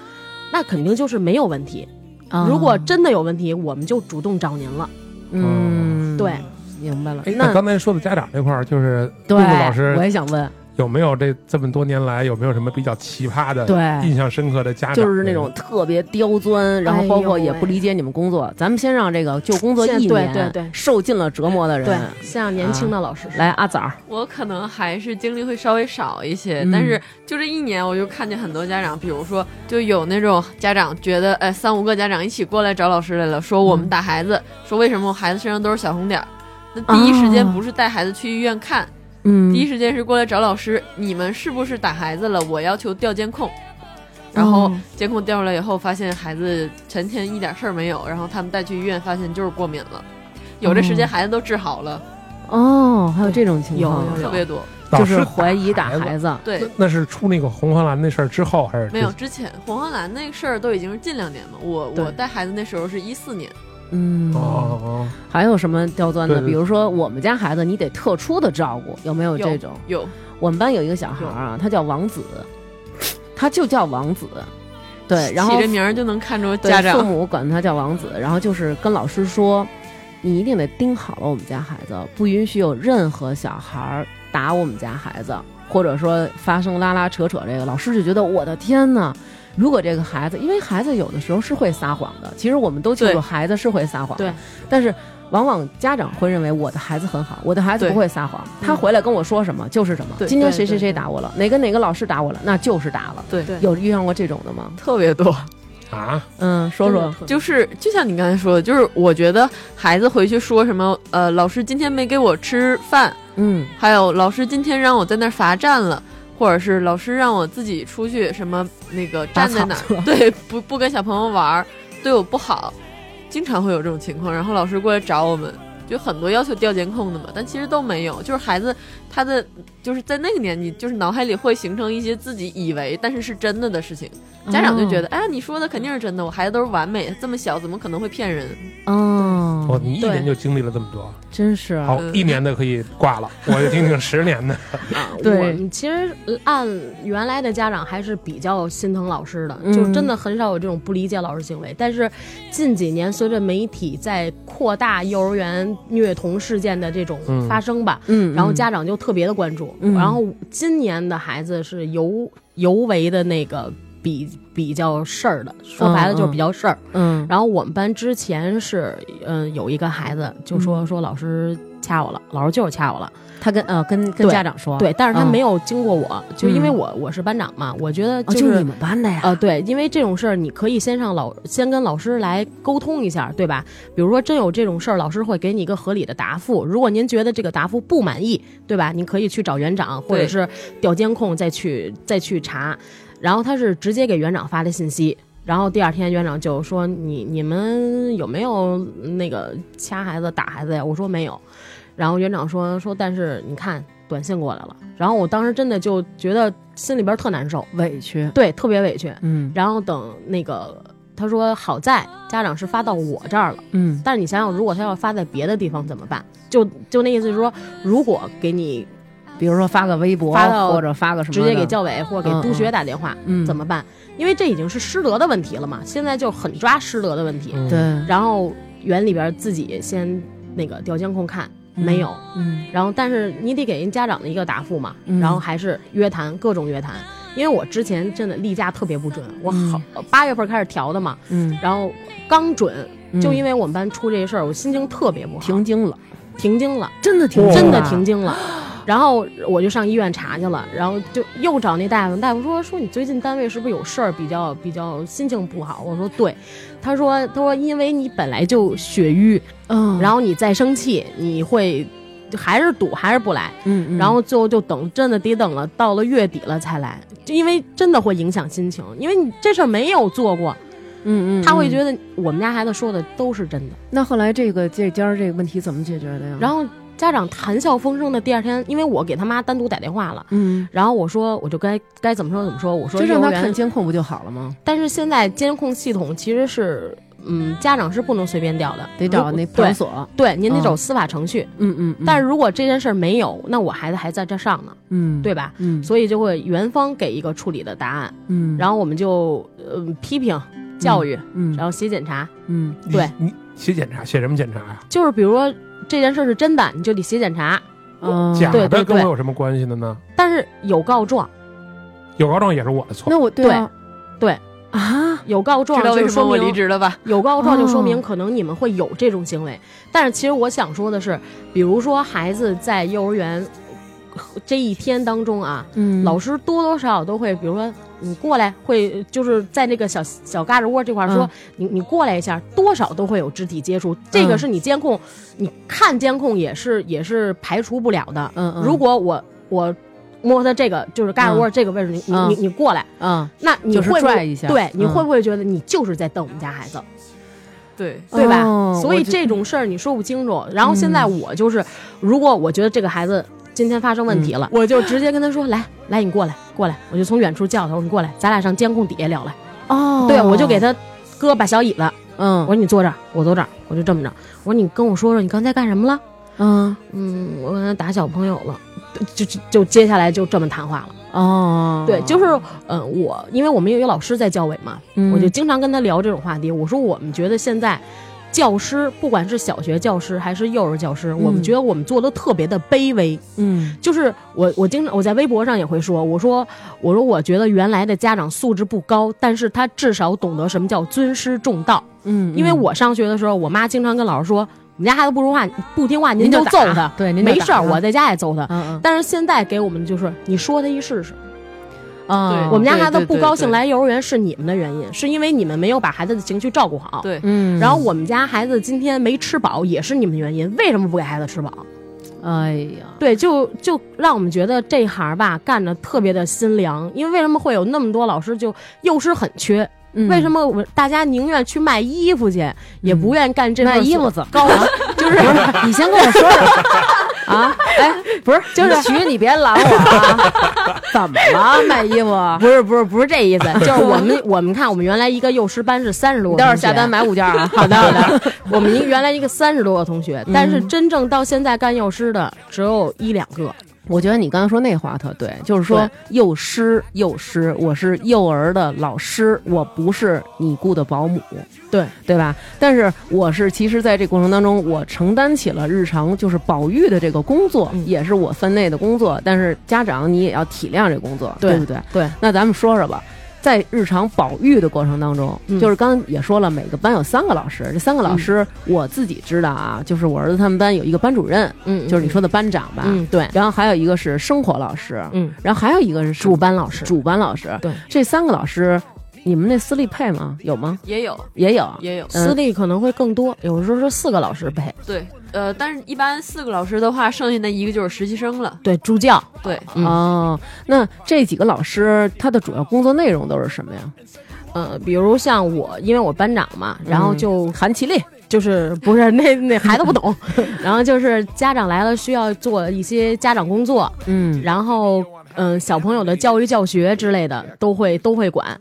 [SPEAKER 5] 那肯定就是没有问题。
[SPEAKER 4] 啊
[SPEAKER 5] 如果真的有问题，我们就主动找您了。
[SPEAKER 4] 嗯，
[SPEAKER 5] 对，
[SPEAKER 4] 明白了
[SPEAKER 3] 哎。，
[SPEAKER 4] 那
[SPEAKER 3] 那刚才说的家长这块儿，就是
[SPEAKER 4] 对，
[SPEAKER 3] 露露老师
[SPEAKER 4] 我也想问，
[SPEAKER 3] 有没有这这么多年来有没有什么比较奇葩的、
[SPEAKER 4] 对，
[SPEAKER 3] 印象深刻的家长？
[SPEAKER 4] 就是那种特别刁钻，
[SPEAKER 5] 哎
[SPEAKER 4] 然后包括也不理解你们工作。咱们先让这个就工作一
[SPEAKER 5] 现
[SPEAKER 4] 年，
[SPEAKER 5] 对对对
[SPEAKER 4] 受尽了折磨的
[SPEAKER 5] 对
[SPEAKER 4] 人，，
[SPEAKER 3] 啊
[SPEAKER 5] 像年轻的老师、
[SPEAKER 4] 来阿枣儿，
[SPEAKER 8] 我可能还是经历会稍微少一些，
[SPEAKER 4] 嗯
[SPEAKER 8] 但是就这一年，我就看见很多家长，比如说，就有那种家长觉得，哎，三五个家长一起过来找老师来了，说我们打孩子，说为什么我孩子身上都是小红点儿。那第一时间
[SPEAKER 4] 啊
[SPEAKER 8] 不是带孩子去医院看，
[SPEAKER 4] 嗯
[SPEAKER 8] 第一时间是过来找老师，你们是不是打孩子了？我要求调监控。然后
[SPEAKER 4] 嗯
[SPEAKER 8] 监控调出来以后，发现孩子全天一点事儿没有，然后他们带去医院，发现就是过敏了。有这时间，
[SPEAKER 4] 哦
[SPEAKER 8] 孩子都治好了，
[SPEAKER 4] 哦，还有这种情况，啊
[SPEAKER 5] 有
[SPEAKER 8] 特别多。
[SPEAKER 3] 哎老
[SPEAKER 4] 就
[SPEAKER 3] 师
[SPEAKER 4] 是怀疑打
[SPEAKER 3] 孩
[SPEAKER 4] 孩
[SPEAKER 3] 子。
[SPEAKER 4] 子，
[SPEAKER 8] 对
[SPEAKER 3] 那，那是出那个红黄蓝那事儿之后还是
[SPEAKER 8] 没有？之前红黄蓝那个事儿都已经是近两年嘛，我
[SPEAKER 4] 对
[SPEAKER 8] 我带孩子那时候是一四年，
[SPEAKER 4] 嗯，
[SPEAKER 3] 哦哦
[SPEAKER 4] 还有什么刁钻的？
[SPEAKER 3] 对对
[SPEAKER 4] 比如说我们家孩子，你得特殊的照顾，有没有
[SPEAKER 8] 有
[SPEAKER 4] 这种？
[SPEAKER 8] 有
[SPEAKER 4] 我们班有一个小孩儿啊，他叫王子，他就叫王子，对，然后
[SPEAKER 8] 起这名儿就能看出
[SPEAKER 4] 对
[SPEAKER 8] 家
[SPEAKER 4] 父
[SPEAKER 8] 长
[SPEAKER 4] 母管他叫王子， 然后就是跟老师说，你一定得盯好了我们家孩子，不允许有任何小孩儿打我们家孩子，或者说发生拉拉扯扯这个，老师就觉得我的天呐，如果这个孩子，因为孩子有的时候是会撒谎的，其实我们都清楚
[SPEAKER 8] 对
[SPEAKER 4] 孩子是会撒谎的
[SPEAKER 5] 对
[SPEAKER 4] 但是往往家长会认为我的孩子很好，我的孩子
[SPEAKER 8] 对
[SPEAKER 4] 不会撒谎，他回来跟我说什么就是什么。
[SPEAKER 8] 对
[SPEAKER 4] 今天
[SPEAKER 5] 对
[SPEAKER 4] 谁谁
[SPEAKER 5] 对
[SPEAKER 4] 谁
[SPEAKER 5] 对
[SPEAKER 4] 打我了，哪个哪个老师打我了，那就是打了。
[SPEAKER 8] 对
[SPEAKER 5] 对
[SPEAKER 4] 有遇上过这种的吗？
[SPEAKER 8] 特别多。
[SPEAKER 3] 啊，
[SPEAKER 4] 嗯，说说，
[SPEAKER 8] 就是就像你刚才说的，就是我觉得孩子回去说什么，呃，老师今天没给我吃饭，
[SPEAKER 4] 嗯
[SPEAKER 8] 还有老师今天让我在那儿罚站了，或者是老师让我自己出去什么那个
[SPEAKER 4] 拔
[SPEAKER 8] 站在
[SPEAKER 4] 草
[SPEAKER 8] 那
[SPEAKER 4] 是吧
[SPEAKER 8] 儿，对，不不跟小朋友玩儿，对我不好，经常会有这种情况。然后老师过来找我们，就很多要求调监控的嘛，但其实都没有，就是孩子他的就是在那个年纪，就是脑海里会形成一些自己以为但是是真的的事情，家长就觉得，哎呀，你说的肯定是真的，我孩子都是完美，这么小怎么可能会骗人？
[SPEAKER 4] 哦，
[SPEAKER 3] 哦，你一
[SPEAKER 8] 对
[SPEAKER 3] 年就经历了这么多，
[SPEAKER 4] 真是啊
[SPEAKER 3] 好，一年的可以挂 了，我就听听十年的。
[SPEAKER 8] 啊
[SPEAKER 4] 对
[SPEAKER 5] 我们其实呃按原来的家长还是比较心疼老师的，
[SPEAKER 4] 嗯
[SPEAKER 5] 就真的很少有这种不理解老师行为。但是近几年随着媒体在扩大幼儿园虐童事件的这种
[SPEAKER 3] 嗯
[SPEAKER 5] 发生吧，
[SPEAKER 4] 嗯，
[SPEAKER 5] 然后家长就特别的关注。
[SPEAKER 4] 嗯
[SPEAKER 5] 然后今年的孩子是尤尤为的那个比比较事儿的，说白了就是比较事儿。
[SPEAKER 4] 嗯，
[SPEAKER 5] 然后我们班之前是，嗯、有一个孩子就
[SPEAKER 4] 嗯
[SPEAKER 5] 说、说老师掐我了，老师就是掐我了。
[SPEAKER 4] 他跟呃跟跟
[SPEAKER 5] 对
[SPEAKER 4] 家长说，
[SPEAKER 5] 对，但是他
[SPEAKER 4] 嗯
[SPEAKER 5] 没有经过我，就因为
[SPEAKER 4] 嗯
[SPEAKER 5] 我我是班长嘛，我觉得
[SPEAKER 4] 哦，
[SPEAKER 5] 是、
[SPEAKER 4] 就是你们班的呀，
[SPEAKER 5] 呃，对，因为这种事儿，你可以先上老，先跟老师来沟通一下，对吧？比如说真有这种事儿，老师会给你一个合理的答复。如果您觉得这个答复不满意，对吧？您可以去找园长，或者
[SPEAKER 8] 对
[SPEAKER 5] 是调监控再去再去查。然后他是直接给园长发的信息，然后第二天园长就说：“你你们有没有那个掐孩子、打孩子呀？”我说没有。然后园长说说，但是你看短信过来了。然后我当时真的就觉得心里边儿特难受，
[SPEAKER 4] 委屈，
[SPEAKER 5] 对，特别委屈。
[SPEAKER 4] 嗯
[SPEAKER 5] 然后等那个他说好在家长是发到我这儿了，
[SPEAKER 4] 嗯，
[SPEAKER 5] 但是你想想，如果他要发在别的地方怎么办？就就那意思是说，如果给你
[SPEAKER 4] 比如说发个微博，
[SPEAKER 5] 发到
[SPEAKER 4] 或者发个什么
[SPEAKER 5] 直
[SPEAKER 4] 的，
[SPEAKER 5] 接给教委或者
[SPEAKER 4] 嗯
[SPEAKER 5] 给督学
[SPEAKER 4] 嗯
[SPEAKER 5] 打电话，
[SPEAKER 4] 嗯
[SPEAKER 5] 怎么办？因为这已经是师德的问题了嘛，现在就很抓师德的问题。
[SPEAKER 3] 嗯
[SPEAKER 4] 对，
[SPEAKER 5] 然后园里边自己先那个调监控看。没有，
[SPEAKER 4] 嗯
[SPEAKER 5] 然后但是你得给人家长的一个答复嘛，
[SPEAKER 4] 嗯
[SPEAKER 5] 然后还是约谈各种约谈，因为我之前真的例假特别不准，我好八、月份开始调的嘛，
[SPEAKER 4] 嗯，
[SPEAKER 5] 然后刚准，就因为
[SPEAKER 4] 为
[SPEAKER 5] 我们班出这事儿，我心情特别不好，
[SPEAKER 4] 停经了，
[SPEAKER 5] 停经了，
[SPEAKER 4] 真的停，
[SPEAKER 5] 真的停，经了。然后我就上医院查去了，然后就又找那大夫，大夫说说你最近单位是不是有事儿，比较比较心情不好。我说对，他说他说因为你本来就血瘀，
[SPEAKER 4] 嗯，
[SPEAKER 5] 然
[SPEAKER 4] 后
[SPEAKER 5] 后你再生气，你会还是堵还是不来，
[SPEAKER 4] 嗯，
[SPEAKER 5] 然后最后就等真的得等了，到了月底了才来，就因为真的会影响心情，因为你这事儿没有做过，
[SPEAKER 4] 嗯嗯，
[SPEAKER 5] 他会
[SPEAKER 4] 得
[SPEAKER 5] 觉得我们家孩子说的都是真的。
[SPEAKER 4] 那后来这个这家儿这个问题怎么解决的呀？
[SPEAKER 5] 然后家长谈笑风生的第二天，因为我给他妈单独打电话了，
[SPEAKER 4] 嗯，
[SPEAKER 5] 然后我说我就该该怎么说怎么说，我说
[SPEAKER 4] 就让
[SPEAKER 5] 幼
[SPEAKER 4] 他
[SPEAKER 5] 儿园
[SPEAKER 4] 看监控不就好了吗？
[SPEAKER 5] 但是现在监控系统其实是，嗯，家长是不能随便调的，
[SPEAKER 4] 得找那派
[SPEAKER 5] 对
[SPEAKER 4] 出所，
[SPEAKER 5] 对，您得
[SPEAKER 4] 嗯
[SPEAKER 5] 走司法程序。
[SPEAKER 4] 嗯嗯，嗯
[SPEAKER 5] 但是如果这件事儿没有，那我孩子还在这上呢，
[SPEAKER 4] 嗯
[SPEAKER 5] 对吧？
[SPEAKER 4] 嗯
[SPEAKER 5] 所以就会园方给一个处理的答案，
[SPEAKER 4] 嗯，
[SPEAKER 5] 然后我们就嗯批评教育，
[SPEAKER 4] 嗯
[SPEAKER 5] 然后写检查，
[SPEAKER 4] 嗯
[SPEAKER 5] 对
[SPEAKER 3] 你，你写检查，写什么检查呀？
[SPEAKER 5] 就是比如说这件事儿是真的，你就得写检查，
[SPEAKER 4] 嗯
[SPEAKER 3] 假
[SPEAKER 5] 对
[SPEAKER 3] 的
[SPEAKER 5] 对
[SPEAKER 3] 跟
[SPEAKER 5] 对
[SPEAKER 3] 我有什么关系的呢？
[SPEAKER 5] 但是有告状，
[SPEAKER 3] 有告状也是我的错。
[SPEAKER 4] 那我对啊
[SPEAKER 5] 对
[SPEAKER 4] 啊，
[SPEAKER 5] 有告状
[SPEAKER 8] 知道为
[SPEAKER 5] 就
[SPEAKER 8] 什么
[SPEAKER 5] 说
[SPEAKER 8] 我
[SPEAKER 5] 明
[SPEAKER 8] 离职了吧？
[SPEAKER 5] 有告状就说
[SPEAKER 4] 哦
[SPEAKER 5] 明可能你们会有这种行为，但是其实我想说的是，比如说孩子在幼儿园呃这一天当中啊，
[SPEAKER 4] 嗯
[SPEAKER 5] 老师多多少少都会，比如说你过来，会就是在那个小小嘎吱窝这块儿说、
[SPEAKER 4] 嗯
[SPEAKER 5] 你你过来一下，多少都会有肢体接触，这个
[SPEAKER 4] 嗯
[SPEAKER 5] 是你监控，你看监控也是也是排除不了的。
[SPEAKER 4] 嗯嗯
[SPEAKER 5] 如果我我摸他这个就是嘎吱窝这个位置，你、
[SPEAKER 4] 嗯
[SPEAKER 5] 你你你过来，
[SPEAKER 4] 啊，
[SPEAKER 5] 那你
[SPEAKER 4] 就是
[SPEAKER 5] 会不
[SPEAKER 4] 拽
[SPEAKER 5] 会
[SPEAKER 4] 一下
[SPEAKER 5] 对，你
[SPEAKER 4] 嗯
[SPEAKER 5] 会不会觉得你就是在瞪我们家孩子？
[SPEAKER 8] 对，
[SPEAKER 5] 对吧？
[SPEAKER 4] 哦
[SPEAKER 5] 所
[SPEAKER 4] 我嗯
[SPEAKER 5] 以
[SPEAKER 4] 就
[SPEAKER 5] 这种事儿你说不清楚。然后现在我就是，如果我觉得这个孩子今天发生问题了，
[SPEAKER 4] 嗯
[SPEAKER 5] 我就直接跟他说：“来，来，你过来，过来。”我就从远处叫他：“我说你过来，咱俩上监控底下聊来。
[SPEAKER 4] 哦，
[SPEAKER 5] 对，我就给他哥把小椅子，我
[SPEAKER 4] 嗯
[SPEAKER 5] 说你坐这儿，我坐这儿，我就这么着。我说你跟我说说你刚才干什么了？
[SPEAKER 4] 嗯
[SPEAKER 5] 嗯，我刚才打小朋友了。就就就接下来就这么谈话了，
[SPEAKER 4] 哦，
[SPEAKER 5] 对，就是嗯、呃我因为我们有一个老师在教委嘛，
[SPEAKER 4] 嗯
[SPEAKER 5] 我就经常跟他聊这种话题。我说我们觉得现在教师，不管是小学教师还是幼儿教师，我们觉得我们做的特别的卑微。
[SPEAKER 4] 嗯
[SPEAKER 5] 就是我我经常我在微博上也会说，我说我说我觉得原来的家长素质不高，但是他至少懂得什么叫尊师重道。
[SPEAKER 4] 嗯，
[SPEAKER 5] 因为
[SPEAKER 4] 嗯
[SPEAKER 5] 我上学的时候，我妈经常跟老师说，你们家孩子不听话不听话，
[SPEAKER 4] 您
[SPEAKER 5] 就
[SPEAKER 4] 就
[SPEAKER 5] 揍
[SPEAKER 4] 打
[SPEAKER 5] 他，
[SPEAKER 4] 对您就
[SPEAKER 5] 没
[SPEAKER 4] 打
[SPEAKER 5] 事儿，
[SPEAKER 4] 他
[SPEAKER 5] 我在家也揍他。
[SPEAKER 4] 嗯
[SPEAKER 5] 但是现在给我们的就是你说他一试试。
[SPEAKER 4] 嗯啊，
[SPEAKER 8] 对
[SPEAKER 5] 我们家孩子
[SPEAKER 8] 对对
[SPEAKER 5] 不高兴
[SPEAKER 8] 对
[SPEAKER 5] 来幼儿园是你们的原因，是因为你们没有把孩子的情绪照顾好。
[SPEAKER 8] 对
[SPEAKER 4] 嗯，
[SPEAKER 5] 然后我们家孩子今天没吃饱也是你们的原因，为什么不给孩子吃饱？
[SPEAKER 4] 哎呀，
[SPEAKER 5] 对，就就让我们觉得这行吧干的特别的心凉，因为为什么会有那么多老师就幼师很缺？为什
[SPEAKER 4] 么
[SPEAKER 5] 么我大家宁愿去卖衣服去，也不愿干这份
[SPEAKER 4] 嗯卖衣
[SPEAKER 5] 所
[SPEAKER 4] 服怎么啊
[SPEAKER 5] 高昂？ 就是
[SPEAKER 4] 你先跟我说 说啊？哎，不是，就是徐，你别拦我啊！ 怎么了，卖衣服？
[SPEAKER 5] 不是不是不是这意思，就是我 们我们看我们原来一个幼师班是三十多
[SPEAKER 4] 你
[SPEAKER 5] 个同学，
[SPEAKER 4] 待会儿下单买五件 啊！
[SPEAKER 5] 好的，好的。我们一原来一个三十多个同
[SPEAKER 4] 嗯
[SPEAKER 5] 学，但是真正到现在干幼师的只有一两个。
[SPEAKER 4] 我觉得你刚才说那话特对，就是说
[SPEAKER 5] 对
[SPEAKER 4] 幼师，幼师，我是幼儿的老师，我不是你雇的保姆，
[SPEAKER 5] 对
[SPEAKER 4] 对吧？但是我是其实在这过程当中，我承担起了日常就是保育的这个工作，
[SPEAKER 5] 嗯
[SPEAKER 4] 也是我分内的工作。但是家长你也要体谅这工作，
[SPEAKER 5] 对
[SPEAKER 4] 不对？
[SPEAKER 5] 对，
[SPEAKER 4] 那咱们说说吧，在日常保育的过程当中，
[SPEAKER 5] 嗯
[SPEAKER 4] 就是刚刚也说了，每个班有三个老师，这三个老师我自己知道啊，就是我儿子他们班有一个班主任，
[SPEAKER 5] 嗯，
[SPEAKER 4] 就是你说的啊班长吧，
[SPEAKER 5] 嗯对，
[SPEAKER 4] 然后还有一个是生活老师，
[SPEAKER 5] 嗯，
[SPEAKER 4] 然后还有一个是
[SPEAKER 5] 主班老师
[SPEAKER 4] 主班老师，
[SPEAKER 5] 对，
[SPEAKER 4] 这三个老师，你们那私立配吗？有吗？
[SPEAKER 8] 也有
[SPEAKER 4] 也有，
[SPEAKER 8] 也有。
[SPEAKER 4] 嗯
[SPEAKER 5] 私立可能会更多，有时候是四个老师配，
[SPEAKER 8] 对，呃，但是一般四个老师的话，剩下那一个就是实习生了。
[SPEAKER 5] 对助教，
[SPEAKER 8] 对，
[SPEAKER 5] 嗯
[SPEAKER 4] 哦，那这几个老师他的主要工作内容都是什么呀？
[SPEAKER 5] 呃，比如像我，因为我班长嘛，然后就、
[SPEAKER 4] 韩琦丽，
[SPEAKER 5] 就是 不是那那孩子不 懂，然后就是家长来了需要做一些家长工作，
[SPEAKER 4] 嗯，
[SPEAKER 5] 然后嗯、小朋友的教育教学之类的都会都会管。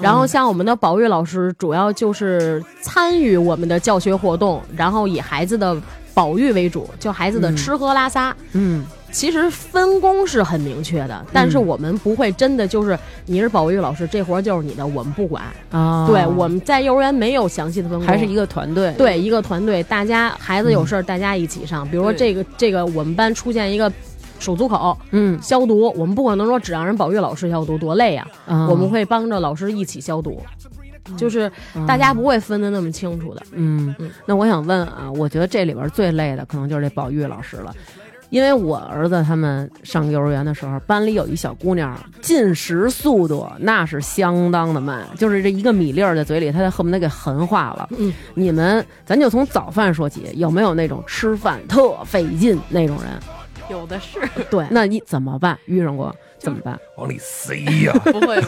[SPEAKER 5] 然后像我们的保育老师，主要就是参与我们的教学活动，然后以孩子的保育为主，就孩子的吃喝拉撒。
[SPEAKER 4] 嗯，
[SPEAKER 5] 其实分工是很明确的，但是我们不会真的就是你是保育老师，这活儿就是你的，我们不管。
[SPEAKER 4] 哦，
[SPEAKER 5] 对，我们在幼儿园没有详细的分工，
[SPEAKER 4] 还是一个团队，，
[SPEAKER 5] 对一个团队，大家孩子有事儿、大家一起上。比如说
[SPEAKER 8] 对
[SPEAKER 5] 这个这个我们班出现一个手足口
[SPEAKER 4] 嗯，
[SPEAKER 5] 消毒，我们不可能说只让人保育老师消毒，多累呀、
[SPEAKER 4] 啊
[SPEAKER 5] 我们会帮着老师一起消毒。就是大家不会分得那么清楚的，
[SPEAKER 4] 嗯
[SPEAKER 5] 嗯，
[SPEAKER 4] 那我想问啊，我觉得这里边最累的可能就是这保育老师了。因为我儿子他们上幼儿园的时候，班里有一小姑娘，进食速度那是相当的慢，就是这一个米粒儿在嘴里，她就恨不得给含化了。
[SPEAKER 5] 嗯，
[SPEAKER 4] 你们咱就从早饭说起，有没有那种吃饭特费劲那种人？
[SPEAKER 8] 有的 是，
[SPEAKER 5] 对，
[SPEAKER 4] 那你怎么办？遇上过怎么办？
[SPEAKER 3] 往里塞 呀、
[SPEAKER 8] 不会不会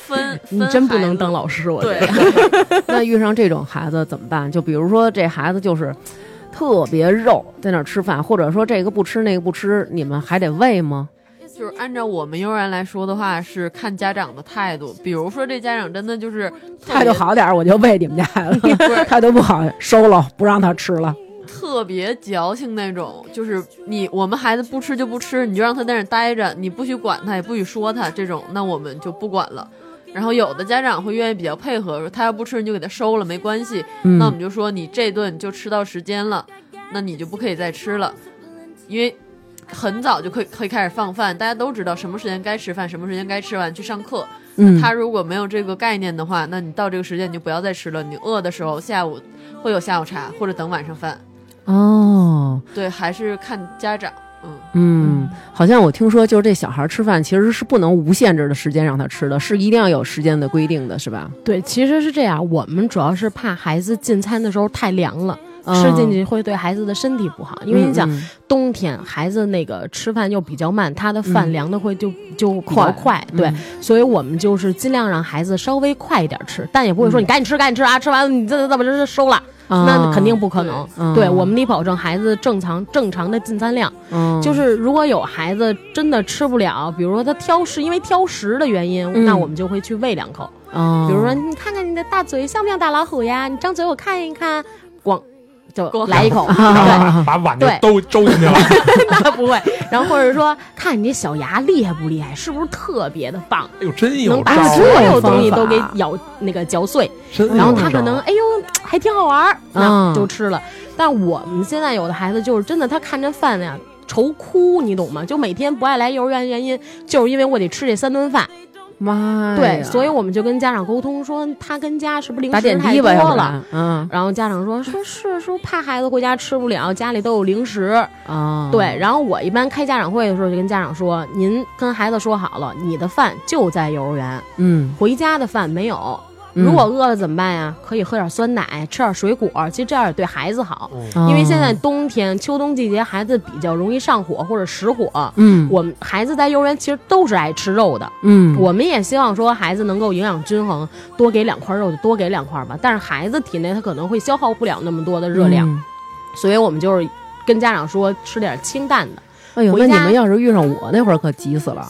[SPEAKER 8] 分。
[SPEAKER 5] 你
[SPEAKER 8] 分
[SPEAKER 5] 真不
[SPEAKER 8] 孩
[SPEAKER 5] 能
[SPEAKER 8] 子
[SPEAKER 5] 当老师，我觉
[SPEAKER 8] 对
[SPEAKER 5] 得。，
[SPEAKER 4] 那遇上这种孩子怎么办？就比如说这孩子就是特别肉，在那儿吃饭，或者说这个不吃那个不吃，你们还得喂吗？
[SPEAKER 8] 就是按照我们幼儿园来说的话，是看家长的态度。比如说这家长真的就是特
[SPEAKER 4] 态度
[SPEAKER 8] 别
[SPEAKER 4] 好点儿，我就喂你们家孩子； 态度不好，
[SPEAKER 5] 啊
[SPEAKER 4] 收了，不让他吃了。
[SPEAKER 8] 特别矫情那种，就是你我们孩子不吃就不吃，你就让他在那儿待着，你不许管他，也不许说他这种，那我们就不管了。然后有的家长会愿意比较配合，说他要不吃你就给他收了，没关系。那我们就说你这顿就吃到时间了，那你就不可以再吃了，因为很早就可以可以开始放饭，大家都知道什么时间该吃饭，什么时间该吃完去上课。
[SPEAKER 4] 嗯
[SPEAKER 8] 他如果没有这个概念的话，那你到这个时间你就不要再吃了。你饿的时候下午会有下午茶或者等晚上饭。
[SPEAKER 4] 哦，
[SPEAKER 8] 对，还是看家长。嗯，
[SPEAKER 4] 嗯，好像我听说，就是这小孩吃饭其实是不能无限制的时间让他吃的，是一定要有时间的规定的，是吧？
[SPEAKER 5] 对，其实是这样，我们主要是怕孩子进餐的时候太凉了，吃进去会对孩子的身体不好。因为你想，
[SPEAKER 4] 嗯
[SPEAKER 5] 冬天孩子那个吃饭又比较慢，他的饭
[SPEAKER 4] 嗯
[SPEAKER 5] 凉的会就、就比较
[SPEAKER 4] 快
[SPEAKER 5] 快，
[SPEAKER 4] 嗯
[SPEAKER 5] 对，所以我们就是尽量让孩子稍微快一点吃，但也不会说
[SPEAKER 4] 嗯
[SPEAKER 5] 你赶紧吃，赶紧吃啊，吃完了你这这这这收了，
[SPEAKER 4] 啊
[SPEAKER 5] 那肯定不可能。
[SPEAKER 4] 嗯
[SPEAKER 5] 对，我们得保证孩子正常正常的进餐量。
[SPEAKER 4] 嗯
[SPEAKER 5] 就是如果有孩子真的吃不了，比如说他挑食，因为挑食的原因，
[SPEAKER 4] 嗯
[SPEAKER 5] 那我们就会去喂两口。
[SPEAKER 4] 哦
[SPEAKER 5] 比如说，你看看你的大嘴像不像大老虎呀？你张嘴我看一看，咣，就
[SPEAKER 8] 咣
[SPEAKER 5] 来一口， 对，
[SPEAKER 3] 把把碗就
[SPEAKER 5] 对
[SPEAKER 3] 都周 进去了。
[SPEAKER 5] 不会。然后或者说，看你这小牙厉害不厉害，是不是特别的棒，
[SPEAKER 3] 哎呦，真有
[SPEAKER 5] 能
[SPEAKER 3] 招
[SPEAKER 5] 把
[SPEAKER 3] 儿，
[SPEAKER 5] 所有
[SPEAKER 4] 有
[SPEAKER 5] 东西
[SPEAKER 4] 方
[SPEAKER 5] 都给
[SPEAKER 4] 法
[SPEAKER 5] 咬那个嚼碎。
[SPEAKER 3] 真有
[SPEAKER 5] 然后他可
[SPEAKER 3] 招啊
[SPEAKER 5] 能
[SPEAKER 3] 儿
[SPEAKER 5] 哎呦还挺好玩儿，那
[SPEAKER 4] 嗯
[SPEAKER 5] 就吃了。但我们现在有的孩子就是真的，他看着饭呀愁哭，你懂吗？就每天不爱来幼儿园的原因，就是因为我得吃这三顿饭。
[SPEAKER 4] 哎妈呀，
[SPEAKER 5] 对，所以我们就跟家长沟通说，他跟家是不是零
[SPEAKER 4] 打
[SPEAKER 5] 食
[SPEAKER 4] 点
[SPEAKER 5] 太
[SPEAKER 4] 滴
[SPEAKER 5] 多
[SPEAKER 4] 吧，要不
[SPEAKER 5] 了
[SPEAKER 4] 然？嗯
[SPEAKER 5] 然后家长说说是说怕孩子回家吃不了，家里都有零食。
[SPEAKER 4] 啊，
[SPEAKER 5] 对，然后我一般开家长会的时候就跟家长说，您跟孩子说好了，你的饭就在幼儿园，
[SPEAKER 4] 嗯，
[SPEAKER 5] 回家的饭没有。
[SPEAKER 4] 嗯
[SPEAKER 5] 如果饿了怎么办呀？可以喝点酸奶，吃点水果，其实这样也对孩子好。
[SPEAKER 3] 嗯
[SPEAKER 4] 因
[SPEAKER 5] 因为现在冬天、秋冬季节，孩子比较容易上火或者食火。
[SPEAKER 4] 嗯
[SPEAKER 5] 我们孩子在幼儿园其实都是爱吃肉的，
[SPEAKER 4] 嗯
[SPEAKER 5] 我们也希望说孩子能够营养均衡，多给两块肉就多给两块吧。但是孩子体内他可能会消耗不了那么多的热量，
[SPEAKER 4] 嗯
[SPEAKER 5] 所以我们就是跟家长说吃点清淡的。
[SPEAKER 4] 哎呦，
[SPEAKER 5] 回
[SPEAKER 4] 那你
[SPEAKER 5] 家嗯
[SPEAKER 4] 们要是遇上我那会儿可急死了。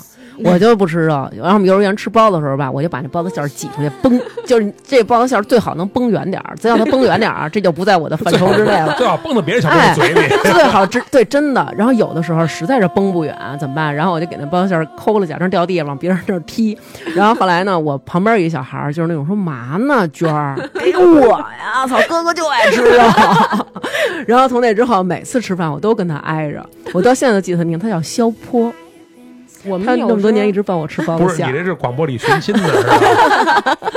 [SPEAKER 4] 我就不吃肉，然后我们幼儿园吃包子的时候吧，我就把那包子馅儿挤出去，崩，就是这包子馅儿最好能崩圆点儿，再让它崩圆点儿，这就不在我的 哎范畴之内了。
[SPEAKER 3] 最好蹦到别人小朋友嘴里。
[SPEAKER 4] 最好真 对真的，然后有的时候实在是崩不远怎么办？然后我就给那包子馅儿抠了，假装掉地上往别人那儿踢。然后后来呢，我旁边有一小孩儿就是那种说嘛呢，娟儿给我呀，哎操，哥哥就爱吃啊肉。然后从那之后，每次吃饭我都跟他挨着，我到现在都记得他名，他叫肖坡。
[SPEAKER 5] 我
[SPEAKER 4] 他
[SPEAKER 5] 们有
[SPEAKER 4] 那么多
[SPEAKER 5] 时候
[SPEAKER 4] 年一直帮我吃包
[SPEAKER 3] 不
[SPEAKER 4] 子
[SPEAKER 3] 是你
[SPEAKER 4] 馅儿，
[SPEAKER 3] 这是广播里寻亲的，是吧？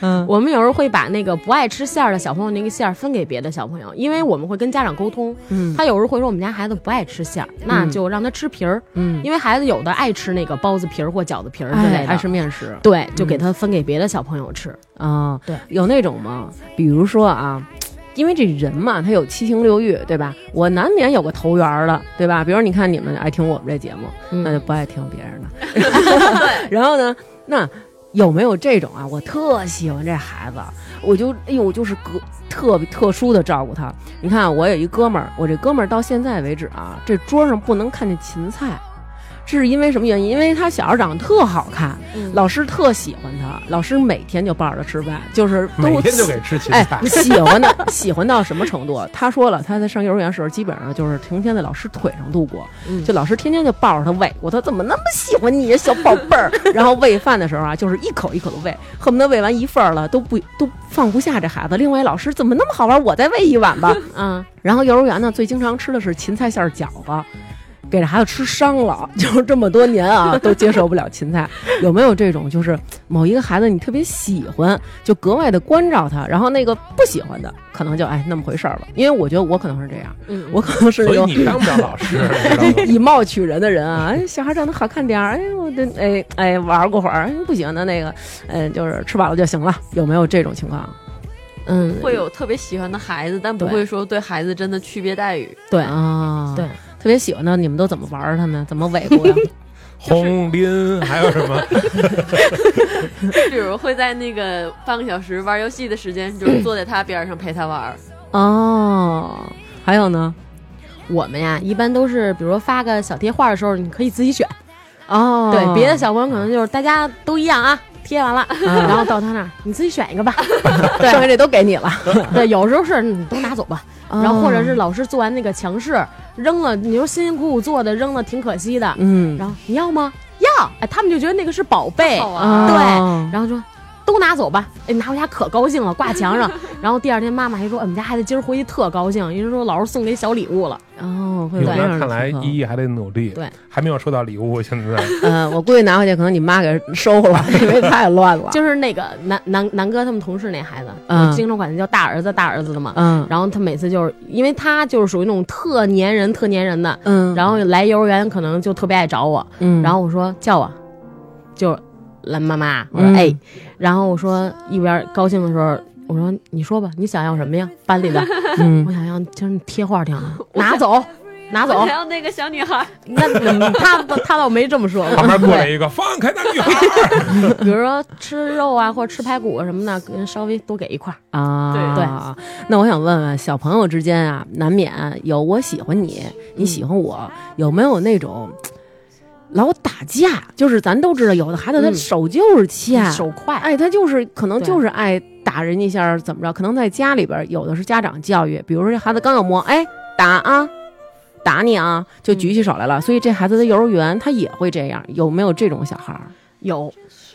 [SPEAKER 4] 嗯，
[SPEAKER 5] 我们有时候会把那个不爱吃馅儿的小朋友那个馅儿分给别的小朋友，因为我们会跟家长沟通。
[SPEAKER 4] 嗯
[SPEAKER 5] 他有时候会说我们家孩子不爱吃馅儿，那就让他吃皮儿，
[SPEAKER 4] 嗯，
[SPEAKER 5] 因为孩子有的爱吃那个包子皮儿或饺子皮儿之类
[SPEAKER 4] 哎，
[SPEAKER 5] 的，
[SPEAKER 4] 爱吃面食
[SPEAKER 5] 对，就给他分给别的小朋友 吃。
[SPEAKER 4] 啊，
[SPEAKER 5] 对，
[SPEAKER 4] 有那种吗？比如说啊。因为这人嘛，他有七情六欲，对吧？我难免有个投缘儿的，对吧？比如你看你们爱听我们这节目，
[SPEAKER 5] 嗯
[SPEAKER 4] 那就不爱听 别人的。 然后呢，那有没有这种啊？我特喜欢这孩子，我就哎呦，我就是格特别特殊的照顾他。你看，啊我有一哥们儿，我这哥们儿到现在为止啊，这桌上不能看见芹菜。这是因为什么原因？因为他小时候长得特好看，老师特喜欢他，老师每天就抱着他吃饭，就是 都
[SPEAKER 3] 每天就给吃芹
[SPEAKER 4] 哎
[SPEAKER 3] 菜，，
[SPEAKER 4] 喜欢的喜欢到什么程度？啊他说了，他在上幼儿园时候，基本上就是成天在老师腿上度过，就老师天天就抱着他喂，我说怎么那么喜欢你呀，小 宝贝儿？然后喂饭的时候啊，就是一口一口的喂，恨不得喂完一份儿了都不都放不下这孩子。另外，老师怎么那么好玩？我再喂一碗吧。
[SPEAKER 5] 嗯，
[SPEAKER 4] 然后幼儿园呢，最经常吃的是芹菜馅儿饺子，给这孩子吃伤了， 就是这么多年啊，都接受不了芹菜。有没有这种，就是某一个孩子你特别喜欢，就格外的关照他，然后那个不喜欢的，可能就哎那么回事儿了。因为我觉得我可能是这样，
[SPEAKER 5] 嗯
[SPEAKER 4] 我可能是那
[SPEAKER 3] 所以
[SPEAKER 4] 种
[SPEAKER 3] 你当不了老 师，你知道吗？
[SPEAKER 4] 以貌取人的人啊，哎，小孩长得好看点儿，哎，我的，哎哎，玩过会儿，哎不行的那个，嗯、就是吃饱了就行了，有没有这种情况？
[SPEAKER 5] 嗯，
[SPEAKER 8] 会有特别喜欢的孩子，但不
[SPEAKER 4] 对
[SPEAKER 8] 会说对孩子真的区别待遇。
[SPEAKER 5] 对，
[SPEAKER 4] 啊，
[SPEAKER 5] 对，
[SPEAKER 4] 特别喜欢的，你们都怎么玩儿他们？怎么围过呀？
[SPEAKER 3] 红林还有什么？
[SPEAKER 8] 比如会在那个半个小时玩游戏的时间，就是坐在他边上陪他玩 儿。
[SPEAKER 4] 哦，还有呢？
[SPEAKER 5] 我们呀一般都是，比如说发个小贴画的时候，你可以自己选。
[SPEAKER 4] 哦，
[SPEAKER 5] 对，别的小朋友可能就是大家都一 样啊，贴完了，然后到他那儿你自己选一个吧。对
[SPEAKER 4] 嗯剩下这都给你了， 嗯
[SPEAKER 5] 对，有时候是你都拿走吧，
[SPEAKER 4] 哦
[SPEAKER 5] 然后或者是老师做完那个强势扔了，你说辛辛苦苦做的扔了挺可惜的，
[SPEAKER 4] 嗯，
[SPEAKER 5] 然后你要吗？要，哎，他们就觉得那个是宝贝，
[SPEAKER 8] 好玩
[SPEAKER 4] 啊
[SPEAKER 8] 儿，
[SPEAKER 5] 对，然后说。都拿走吧，哎，拿回家可高兴了，挂墙 上。然后第二天妈妈还说，哎我们家孩子今儿回去特高兴，人家说老师送给小礼物了。
[SPEAKER 4] 哦，会有这
[SPEAKER 3] 那
[SPEAKER 4] 样的
[SPEAKER 3] 看来
[SPEAKER 4] 情况
[SPEAKER 3] 依依还得努力，
[SPEAKER 5] 对，
[SPEAKER 3] 还没有收到礼物，现在
[SPEAKER 4] 呃，我估计拿回去可能你妈给收了， 因为太乱了。
[SPEAKER 5] 就是那个南南南哥他们同事那孩子，
[SPEAKER 4] 嗯
[SPEAKER 5] 我经常管他叫大儿子大儿子的嘛。
[SPEAKER 4] 嗯，
[SPEAKER 5] 然后他每次就是因为他就是属于那种特粘人特粘人的，
[SPEAKER 4] 嗯，
[SPEAKER 5] 然后来幼儿园可能就特别爱找我，
[SPEAKER 4] 嗯，
[SPEAKER 5] 然后我说叫我，就蓝妈妈，我说、
[SPEAKER 4] 嗯
[SPEAKER 5] 哎，然后我说一边高兴的时候，我说你说吧，你想要什么呀？班里的，
[SPEAKER 4] 嗯
[SPEAKER 5] 我想要就是贴画挺好，拿 走，拿走
[SPEAKER 8] 还。有那个小女孩儿，
[SPEAKER 5] 那嗯他他倒没这么 说，
[SPEAKER 3] 旁边过来
[SPEAKER 5] 对，
[SPEAKER 3] 一个放开那女孩，
[SPEAKER 5] 比如说吃肉啊或者吃排骨啊什么的，给人稍微多给一块儿。
[SPEAKER 4] 啊，对那我想问问小朋友之间啊，难免有我喜欢你，你喜欢我，有没有那种老打架？就是咱都知道，有的孩子他
[SPEAKER 5] 嗯
[SPEAKER 4] 手就是欠，
[SPEAKER 5] 手快，
[SPEAKER 4] 哎，他就是可能
[SPEAKER 5] 对
[SPEAKER 4] 就是爱打人一下儿，怎么着？可能在家里边儿有的是家长教育，比如说这孩子刚要摸，哎，打啊，打你啊，就举起手来了。所以这孩子在幼儿园他也会这样，有没有这种小孩儿？
[SPEAKER 5] 有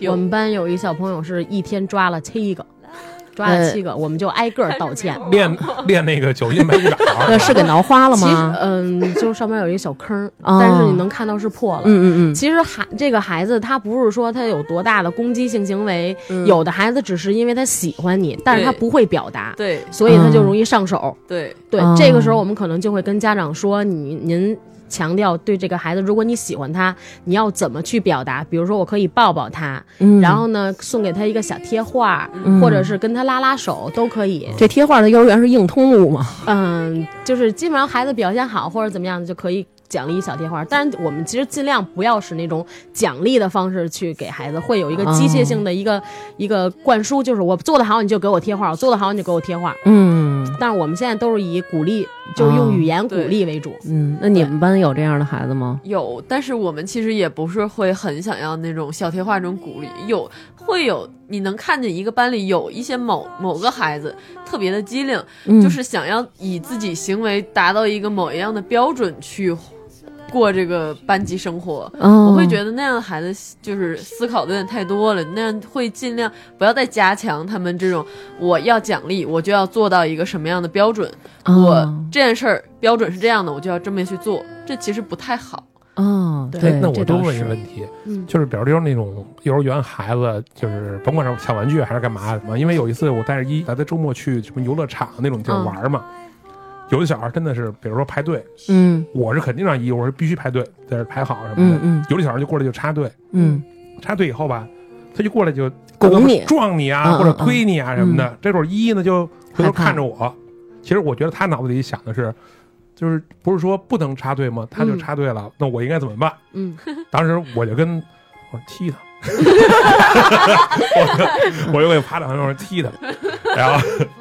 [SPEAKER 5] 我们班有一小朋友是一天抓了七个，
[SPEAKER 4] 呃
[SPEAKER 5] 抓了七个，我们就挨个儿道
[SPEAKER 8] 哎
[SPEAKER 5] 歉。
[SPEAKER 3] 练练那个九阴白骨
[SPEAKER 4] 那
[SPEAKER 3] 爪，
[SPEAKER 4] 呃是给挠花了
[SPEAKER 5] 其实
[SPEAKER 4] 吗？
[SPEAKER 5] 嗯，就是上面有一个小坑儿，
[SPEAKER 4] 哦
[SPEAKER 5] 但是你能看到是破了。
[SPEAKER 4] 嗯嗯
[SPEAKER 5] 其实孩这个孩子他不是说他有多大的攻击性行为，
[SPEAKER 4] 嗯，
[SPEAKER 5] 有的孩子只是因为他喜欢你，但是他
[SPEAKER 8] 对
[SPEAKER 5] 不会表达，
[SPEAKER 8] 对
[SPEAKER 5] 所以他就容易上手。
[SPEAKER 8] 对，
[SPEAKER 5] 对，
[SPEAKER 4] 哦
[SPEAKER 5] 这个时候我们可能就会跟家长说，你您强调对这个孩子，如果你喜欢他，你要怎么去表达？比如说，我可以抱抱他，
[SPEAKER 4] 嗯，
[SPEAKER 5] 然后呢，送给他一个小贴画，
[SPEAKER 4] 嗯
[SPEAKER 5] 或者是跟他拉拉手都可以。
[SPEAKER 4] 这贴画的幼儿园是硬通路吗？
[SPEAKER 5] 嗯，就是基本上孩子表现好或者怎么样的就可以奖励一小贴画，但是我们其实尽量不要使那种奖励的方式去给孩子，会有一个机械性的一个、一个灌输，就是我做的好你就给我贴画，我做的好你就给我贴画。
[SPEAKER 4] 嗯
[SPEAKER 5] 但是我们现在都是以鼓励，就是用语言鼓励为主。
[SPEAKER 4] 嗯，那你们班有这样的孩子吗？
[SPEAKER 8] 有，但是我们其实也不是会很想要那种小贴画这种鼓励，有会有，你能看见一个班里有一些某某个孩子特别的机灵，
[SPEAKER 4] 嗯
[SPEAKER 8] 就是想要以自己行为达到一个某一样的标准去过这个班级生活。
[SPEAKER 4] 哦，
[SPEAKER 8] 我会觉得那样的孩子就是思考的有点太多了，那样会尽量不要再加强他们这种我要奖励，我就要做到一个什么样的标准，
[SPEAKER 4] 哦
[SPEAKER 8] 我这件事儿标准是这样的，我就要这么去做，这其实不太好。
[SPEAKER 4] 哦，
[SPEAKER 5] 对
[SPEAKER 4] 对，
[SPEAKER 3] 那我
[SPEAKER 4] 这
[SPEAKER 3] 多
[SPEAKER 4] 倒
[SPEAKER 3] 问一
[SPEAKER 4] 是
[SPEAKER 3] 个问题，
[SPEAKER 5] 嗯
[SPEAKER 3] 就是比如就是那种幼儿园孩子，就是甭管是抢玩具还是干嘛什么，因为有一次我带着一咱在周末去什么游乐场那种地儿
[SPEAKER 5] 嗯
[SPEAKER 3] 玩嘛，有的小孩真的是，比如说排队，
[SPEAKER 4] 嗯
[SPEAKER 3] 我是肯定让一，我是必须排队，在这排好什么
[SPEAKER 4] 嗯
[SPEAKER 3] 的，
[SPEAKER 4] 嗯
[SPEAKER 3] 有的小孩就过来就插队，
[SPEAKER 4] 嗯，
[SPEAKER 3] 插队以后吧，他就过来就
[SPEAKER 4] 拱你
[SPEAKER 3] 撞你啊，
[SPEAKER 4] 嗯
[SPEAKER 3] 或者
[SPEAKER 4] 嗯
[SPEAKER 3] 推你啊什么的。这会儿一呢就回
[SPEAKER 4] 害
[SPEAKER 3] 头
[SPEAKER 4] 怕
[SPEAKER 3] 看着我，其实我觉得他脑子里想的是，就是不是说不能插队吗？他就
[SPEAKER 5] 嗯
[SPEAKER 3] 插队了，那我应该怎么办？
[SPEAKER 5] 嗯，
[SPEAKER 3] 当时我就跟我说 踢他，我就我就给趴在旁边我说踢他，然后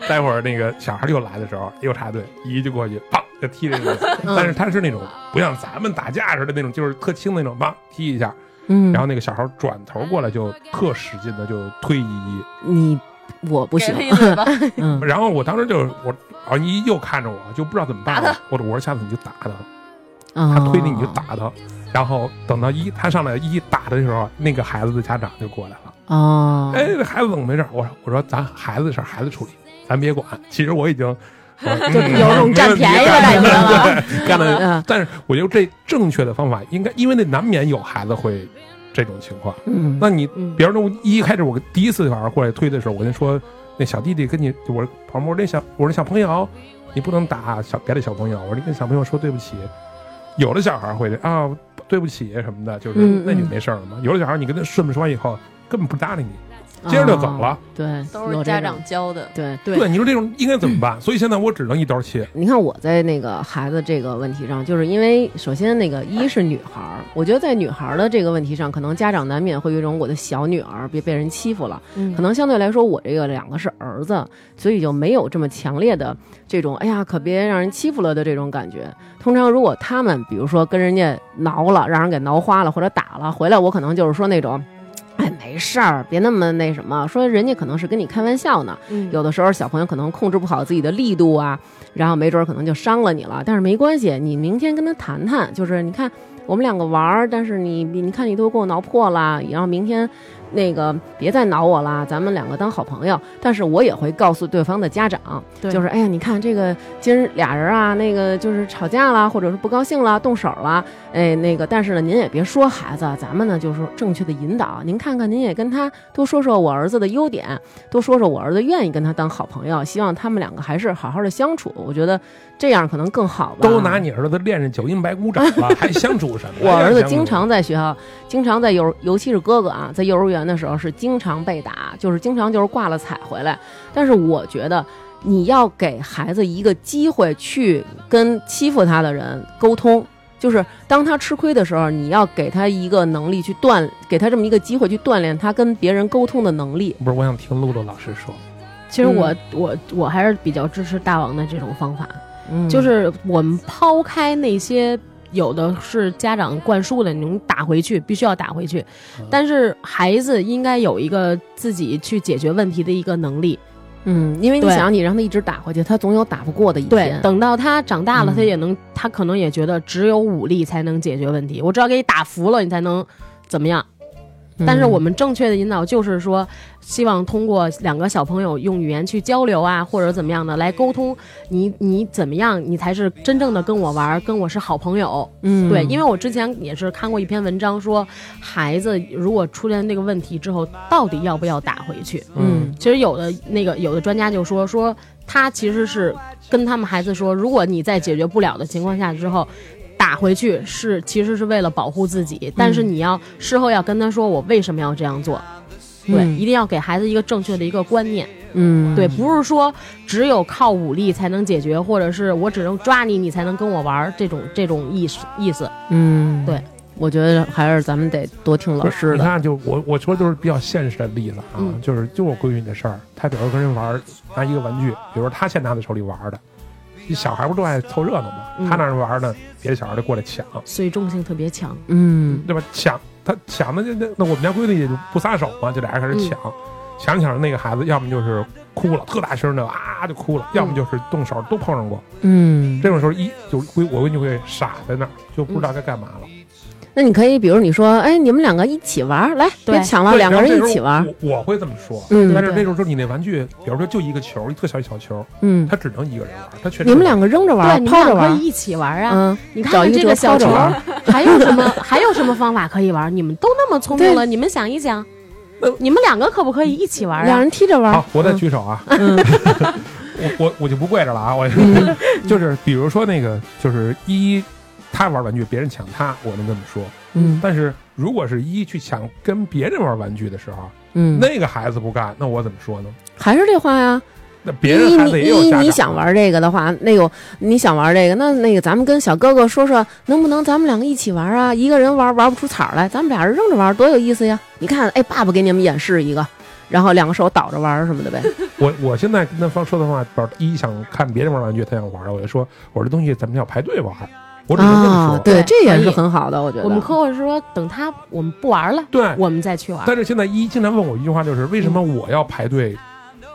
[SPEAKER 3] 待会儿那个小孩又来的时候又插队，一就过去砰就踢了一个，
[SPEAKER 4] 嗯
[SPEAKER 3] 但是他是那种不像咱们打架似的那种，就是特轻的那种，砰踢一下，
[SPEAKER 4] 嗯，
[SPEAKER 3] 然后那个小孩转头过来就特使劲的就推依依，
[SPEAKER 4] 你我不行，
[SPEAKER 8] 给他一嘴巴，
[SPEAKER 4] 嗯
[SPEAKER 3] 然后我当时就我啊依依又看着我就不知道怎么办
[SPEAKER 8] 打
[SPEAKER 3] 了，我说我说下次你就打他，
[SPEAKER 4] 啊，
[SPEAKER 3] 他推你你就打
[SPEAKER 4] 哦
[SPEAKER 3] 他，然后等到一他上来一打的时候，那个孩子的家长就过来了。
[SPEAKER 4] 哦，
[SPEAKER 3] 哎，这孩子怎么没事儿？我说我说咱孩子的事儿孩子处理，咱别管。其实我已经 我说嗯
[SPEAKER 4] 有种占便宜的感觉了，
[SPEAKER 3] 对干了。
[SPEAKER 4] 嗯
[SPEAKER 3] 但是我觉得这正确的方法应该，因为那难免有孩子会这种情况。
[SPEAKER 4] 嗯
[SPEAKER 3] 那你
[SPEAKER 5] 嗯
[SPEAKER 3] 比如说一开始我第一次小孩过来推的时候，我跟他说那小弟弟跟你我说旁边那小我说小朋友，你不能打小别的小朋友，我说你跟小朋友说对不起。有的小孩会啊对不起什么的，就是、
[SPEAKER 4] 嗯
[SPEAKER 3] 那你
[SPEAKER 4] 嗯
[SPEAKER 3] 没事儿了吗？有的小孩你跟他顺不说完以后根本不搭理你，接着就走了
[SPEAKER 4] 啊，对，
[SPEAKER 8] 都
[SPEAKER 4] 有
[SPEAKER 8] 是
[SPEAKER 4] 这
[SPEAKER 8] 家
[SPEAKER 4] 种
[SPEAKER 8] 长教的。
[SPEAKER 4] 对。
[SPEAKER 5] 对
[SPEAKER 3] 对，你说这种应该怎么办？所以现在我只能一刀切。
[SPEAKER 4] 你看我在那个孩子这个问题上，就是因为首先那个一是女孩儿，我觉得在女孩儿的这个问题上，可能家长难免会有一种我的小女儿别被人欺负了，可能相对来说我这个两个是儿子，所以就没有这么强烈的这种哎呀可别让人欺负了的这种感觉。通常如果他们比如说跟人家挠了，让人给挠花了或者打了，回来我可能就是说那种。哎，没事儿，别那么那什么。说人家可能是跟你开玩笑呢，
[SPEAKER 5] 嗯
[SPEAKER 4] 有的时候小朋友可能控制不好自己的力度啊，然后没准儿可能就伤了你了。但是没关系，你明天跟他谈谈，就是你看我们两个玩儿，但是你你看你都给我挠破了，然后明天那个别再挠我啦，咱们两个当好朋友。但是我也会告诉对方的家长，
[SPEAKER 5] 对
[SPEAKER 4] 就是哎呀，你看这个今儿俩人啊，那个就是吵架啦，或者是不高兴啦，动手啦，哎，那个但是呢，您也别说孩子，咱们呢就是正确的引导，您看看您也跟他多说说我儿子的优点，多说说我儿子愿意跟他当好朋友，希望他们两个还是好好的相处，我觉得这样可能更好吧。
[SPEAKER 3] 都拿你儿子练练九阴白骨爪 了，还相处什么？
[SPEAKER 4] 我
[SPEAKER 3] 还
[SPEAKER 4] 儿子
[SPEAKER 3] 相处
[SPEAKER 4] 经常在学校，经常在幼，尤其是哥哥啊，在幼儿园的时候是经常被打，就是经常就是挂了彩回来。但是我觉得你要给孩子一个机会去跟欺负他的人沟通，就是当他吃亏的时候，你要给他一个能力去锻，给他这么一个机会去锻炼他跟别人沟通的能力。
[SPEAKER 3] 不是，我想听露露老师说，
[SPEAKER 5] 其实我我我还是比较支持大王的这种方法，
[SPEAKER 4] 嗯
[SPEAKER 5] 就是我们抛开那些有的是家长灌输的，你能打回去，必须要打回去。但是孩子应该有一个自己去解决问题的一个能力。
[SPEAKER 4] 嗯，因为你
[SPEAKER 5] 对
[SPEAKER 4] 想，你让他一直打回去，他总有打不过的一
[SPEAKER 5] 对
[SPEAKER 4] 天，。
[SPEAKER 5] 等到他长大了，
[SPEAKER 4] 嗯
[SPEAKER 5] 他也能，他可能也觉得只有武力才能解决问题，我只要给你打服了，你才能怎么样。
[SPEAKER 4] 嗯
[SPEAKER 5] 但是我们正确的引导就是说，希望通过两个小朋友用语言去交流啊，或者怎么样的来沟通，你你怎么样，你才是真正的跟我玩儿，跟我是好朋友。
[SPEAKER 4] 嗯，
[SPEAKER 5] 对，因为我之前也是看过一篇文章说，孩子如果出现这个问题之后，到底要不要打回去？
[SPEAKER 4] 嗯
[SPEAKER 5] 其实有的那个有的专家就说说，他其实是跟他们孩子说，如果你在解决不了的情况下之后。打回去是其实是为了保护自己，但是你要事后要跟他说我为什么要这样做，对，
[SPEAKER 4] 嗯
[SPEAKER 5] 一定要给孩子一个正确的一个观念，
[SPEAKER 4] 嗯
[SPEAKER 5] 对，不是说只有靠武力才能解决，或者是我只能抓你你才能跟我玩儿这种这种意思意思，
[SPEAKER 4] 嗯
[SPEAKER 5] 对，
[SPEAKER 4] 我觉得还是咱们得多听老
[SPEAKER 3] 不是
[SPEAKER 4] 师
[SPEAKER 3] 你
[SPEAKER 4] 的。
[SPEAKER 3] 看，就我我说就是比较现实的例子啊，
[SPEAKER 5] 嗯
[SPEAKER 3] 就是就我闺女的事儿，她比如跟人玩儿，拿一个玩具，比如说她先拿在手里玩儿的，小孩不都爱凑热闹吗？
[SPEAKER 5] 嗯
[SPEAKER 3] 她拿着玩儿呢，别的小孩就过来抢，
[SPEAKER 5] 随众性特别强，
[SPEAKER 4] 嗯
[SPEAKER 3] 对吧？抢她抢的那那那我们家闺女也就不撒手嘛，就俩人开始抢，抢着抢着那个孩子，要么就是哭了，特大声的啊就哭了，要么就是动手都碰上过。
[SPEAKER 4] 嗯，
[SPEAKER 3] 这种时候一就闺我闺女会傻在那儿，就不知道该干嘛了。
[SPEAKER 4] 那你可以，比如你说，哎，你们两个一起玩儿，来，
[SPEAKER 5] 对
[SPEAKER 4] 别抢了，两个人一起玩儿。
[SPEAKER 3] 对。然后这时候我我会这么说，
[SPEAKER 4] 嗯
[SPEAKER 3] 但是
[SPEAKER 5] 对
[SPEAKER 3] 那时候说你那玩具，比如说就一个球，一特小一小球，
[SPEAKER 4] 嗯，
[SPEAKER 3] 它只能一个人玩，它确实
[SPEAKER 4] 你们两个扔着玩
[SPEAKER 5] 对，
[SPEAKER 4] 儿，
[SPEAKER 5] 你
[SPEAKER 4] 抛
[SPEAKER 5] 们
[SPEAKER 4] 着
[SPEAKER 5] 俩
[SPEAKER 4] 玩
[SPEAKER 5] 可
[SPEAKER 4] 儿
[SPEAKER 5] 以，一起玩儿啊。
[SPEAKER 4] 嗯，
[SPEAKER 5] 你
[SPEAKER 4] 找
[SPEAKER 5] 看看
[SPEAKER 4] 一个
[SPEAKER 5] 这个
[SPEAKER 4] 折
[SPEAKER 5] 小
[SPEAKER 4] 抛着
[SPEAKER 5] 球
[SPEAKER 4] 玩
[SPEAKER 5] 儿
[SPEAKER 4] 儿，
[SPEAKER 5] 还有什么还有什么方法可以玩儿？你们都那么聪明
[SPEAKER 4] 对呃
[SPEAKER 5] 了，你们想一想，你们两个可不可以一起玩儿
[SPEAKER 4] 两
[SPEAKER 5] 啊？
[SPEAKER 4] 人踢着玩儿
[SPEAKER 3] 好。，我再
[SPEAKER 4] 嗯嗯
[SPEAKER 3] 举手啊， 我我我就不跪着了啊，我 就是比如说那个就是一，他玩玩具，别人抢他，我能这么说，
[SPEAKER 4] 嗯
[SPEAKER 3] 但是如果是一去抢跟别人玩玩具的时候，
[SPEAKER 4] 嗯，
[SPEAKER 3] 那个孩子不干，那我怎么说呢？
[SPEAKER 4] 还是这话呀。
[SPEAKER 3] 那别人孩子也有
[SPEAKER 4] 一你
[SPEAKER 3] 家长，
[SPEAKER 4] 你想玩这个的话，那有你想玩这个，那那个咱们跟小哥哥说说，能不能咱们两个一起玩啊？一个人玩玩不出彩儿来，咱们俩人扔着玩，多有意思呀！你看，哎，爸爸给你们演示一个，然后两个手倒着玩什么的呗。
[SPEAKER 3] 我我现在跟他方说的话，比如一想看别人玩玩具，他想玩，我就说我这东西咱们要排队玩，我只能这么
[SPEAKER 4] 啊
[SPEAKER 3] 说，。
[SPEAKER 5] 对
[SPEAKER 4] 这也是
[SPEAKER 5] 可以
[SPEAKER 4] 很好的，我觉得。
[SPEAKER 5] 我们客户说等他我们不玩儿了，
[SPEAKER 3] 对
[SPEAKER 5] 我们再去玩儿。
[SPEAKER 3] 但是现在一经常问我一句话，就是为什么我要排队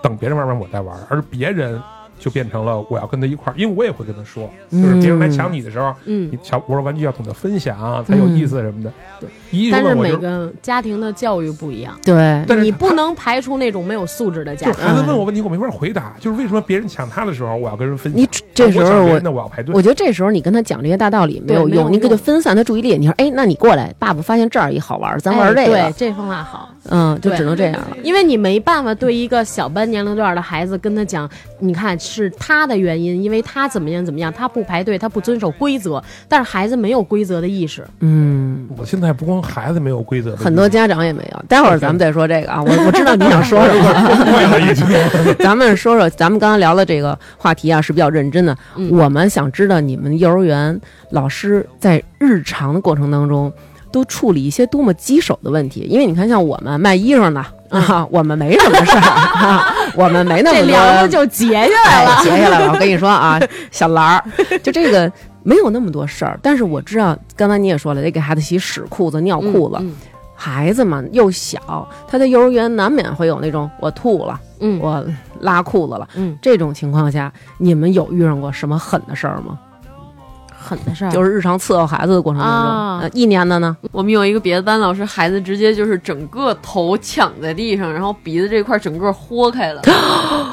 [SPEAKER 3] 等别人玩完我再玩，而别人就变成了我要跟他一块儿，因为我也会跟他说，
[SPEAKER 4] 嗯
[SPEAKER 3] 就是别人来抢你的时候，
[SPEAKER 5] 嗯
[SPEAKER 3] 你，抢我说玩具要懂得分享啊才有意
[SPEAKER 4] 嗯
[SPEAKER 3] 思什么的。
[SPEAKER 5] 对
[SPEAKER 3] 一
[SPEAKER 5] 但是
[SPEAKER 3] 问我
[SPEAKER 5] 每
[SPEAKER 3] 就，
[SPEAKER 5] 个家庭的教育不一样，
[SPEAKER 4] 对，
[SPEAKER 3] 但是
[SPEAKER 5] 你
[SPEAKER 3] 他
[SPEAKER 5] 不能排除那种没有素质的家
[SPEAKER 3] 就是
[SPEAKER 5] 庭。
[SPEAKER 4] 嗯
[SPEAKER 3] 孩子问我问题，我没法回答，就是为什么别人抢他的时候，我要跟人分享
[SPEAKER 5] 嗯
[SPEAKER 3] 啊
[SPEAKER 4] 你，这时
[SPEAKER 3] 我
[SPEAKER 4] 候
[SPEAKER 3] 抢别
[SPEAKER 4] 我
[SPEAKER 3] 人的我要排队
[SPEAKER 4] 我。觉得这时候你跟他讲这些大道理没
[SPEAKER 5] 对
[SPEAKER 4] 有
[SPEAKER 5] 没有
[SPEAKER 4] 用，你给他
[SPEAKER 5] 用
[SPEAKER 4] 分散他注意力。你说，哎，那你过来，爸爸发现这儿也好玩，咱
[SPEAKER 5] 哎
[SPEAKER 4] 玩这
[SPEAKER 5] 对
[SPEAKER 4] 个，
[SPEAKER 5] 这方法好，
[SPEAKER 4] 嗯，就
[SPEAKER 5] 对
[SPEAKER 4] 只能这样了。
[SPEAKER 5] 因为你没办法对一个小班年龄段的孩子跟他讲，你看是他的原因，因为他怎么样怎么样，他不排队，他不遵守规则，但是孩子没有规则的意识。
[SPEAKER 4] 嗯。
[SPEAKER 3] 我现在不光孩子没有规则，
[SPEAKER 4] 很多家长也没有。待会儿咱们再说这个啊，我我知道你想说 什么，
[SPEAKER 3] 对了已经。
[SPEAKER 4] 咱们说说咱们刚刚聊的这个话题啊，是比较认真的。
[SPEAKER 5] 嗯
[SPEAKER 4] 我们想知道你们幼儿园老师在日常的过程当中。都处理一些多么棘手的问题，因为你看，像我们卖衣裳的啊，我们没什么事儿啊，我们没那
[SPEAKER 5] 嗯
[SPEAKER 4] 么
[SPEAKER 5] 这
[SPEAKER 4] 多
[SPEAKER 5] 梁子就结下来了。
[SPEAKER 4] 哎，截下来 了。我跟你说啊，小兰儿，就这个没有那么多事儿，但是我知道，刚才你也说了，得给孩子洗屎裤子、尿裤子，
[SPEAKER 5] 嗯
[SPEAKER 4] 孩子嘛又小，他在幼儿园难免会有那种我吐了，
[SPEAKER 5] 嗯
[SPEAKER 4] 我拉裤子了，
[SPEAKER 5] 嗯，
[SPEAKER 4] 这种情况下，你们有遇上过什么狠的事儿吗？
[SPEAKER 5] 狠的事儿
[SPEAKER 4] 就是日常伺候孩子的过程当中，
[SPEAKER 5] 嗯啊
[SPEAKER 4] 呃一年的呢，
[SPEAKER 8] 我们有一个别的班老师，孩子直接就是整个头抢在地上，然后鼻子这块整个豁开了，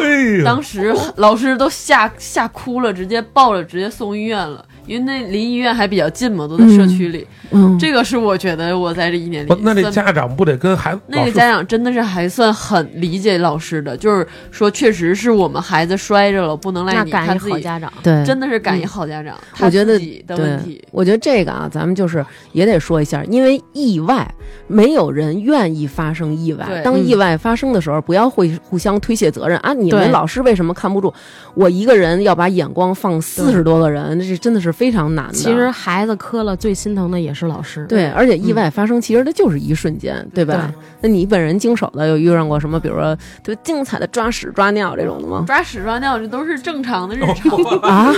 [SPEAKER 3] 哎呀，
[SPEAKER 8] 当时老师都吓吓哭了，直接抱着直接送医院了，因为那离医院还比较近嘛，都在社区里。
[SPEAKER 4] 嗯，
[SPEAKER 8] 这个是我觉得我在这一年里
[SPEAKER 3] 不，哦那这
[SPEAKER 8] 算
[SPEAKER 3] 家长不得跟孩子
[SPEAKER 8] 那个家长真的是还算很理解老师的，就是说确实是我们孩子摔着了，不能赖
[SPEAKER 5] 那
[SPEAKER 8] 你，
[SPEAKER 5] 赶
[SPEAKER 8] 他
[SPEAKER 5] 上
[SPEAKER 8] 自
[SPEAKER 5] 好
[SPEAKER 8] 己
[SPEAKER 5] 家长。嗯
[SPEAKER 4] 对，
[SPEAKER 8] 真的是感谢好家长，他
[SPEAKER 4] 我觉得
[SPEAKER 8] 自己的问题
[SPEAKER 4] 对，。我觉得这个啊，咱们就是也得说一下，因为意外，没有人愿意发生意外。
[SPEAKER 8] 对
[SPEAKER 4] 当
[SPEAKER 5] 嗯
[SPEAKER 4] 意外发生的时候，不要会互相推卸责任啊！你们
[SPEAKER 5] 对
[SPEAKER 4] 老师为什么看不住？我一个人要把眼光放四十多个人，这真的是非常难的。
[SPEAKER 5] 其实孩子磕了，最心疼的也是老师。
[SPEAKER 4] 对，而且
[SPEAKER 8] 嗯
[SPEAKER 4] 意外发生，其实它就是一瞬间，对吧？那你本人经手的有遇上过什么，比如说特别精彩的抓屎抓尿这种的吗？
[SPEAKER 8] 抓屎抓尿这都是正常的 日常，
[SPEAKER 4] 啊，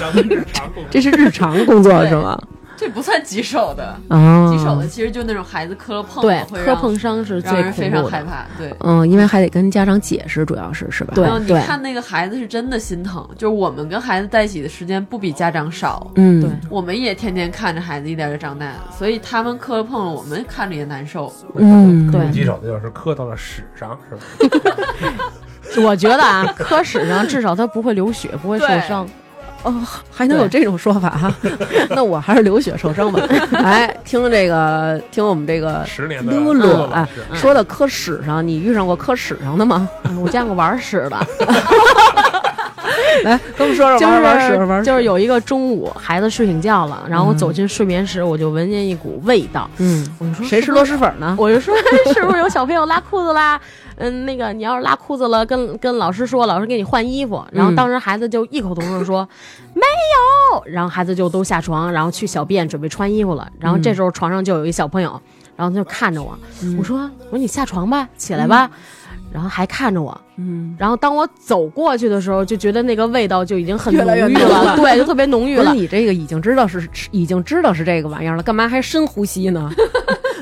[SPEAKER 4] 这是日常工作是吗？
[SPEAKER 8] 这不算棘手的。
[SPEAKER 4] 啊，
[SPEAKER 8] 棘手的其实就那种孩子磕了碰
[SPEAKER 5] 嗯对
[SPEAKER 8] 了，，会
[SPEAKER 5] 磕
[SPEAKER 8] 让
[SPEAKER 5] 碰伤是最
[SPEAKER 8] 让人
[SPEAKER 5] 恐
[SPEAKER 8] 非
[SPEAKER 5] 怖
[SPEAKER 8] 常害
[SPEAKER 5] 的。
[SPEAKER 8] 怕。对，
[SPEAKER 4] 嗯，因为还得跟家长解释，主要是是吧？
[SPEAKER 5] 对
[SPEAKER 8] 然后你看那个孩子是真的心疼，就是我们跟孩子在一起的时间不比家长少，
[SPEAKER 4] 嗯，
[SPEAKER 5] 对
[SPEAKER 8] 我们也天天看着孩子一点点长大，所以他们磕了碰了，我们看着也难受。
[SPEAKER 4] 嗯，
[SPEAKER 5] 对
[SPEAKER 3] 棘手的就是磕到了屎上，是吧？
[SPEAKER 5] 我觉得啊，磕屎上至少他不会流血，不会受
[SPEAKER 8] 对
[SPEAKER 5] 伤。
[SPEAKER 4] 哦，还能有这种说法 哈？那我还是流血受伤吧。 哎，听这个，听我们这个
[SPEAKER 3] 十年的
[SPEAKER 4] 溜
[SPEAKER 3] 乐
[SPEAKER 4] 溜
[SPEAKER 3] 老
[SPEAKER 4] 哎
[SPEAKER 3] 师，
[SPEAKER 4] 说到磕屎上，你遇上过磕屎上的吗？
[SPEAKER 5] 嗯我见过玩儿屎的，
[SPEAKER 4] 来，跟我们说说
[SPEAKER 5] 就是
[SPEAKER 4] 玩玩屎玩屎，
[SPEAKER 5] 就是有一个中午孩子睡醒觉了，然后我走进睡眠室，我就闻见一股味道，
[SPEAKER 4] 嗯，
[SPEAKER 5] 我就说
[SPEAKER 4] 谁吃螺蛳粉 呢？
[SPEAKER 5] 我就说 是不是有小朋友拉裤子啦？嗯，那个你要是拉裤子了，跟跟老师说，老师给你换衣服。
[SPEAKER 4] 嗯
[SPEAKER 5] 然后当时孩子就异口同声说、没有，然后孩子就都下床，然后去小便准备穿衣服了。然后
[SPEAKER 4] 嗯
[SPEAKER 5] 这时候床上就有一小朋友，然后他就看着我，我说我说你下床吧，起来吧。然后还看着我，
[SPEAKER 4] 嗯，
[SPEAKER 5] 然后当我走过去的时候，就觉得那个味道就已经很
[SPEAKER 4] 越
[SPEAKER 5] 浓
[SPEAKER 4] 来越
[SPEAKER 5] 郁
[SPEAKER 4] 浓
[SPEAKER 5] 了，
[SPEAKER 4] 了
[SPEAKER 5] 对，就特别浓郁
[SPEAKER 4] 不是
[SPEAKER 5] 了。
[SPEAKER 4] 你这个已经知道是已经知道是这个玩意儿了，干嘛还深呼吸呢？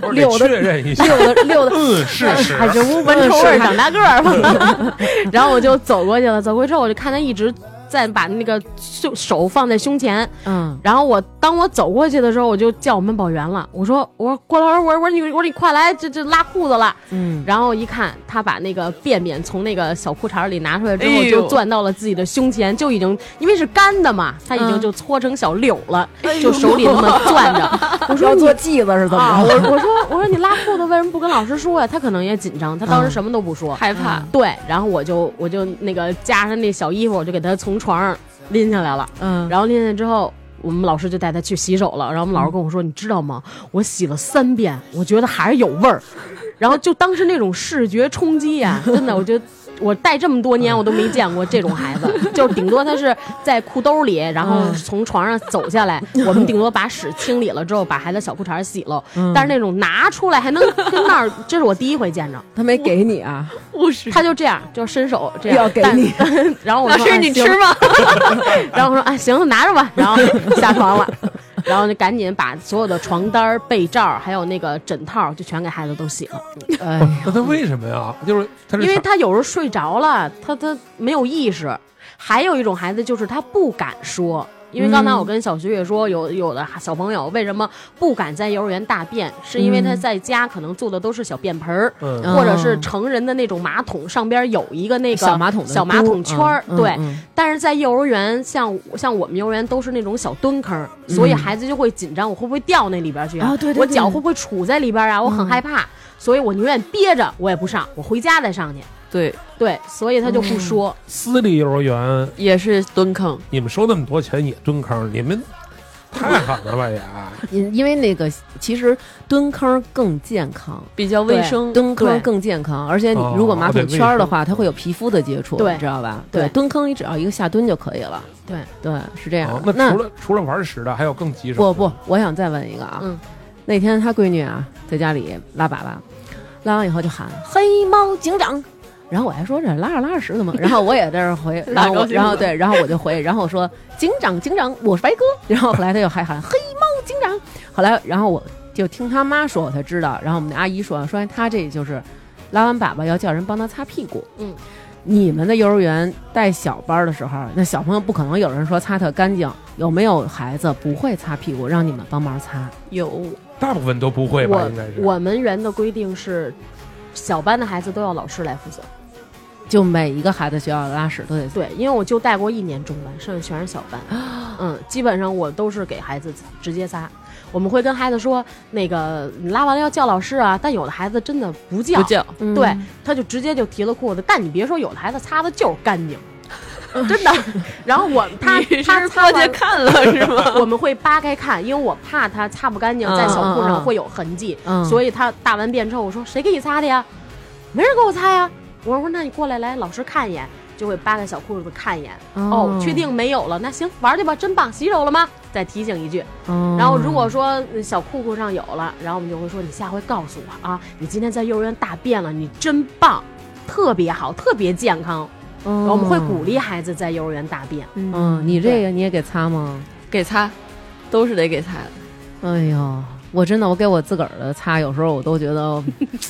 [SPEAKER 3] 不是
[SPEAKER 4] 溜
[SPEAKER 3] 得
[SPEAKER 4] 达
[SPEAKER 3] 确认一下，
[SPEAKER 4] 溜达溜达，
[SPEAKER 3] 嗯，是是，
[SPEAKER 5] 还嗯 是闻臭味儿长大个儿吧。然后我就走过去了，走过去之后我就看他一直再把那个胸手放在胸前，
[SPEAKER 4] 嗯，
[SPEAKER 5] 然后我当我走过去的时候，我就叫我们保员了，我说我说郭老师，我说我说你我说你快来，这这拉裤子了，
[SPEAKER 4] 嗯，
[SPEAKER 5] 然后一看他把那个便便从那个小裤衩里拿出来之后
[SPEAKER 8] 哎，呦
[SPEAKER 5] 就攥到了自己的胸前，就已经因为是干的嘛，他已经
[SPEAKER 4] 嗯
[SPEAKER 5] 就搓成小柳了，
[SPEAKER 8] 哎
[SPEAKER 5] 就手里那么攥着，我说
[SPEAKER 4] 要
[SPEAKER 5] 你
[SPEAKER 4] 做剂子是怎
[SPEAKER 5] 啊，
[SPEAKER 4] 么
[SPEAKER 5] 我
[SPEAKER 4] 着？
[SPEAKER 5] 我说我说你拉裤子为什么不跟老师说呀、他可能也紧张，他当时什么都不说，嗯
[SPEAKER 8] 害怕。
[SPEAKER 5] 对，然后我就我就那个加上那小衣服，我就给他从床上拎下来了。
[SPEAKER 4] 嗯，
[SPEAKER 5] 然后拎下来之后，我们老师就带他去洗手了。然后我们老师跟我说：“你知道吗？我洗了三遍，我觉得还是有味儿。”然后就当时那种视觉冲击 呀、真的，我觉得。我带这么多年，我都没见过这种孩 子，就顶多他是在裤兜里，然后
[SPEAKER 4] 嗯
[SPEAKER 5] 从床上走下来，我们顶多把屎清理了之后，把孩子小裤衩洗了。
[SPEAKER 4] 嗯
[SPEAKER 5] 但是那种拿出来还能跟那儿，这是我第一回见着。
[SPEAKER 4] 他没给你啊？
[SPEAKER 5] 他就这样，就伸手这
[SPEAKER 4] 要
[SPEAKER 5] 样
[SPEAKER 4] 给
[SPEAKER 5] 但
[SPEAKER 4] 你
[SPEAKER 5] 然后我
[SPEAKER 8] 嗯老
[SPEAKER 5] 说
[SPEAKER 8] 师，你吃？吗？
[SPEAKER 5] 哎 行然后我说啊，行，拿着吧。然后下床了，然后就赶紧把所有的床单儿、被罩儿还有那个枕套儿就全给孩子都洗了，
[SPEAKER 4] 哎，
[SPEAKER 3] 那他为什么呀？就是他是
[SPEAKER 5] 因为
[SPEAKER 3] 想
[SPEAKER 5] 他有时候睡着了，他他没有意识。还有一种孩子就是他不敢说。因为刚才我跟小徐也说，有有的小朋友为什么不敢在幼儿园大便，是因为他在家可能坐的都是小便盆儿，
[SPEAKER 3] 嗯
[SPEAKER 5] 或者是成人的那种马桶上边有一个那个
[SPEAKER 4] 小马桶的
[SPEAKER 5] 小马
[SPEAKER 4] 兜
[SPEAKER 5] 桶圈儿，
[SPEAKER 4] 嗯
[SPEAKER 5] 对。
[SPEAKER 4] 嗯
[SPEAKER 5] 但是在幼儿园，像我像我们幼儿园都是那种小蹲坑儿，所以孩子就会紧张，我会不会掉那里边去
[SPEAKER 4] 嗯啊对对
[SPEAKER 5] 我
[SPEAKER 4] 对嗯
[SPEAKER 5] 脚会不会杵在里边啊？我很害怕，所以我宁愿憋着，我也不上，我回家再上去。
[SPEAKER 8] 对，
[SPEAKER 5] 对，所以他就不说，
[SPEAKER 3] 私立幼儿园，
[SPEAKER 8] 也是蹲坑。
[SPEAKER 3] 你们收那么多钱也蹲坑，你们太狠了吧也！
[SPEAKER 4] 嗯因因为那个其实蹲坑更健康，
[SPEAKER 8] 比较卫生，
[SPEAKER 4] 哎蹲坑
[SPEAKER 5] 对
[SPEAKER 4] 更健康，而且你
[SPEAKER 3] 哦
[SPEAKER 4] 如果马桶圈儿的话，
[SPEAKER 3] 哦对
[SPEAKER 4] 它会有皮肤的接触，
[SPEAKER 5] 对
[SPEAKER 4] 你知道吧？
[SPEAKER 5] 对
[SPEAKER 4] 蹲坑你只要啊一个下蹲就可以了。
[SPEAKER 5] 对
[SPEAKER 4] 对，是这样
[SPEAKER 3] 啊
[SPEAKER 4] 的。
[SPEAKER 3] 那除了除了玩屎的，还有更棘手
[SPEAKER 4] 不
[SPEAKER 3] 的。
[SPEAKER 4] 不，我想再问一个啊，
[SPEAKER 5] 嗯
[SPEAKER 4] 那天他闺女啊在家里拉粑粑，拉完以后就喊黑猫警长。然后我还说这拉着拉着屎怎么？然后我也在这儿回，然后我然后对，然后我就回，然后我说警长警长，我是白哥。然后后来他又还喊黑猫警长。后来然后我就听他妈说，我才知道。然后我们的阿姨说，说他这就是拉完粑粑要叫人帮他擦屁股。
[SPEAKER 5] 嗯，
[SPEAKER 4] 你们的幼儿园带小班儿的时候，那小朋友不可能有人说擦特干净，有没有孩子不会擦屁股，让你们帮忙擦？
[SPEAKER 8] 有
[SPEAKER 3] 大部分都不会吧？
[SPEAKER 5] 我
[SPEAKER 3] 应该是
[SPEAKER 5] 我们园的规定是，小班的孩子都要老师来负责。
[SPEAKER 4] 就每一个孩子学校拉屎都得
[SPEAKER 5] 对，因为我就带过一年中班，剩下全是小班。
[SPEAKER 8] 啊
[SPEAKER 5] 嗯，基本上我都是给孩子直接擦。我们会跟孩子说，那个你拉完了要叫老师啊，但有的孩子真的不叫，
[SPEAKER 8] 不叫嗯
[SPEAKER 5] 对，他就直接就提了裤子。但你别说，有的孩子擦的就是干 净，真的。然后我他
[SPEAKER 8] 你
[SPEAKER 5] 他
[SPEAKER 8] 是
[SPEAKER 5] 擦
[SPEAKER 8] 过去
[SPEAKER 5] 完。
[SPEAKER 8] 看了是吗？
[SPEAKER 5] 我们会扒开看，因为我怕他擦不干净，在小裤
[SPEAKER 4] 嗯嗯
[SPEAKER 5] 上
[SPEAKER 4] 嗯
[SPEAKER 5] 会有痕迹，
[SPEAKER 4] 嗯
[SPEAKER 5] 所以他大完便之后，我说谁给你擦的呀？没人给我擦呀。我说那你过来来，老师看一眼，就会扒开小裤子看一眼。哦，确定没有了，那行玩去吧，真棒，洗手了吗？再提醒一句。
[SPEAKER 4] 哦
[SPEAKER 5] 然后如果说呃小裤裤上有了，然后我们就会说你下回告诉我啊，你今天在幼儿园大便了，你真棒，特别好，特别健康。
[SPEAKER 4] 嗯
[SPEAKER 5] 我们会鼓励孩子在幼儿园大便。
[SPEAKER 4] 嗯，你这个你也给擦吗？
[SPEAKER 8] 给擦，都是得给擦的。
[SPEAKER 4] 哎呦，我真的我给我自个儿的擦，有时候我都觉 得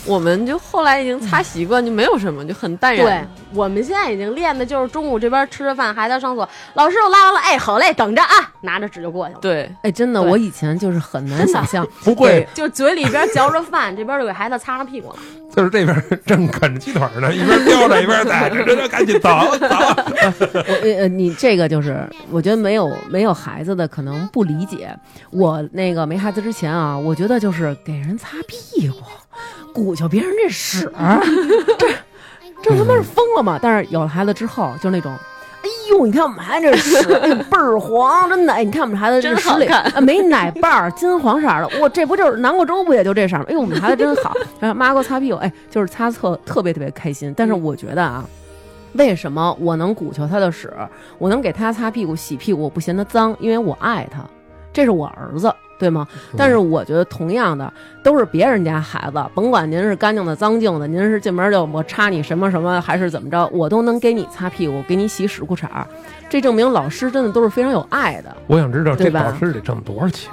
[SPEAKER 8] 我们就后来已经擦习惯，就没有什么，就很淡
[SPEAKER 5] 对
[SPEAKER 8] 然。，
[SPEAKER 5] 我们现在已经练的就是中午这边吃着饭，孩子上厕所，老师我拉完了，哎，好嘞，等着啊，拿着纸就过去了。
[SPEAKER 8] 对，
[SPEAKER 4] 哎，真的，
[SPEAKER 5] 对
[SPEAKER 4] 我以前就是很难想象，
[SPEAKER 3] 不会，
[SPEAKER 5] 就嘴里边嚼着饭，这边就给孩子擦上屁股了。
[SPEAKER 3] 就是这边正啃着鸡腿呢，一边叼着一边逮着，这这赶紧走走。
[SPEAKER 4] 我呃呃，你这个就是，我觉得没有没有孩子的可能不理解。我那个没孩子之前啊，我觉得就是给人擦屁股，鼓捣别人这屎， 这这他妈是疯了吗？但是有了孩子之后，就那种。哎呦，你看我们孩子这屎哎倍儿黄，真的！你 看我们孩子这
[SPEAKER 8] 真
[SPEAKER 4] 屎
[SPEAKER 8] 好
[SPEAKER 4] 里
[SPEAKER 8] 看
[SPEAKER 4] 啊没奶瓣儿，金黄色儿的。哇，这不就是南瓜粥不也就这色儿吗？哎呦，我们孩子真好。然后妈给我擦屁股，哎，就是擦特特别特别开心。但是我觉得啊，为什么我能鼓球他的屎，我能给他擦屁股、洗屁股，我不嫌他脏，因为我爱他，这是我儿子，对吗？ 但是
[SPEAKER 3] 嗯
[SPEAKER 4] 我觉得同样的，都是别人家孩子，甭管您是干净的、脏净的，您是进门就我插你什么什么，还是怎么着，我都能给你擦屁股，给你 洗屎裤衩儿，这证明老师真的都是非常有爱的。
[SPEAKER 3] 我想知道这
[SPEAKER 4] 对吧
[SPEAKER 3] 老师得挣多少钱，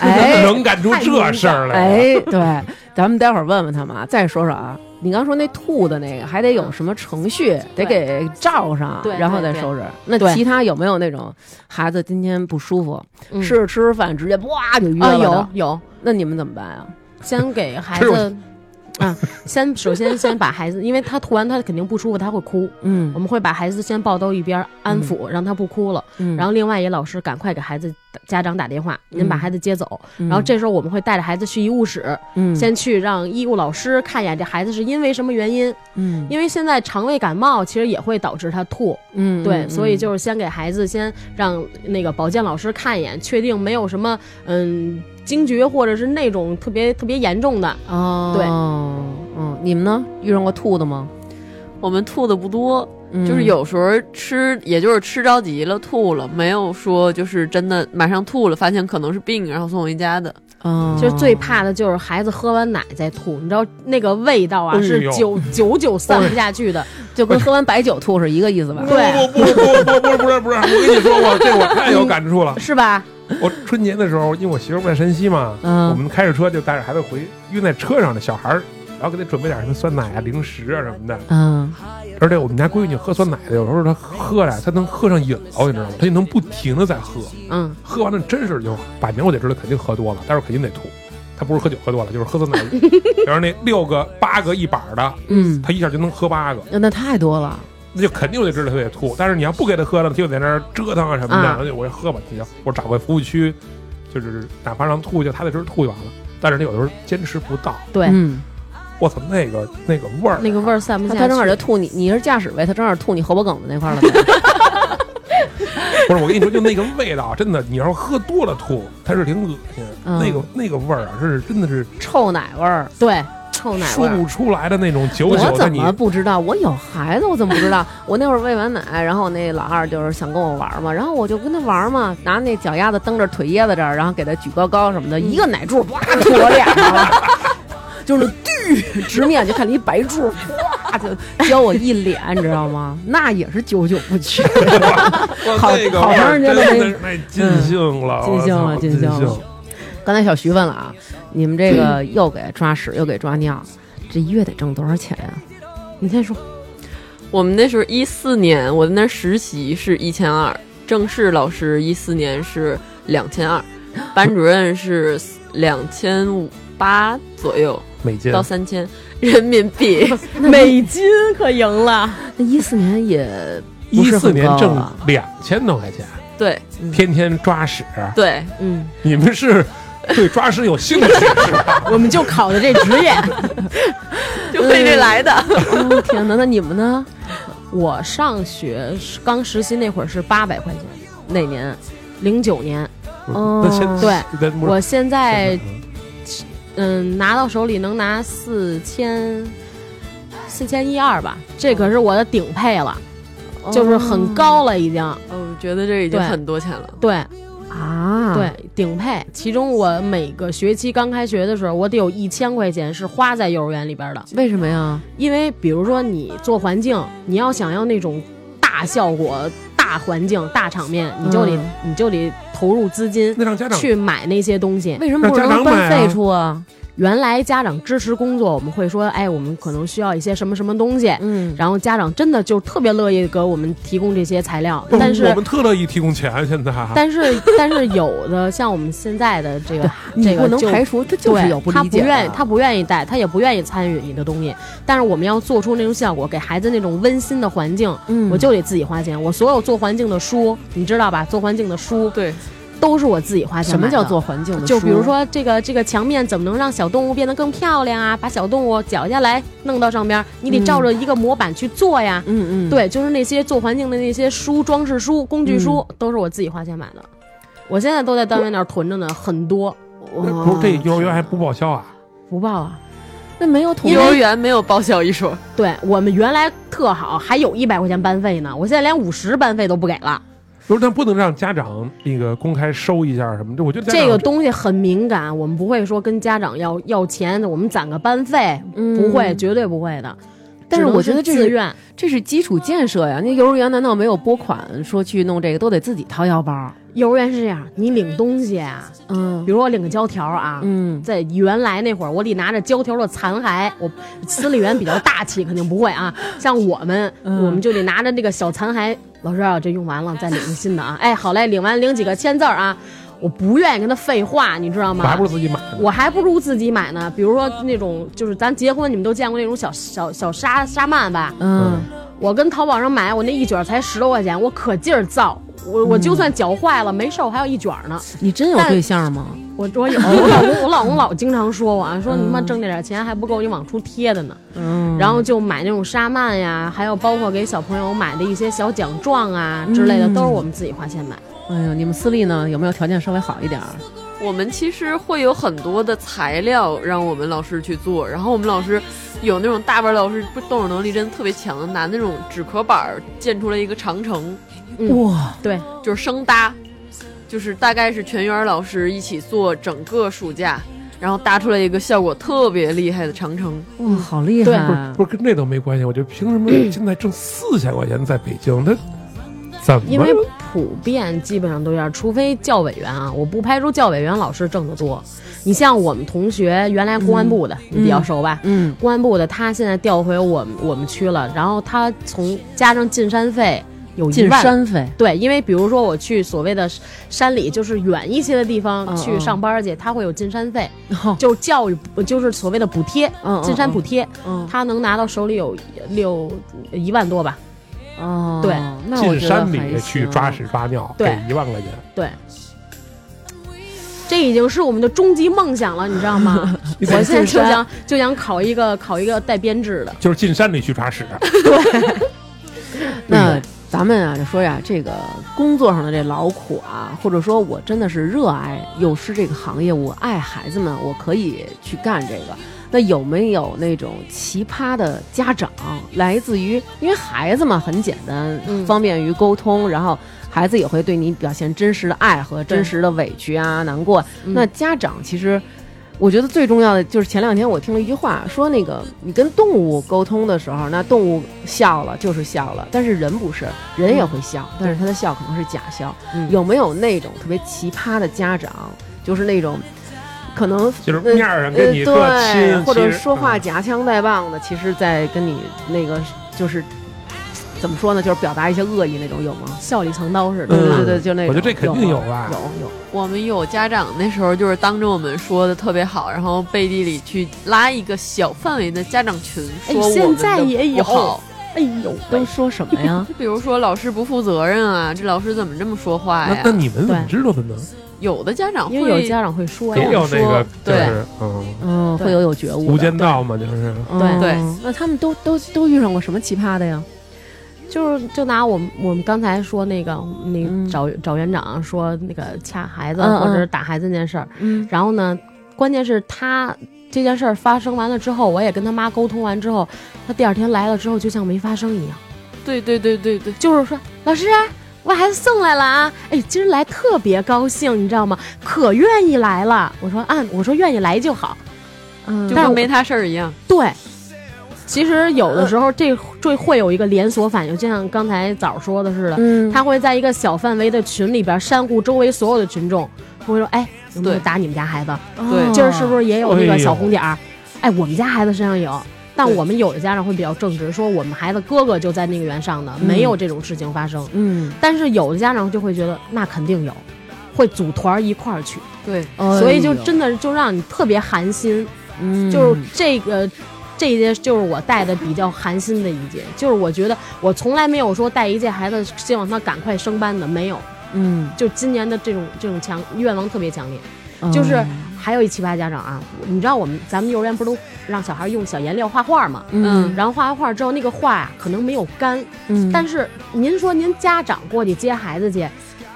[SPEAKER 4] 哎，
[SPEAKER 3] 能干出这事儿来？
[SPEAKER 4] 哎哎，对，咱们待会儿问问他们啊。再说说啊，你刚说那吐的那个，还得有什么程序，得
[SPEAKER 5] 嗯对
[SPEAKER 4] 给罩上，
[SPEAKER 5] 对
[SPEAKER 4] 然后再
[SPEAKER 5] 对对
[SPEAKER 4] 收拾。那
[SPEAKER 5] 对
[SPEAKER 4] 其他有没有那种孩子今天不舒服，
[SPEAKER 5] 嗯
[SPEAKER 4] 吃着吃着饭直接哇就约
[SPEAKER 5] 啊，
[SPEAKER 4] 了的、
[SPEAKER 5] 有有，
[SPEAKER 4] 那你们怎么办啊？
[SPEAKER 5] 先给孩
[SPEAKER 3] 这
[SPEAKER 5] 子 啊，先首先先把孩子，因为他吐完他肯定不舒服，他会哭，
[SPEAKER 4] 嗯
[SPEAKER 5] 我们会把孩子先抱到一边儿安抚，让他不哭了。
[SPEAKER 4] 嗯
[SPEAKER 5] 然后另外也老师赶快给孩子家长打电话，您把
[SPEAKER 4] 嗯
[SPEAKER 5] 孩子接走。然后这时候我们会带着孩子去医务室，
[SPEAKER 4] 嗯
[SPEAKER 5] 先去让医务老师看一眼这孩子是因为什么原因，
[SPEAKER 4] 嗯
[SPEAKER 5] 因为现在肠胃感冒其实也会导致他吐，
[SPEAKER 4] 嗯
[SPEAKER 5] 对，所以就是先给孩子先让那个保健老师看一眼，确定没有什么嗯惊厥或者是那种特别特别严重的。
[SPEAKER 4] 哦
[SPEAKER 5] 对
[SPEAKER 4] 嗯，你们呢？遇上过吐的吗？
[SPEAKER 8] 我们吐的不多，
[SPEAKER 4] 嗯
[SPEAKER 8] 就是有时候吃，也就是吃着急了吐了，没有说就是真的马上吐了，发现可能是病，然后送回家的。
[SPEAKER 4] 哦
[SPEAKER 5] 其实最怕的就是孩子喝完奶再吐，你知道那个味道啊，
[SPEAKER 3] 哎呦
[SPEAKER 5] 是久久久散不下去 的。
[SPEAKER 4] 就跟喝完白酒吐是一个意思吧？
[SPEAKER 5] 对，
[SPEAKER 3] 不不不不不是不是，我跟你说我这我太有感触了。
[SPEAKER 5] 是吧？
[SPEAKER 3] 我春节的时候，因为我媳妇儿不在山西嘛，
[SPEAKER 4] 嗯
[SPEAKER 3] 我们开着车就带着孩子回，晕在车上的小孩儿，然后给他准备点什么酸奶啊、零食啊什么的。
[SPEAKER 4] 嗯
[SPEAKER 3] 而且我们家闺女喝酸奶的，有时候她喝呀，她能喝上瘾了，你知道吗？她就能不停的在喝，
[SPEAKER 5] 嗯，
[SPEAKER 3] 喝完了真是就摆明我就知道肯定喝多了，待会儿肯定得吐。她不是喝酒喝多了，就是喝酸 奶，然后那六个、八个一板儿的，
[SPEAKER 4] 嗯，
[SPEAKER 3] 她一下就能喝八个，
[SPEAKER 4] 那太多了。
[SPEAKER 3] 那就肯定我就知道她得吐。但是你要不给她喝了，她就在那儿折腾啊什么的，
[SPEAKER 5] 啊
[SPEAKER 3] 然后就我就喝吧，你就我找个服务区，就是哪怕让吐就她在这儿吐就完了。但是她有的时候坚持不到，
[SPEAKER 5] 对，
[SPEAKER 4] 嗯，
[SPEAKER 3] 我操，那个那个味儿，
[SPEAKER 5] 那个味儿散不
[SPEAKER 4] 他
[SPEAKER 5] 下去。
[SPEAKER 4] 他正好就吐你，你是驾驶位，他正好吐你后脖梗子那块儿了 呗。
[SPEAKER 3] 不是，我跟你说，就那个味道，真的，你要是喝多了吐，它是挺恶心，
[SPEAKER 4] 嗯
[SPEAKER 3] 那个那个味儿啊，是真的是
[SPEAKER 4] 臭奶味儿，
[SPEAKER 5] 对臭奶味
[SPEAKER 3] 说
[SPEAKER 5] 儿，
[SPEAKER 3] 不出来的那种久
[SPEAKER 4] 我
[SPEAKER 3] 久的
[SPEAKER 4] 怎
[SPEAKER 3] 你。
[SPEAKER 4] 么不知道？我有孩子，我怎么不 知道？我那会儿喂完奶，然后那老二就是想跟我玩儿嘛，然后我就跟他玩儿嘛，拿那脚丫子蹬着腿椰子这儿，然后给他举高高什么的，一个奶柱哇吐我脸上了， 就是巨直面就看你一白柱，哇就浇我一脸，你知道吗？那也是久久不去。好
[SPEAKER 3] 那个
[SPEAKER 4] 好
[SPEAKER 3] 味
[SPEAKER 4] 长
[SPEAKER 3] 儿
[SPEAKER 4] 时
[SPEAKER 3] 真
[SPEAKER 4] 间都
[SPEAKER 3] 的
[SPEAKER 4] 没
[SPEAKER 3] 是太尽兴了，
[SPEAKER 4] 尽兴了
[SPEAKER 3] 我操
[SPEAKER 4] 尽
[SPEAKER 3] 尽
[SPEAKER 4] 兴了刚才小徐问了啊，你们这个又给抓屎又给抓尿，这一月得挣多少钱啊呀、
[SPEAKER 5] 你先说。
[SPEAKER 8] 我们那时候一四年，我在那儿实习是一千二，正式老师一四年是两千二，班主任是两千五八左右
[SPEAKER 3] 每斤
[SPEAKER 8] 到三千人民币。
[SPEAKER 5] 美金可赢了，
[SPEAKER 4] 那一四年也不
[SPEAKER 3] 一
[SPEAKER 4] 是
[SPEAKER 3] 四
[SPEAKER 4] 很
[SPEAKER 3] 年
[SPEAKER 4] 高
[SPEAKER 3] 挣
[SPEAKER 4] 了
[SPEAKER 3] 两千多块钱，
[SPEAKER 8] 对
[SPEAKER 3] 天天抓屎，
[SPEAKER 8] 对，
[SPEAKER 5] 嗯，
[SPEAKER 3] 你们是对抓屎有兴趣是吧？
[SPEAKER 5] 我们就考的这职 业。
[SPEAKER 8] 就为这来的。
[SPEAKER 4] 哦天哪，那你们呢？
[SPEAKER 5] 我上学是刚实习那会儿是八百块钱，哪年？零九年。
[SPEAKER 3] 那现
[SPEAKER 5] 对，
[SPEAKER 3] 那不是
[SPEAKER 5] 我现在嗯拿到手里能拿四千。四千一二吧，这可是我的顶配了，
[SPEAKER 4] 哦
[SPEAKER 5] 就是很高了已经。
[SPEAKER 8] 我觉得这已经
[SPEAKER 5] 对
[SPEAKER 8] 很多钱了。
[SPEAKER 5] 对
[SPEAKER 4] 啊，
[SPEAKER 5] 对，顶配。其中我每个学期刚开学的时候，我得有一千块钱是花在幼儿园里边的。
[SPEAKER 4] 为什么呀？
[SPEAKER 5] 因为比如说你做环境，你要想要那种大效果、大环境、大场面，你就得、
[SPEAKER 4] 嗯
[SPEAKER 5] 你就得投入资金
[SPEAKER 3] 那让家长
[SPEAKER 5] 去买那些东西。
[SPEAKER 4] 为什么不
[SPEAKER 3] 让家
[SPEAKER 4] 让
[SPEAKER 3] 长
[SPEAKER 4] 班
[SPEAKER 3] 买啊
[SPEAKER 4] 费出啊？
[SPEAKER 5] 原来家长支持工作，我们会说，哎，我们可能需要一些什么什么东西，
[SPEAKER 4] 嗯，
[SPEAKER 5] 然后家长真的就特别乐意给我们提供这些材料，
[SPEAKER 3] 不
[SPEAKER 5] 但
[SPEAKER 3] 我
[SPEAKER 5] 是
[SPEAKER 3] 们。特乐意提供钱，现在
[SPEAKER 4] 啊
[SPEAKER 3] 哎
[SPEAKER 5] 但是 但是有的像我们现在的这个
[SPEAKER 4] 你
[SPEAKER 5] 这
[SPEAKER 4] 不
[SPEAKER 5] 个
[SPEAKER 4] 能
[SPEAKER 5] 就
[SPEAKER 4] 排除，他就
[SPEAKER 5] 对
[SPEAKER 4] 是有不
[SPEAKER 5] 他
[SPEAKER 4] 理
[SPEAKER 5] 不
[SPEAKER 4] 解的啊
[SPEAKER 5] 愿意，他不愿意带，他也不愿意参与你的东西。但是我们要做出那种效果，给孩子那种温馨的环境，
[SPEAKER 4] 嗯
[SPEAKER 5] 我就得自己花钱。我所有做环境的书，你知道吧？做环境的书
[SPEAKER 8] 对，
[SPEAKER 5] 都是我自己花钱
[SPEAKER 4] 什
[SPEAKER 5] 买
[SPEAKER 4] 么
[SPEAKER 5] 的。
[SPEAKER 4] 叫做环境的
[SPEAKER 5] 就
[SPEAKER 4] 书
[SPEAKER 5] 比如，说这个这个墙面怎么能让小动物变得更漂亮啊？把小动物绞下来弄到上边儿，你得
[SPEAKER 4] 嗯
[SPEAKER 5] 照着一个模板去做呀。
[SPEAKER 4] 嗯嗯，，
[SPEAKER 5] 对，就是那些做环境的那些书、装饰书、工具书，都是我自己花钱买的。我现在都在单位那儿囤着呢，很多
[SPEAKER 3] 那不是这幼儿园还不报销啊？
[SPEAKER 5] 不报啊。
[SPEAKER 4] 那没有统
[SPEAKER 8] 幼儿园没有报销一说，
[SPEAKER 5] 对我们原来特好，还有一百块钱班费呢，我现在连五十班费都不给了。
[SPEAKER 3] 不是，但不能让家长那个公开收一下什么的。我觉得家长
[SPEAKER 5] 这个东西很敏感，我们不会说跟家长要要钱，我们攒个班费，
[SPEAKER 4] 嗯
[SPEAKER 5] 不会，绝对不会的。
[SPEAKER 4] 但是
[SPEAKER 5] 只能
[SPEAKER 4] 我觉得这
[SPEAKER 5] 自
[SPEAKER 4] 是
[SPEAKER 5] 愿，
[SPEAKER 4] 这是基础建设呀。那幼儿园难道没有拨款说去弄这个，都得自己掏腰包？
[SPEAKER 5] 幼儿园是这样，你领东西啊，
[SPEAKER 4] 嗯
[SPEAKER 5] 比如我领个胶条啊，
[SPEAKER 4] 嗯
[SPEAKER 5] 在原来那会儿，我得拿着胶条的残骸，我私立园比较大气，肯定不会 啊。像我们，
[SPEAKER 4] 嗯
[SPEAKER 5] 我们就得拿着那个小残骸，老师啊，这用完了再领个新的啊。哎，好嘞，领完领几个签字儿啊。我不愿意跟他废话，你知道
[SPEAKER 3] 我
[SPEAKER 5] 吗？
[SPEAKER 3] 还不如自己买呢。
[SPEAKER 5] 我还不如自己买呢。比如说那种，就是咱结婚，你们都见过那种小小小沙沙漫吧？
[SPEAKER 4] 嗯
[SPEAKER 5] 我跟淘宝上买，我那一卷儿才十多块钱，我可劲儿造。我
[SPEAKER 4] 嗯
[SPEAKER 5] 我就算脚坏了，没事儿我还有一卷儿呢。
[SPEAKER 4] 你真有
[SPEAKER 5] 但
[SPEAKER 4] 对象吗？
[SPEAKER 5] 我我 有我老 公，我老公老经常说我啊，说你他妈
[SPEAKER 4] 哦嗯
[SPEAKER 5] 挣那点钱还不够你往出贴的呢。
[SPEAKER 4] 嗯，
[SPEAKER 5] 然后就买那种沙漫呀，还有包括给小朋友买的一些小奖状啊之类的，
[SPEAKER 4] 嗯
[SPEAKER 5] 都是我们自己花钱买。
[SPEAKER 4] 哎呦，你们私立呢有没有条件稍微好一点儿？
[SPEAKER 8] 我们其实会有很多的材料让我们老师去做，然后我们老师有那种大班老师不动手能力真的特别强，拿那种纸壳板儿建出来一个长城，
[SPEAKER 5] 嗯
[SPEAKER 4] 哇，
[SPEAKER 5] 对，
[SPEAKER 8] 就是生搭，就是大概是全员老师一起做整个暑假，然后搭出来一个效果特别厉害的长城。
[SPEAKER 4] 哇，好厉
[SPEAKER 5] 对
[SPEAKER 3] 不
[SPEAKER 4] 害
[SPEAKER 3] 是！不是跟这都没关系，我觉得 凭什么现在挣四千块钱在北京，他怎么
[SPEAKER 5] 因为普遍基本上都这样，除非教委员啊，我不排除教委员老师挣得多。你像我们同学原来公安部的，你比较熟吧？
[SPEAKER 4] 嗯，
[SPEAKER 5] 公安部的他现在调回我们我们区了，然后他从加上进山费有一
[SPEAKER 4] 进
[SPEAKER 5] 万
[SPEAKER 4] 山费，
[SPEAKER 5] 对，因为比如说我去所谓的山里，就是远一些的地
[SPEAKER 4] 嗯
[SPEAKER 5] 方去
[SPEAKER 4] 嗯
[SPEAKER 5] 上班去，他会有进山费，
[SPEAKER 4] 哦
[SPEAKER 5] 就教育就是所谓的补贴，
[SPEAKER 4] 嗯嗯
[SPEAKER 5] 进山补贴，
[SPEAKER 4] 嗯
[SPEAKER 5] 他能拿到手里有六一万多吧？
[SPEAKER 4] 哦，
[SPEAKER 5] 对，
[SPEAKER 4] 那我
[SPEAKER 3] 进
[SPEAKER 4] 觉得
[SPEAKER 3] 山
[SPEAKER 4] 还
[SPEAKER 3] 里去抓
[SPEAKER 4] 行
[SPEAKER 3] 屎抓尿，
[SPEAKER 5] 对
[SPEAKER 3] 给一万块钱，
[SPEAKER 5] 对，这已经是我们的终极梦想了，你知道吗？我现在就想就想考一个考一个带编制的，
[SPEAKER 3] 就是进山里去 抓屎。
[SPEAKER 4] 那咱们啊，就说呀，这个工作上的这劳苦啊，或者说我真的是热爱幼师这个行业，我爱孩子们，我可以去干这个。那有没有那种奇葩的家长，来自于因为孩子嘛很简单，
[SPEAKER 5] 嗯
[SPEAKER 4] 方便于沟通，然后孩子也会对你表现真实的爱和真实的委屈啊、难过。
[SPEAKER 5] 嗯
[SPEAKER 4] 那家长其实我觉得最重要的就是前两天我听了一句话，说那个你跟动物沟通的时候，那动物笑了就是笑了，但是人不是，人也会笑，但是他的笑可能是假笑。
[SPEAKER 5] 嗯
[SPEAKER 4] 有没有那种特别奇葩的家长，就是那种可能
[SPEAKER 3] 就是
[SPEAKER 4] 呃
[SPEAKER 3] 面儿上跟
[SPEAKER 4] 呃
[SPEAKER 3] 你特
[SPEAKER 4] 对，
[SPEAKER 3] 亲
[SPEAKER 4] 或者
[SPEAKER 3] 其实
[SPEAKER 4] 说话
[SPEAKER 3] 嗯
[SPEAKER 4] 夹枪带棒的，其实在跟你那个就是怎么说呢，就是表达一些恶意那种有吗？
[SPEAKER 5] 笑里藏刀似的，
[SPEAKER 4] 对
[SPEAKER 3] 嗯
[SPEAKER 4] 对对，就那种。
[SPEAKER 3] 我觉得这肯定
[SPEAKER 4] 有
[SPEAKER 3] 有啊
[SPEAKER 4] 吗
[SPEAKER 3] 吧
[SPEAKER 4] 有有。
[SPEAKER 8] 我们有家长那时候就是当着我们说的特别好，然后背地里去拉一个小范围的家长群，
[SPEAKER 5] 哎
[SPEAKER 8] 说我们
[SPEAKER 5] 现在
[SPEAKER 8] 的
[SPEAKER 5] 也
[SPEAKER 8] 不
[SPEAKER 5] 有
[SPEAKER 8] 好
[SPEAKER 5] 哎呦
[SPEAKER 4] 都说什么呀？
[SPEAKER 8] 就比如说老师不负责任啊，这老师怎么这么说话
[SPEAKER 3] 那
[SPEAKER 8] 呀
[SPEAKER 4] 哎
[SPEAKER 3] 那？你们怎么知道的呢？
[SPEAKER 8] 有的家长会
[SPEAKER 5] 因为有家长会说
[SPEAKER 3] 也
[SPEAKER 5] 呀，
[SPEAKER 3] 有那个就
[SPEAKER 8] 对
[SPEAKER 3] 是嗯，
[SPEAKER 4] 嗯，
[SPEAKER 5] 对
[SPEAKER 4] 会有有觉悟的。
[SPEAKER 3] 无间道嘛，就是
[SPEAKER 4] 嗯
[SPEAKER 8] 对，
[SPEAKER 4] 那他们都都都遇上过什么奇葩的呀？
[SPEAKER 5] 就是就拿我们我们刚才说那个那
[SPEAKER 4] 嗯
[SPEAKER 5] 个找、找园长说那个掐孩子
[SPEAKER 4] 嗯嗯
[SPEAKER 5] 或者是打孩子那件事儿，
[SPEAKER 4] 嗯
[SPEAKER 5] 然后呢，关键是他这件事儿发生完了之后，我也跟他妈沟通完之后，他第二天来了之后就像没发生一样，
[SPEAKER 8] 对对对对对，
[SPEAKER 5] 就是说老师啊。我孩子送来了啊！哎，今儿来特别高兴，你知道吗？可愿意来了。我说啊，我说愿意来就好。
[SPEAKER 4] 嗯
[SPEAKER 8] 就
[SPEAKER 5] 但是
[SPEAKER 8] 跟
[SPEAKER 5] 我
[SPEAKER 8] 没他事儿一样。
[SPEAKER 5] 对，其实有的时候这这会有一个连锁反应，就像刚才早说的似的，
[SPEAKER 4] 嗯
[SPEAKER 5] 他会在一个小范围的群里边煽乎周围所有的群众，他会说：“哎，有没有
[SPEAKER 8] 对
[SPEAKER 5] 打你们家孩子？
[SPEAKER 8] 对
[SPEAKER 5] 今儿是不是也有那
[SPEAKER 3] 哎
[SPEAKER 5] 个
[SPEAKER 3] 呦
[SPEAKER 5] 小红点儿？哎，我们家孩子身上有。”但
[SPEAKER 8] 对
[SPEAKER 5] 我们有的家长会比较正直，说我们孩子哥哥就在那个园上的，没有这种事情发生。
[SPEAKER 4] 嗯，
[SPEAKER 5] 但是有的家长就会觉得那肯定有，会组团儿一块儿去，
[SPEAKER 8] 对，
[SPEAKER 4] 哎
[SPEAKER 5] 所以就真的就让你特别寒心。
[SPEAKER 4] 嗯
[SPEAKER 5] 就是这个。这一届就是我带的比较寒心的一届，就是我觉得我从来没有说带一届孩子希望他赶快升班的，没有。
[SPEAKER 4] 嗯，
[SPEAKER 5] 就今年的这种这种强愿望特别强烈，
[SPEAKER 4] 嗯
[SPEAKER 5] 就是还有一奇葩家长啊，你知道我们咱们幼儿园不是都让小孩用小颜料画画吗？
[SPEAKER 4] 嗯
[SPEAKER 5] 然后画完画之后，那个画啊可能没有干，
[SPEAKER 4] 嗯，
[SPEAKER 5] 但
[SPEAKER 4] 是
[SPEAKER 5] 是您说您家长过去接孩子去，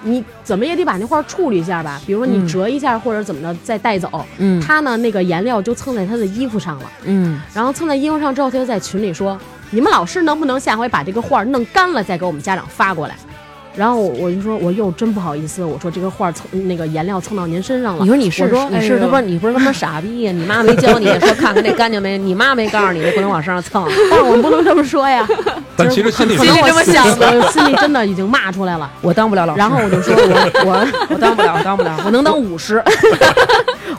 [SPEAKER 5] 你怎么也得把那画处理一下吧，比如说
[SPEAKER 4] 嗯
[SPEAKER 5] 你折一下或者怎么着再带走，
[SPEAKER 4] 嗯
[SPEAKER 5] 他呢那个颜料就蹭在他的衣服上了。
[SPEAKER 4] 嗯
[SPEAKER 5] 然后蹭在衣服上之后，他就在群里说：“你们老师能不能下回把这个画儿弄干了再给我们家长发过来？”然后我就说，我又真不好意思，我说这个画蹭那个颜料蹭到您身上了。
[SPEAKER 4] 你说你哎是
[SPEAKER 5] 我说
[SPEAKER 4] 你是他妈你不是他妈傻逼呀？你妈没教你说看看这干净没？你妈没告诉你不能往身上蹭。
[SPEAKER 5] 但是我们不能这么说 呀，
[SPEAKER 3] 但其实心里
[SPEAKER 5] 可
[SPEAKER 8] 心
[SPEAKER 5] 能
[SPEAKER 8] 里
[SPEAKER 5] 我
[SPEAKER 8] 这么
[SPEAKER 5] 心
[SPEAKER 8] 想的
[SPEAKER 5] 我心里真的已经骂出来了。
[SPEAKER 4] 我当不了老师，
[SPEAKER 5] 然后我就说我我
[SPEAKER 4] 我当不了，我当不了，我能当五十。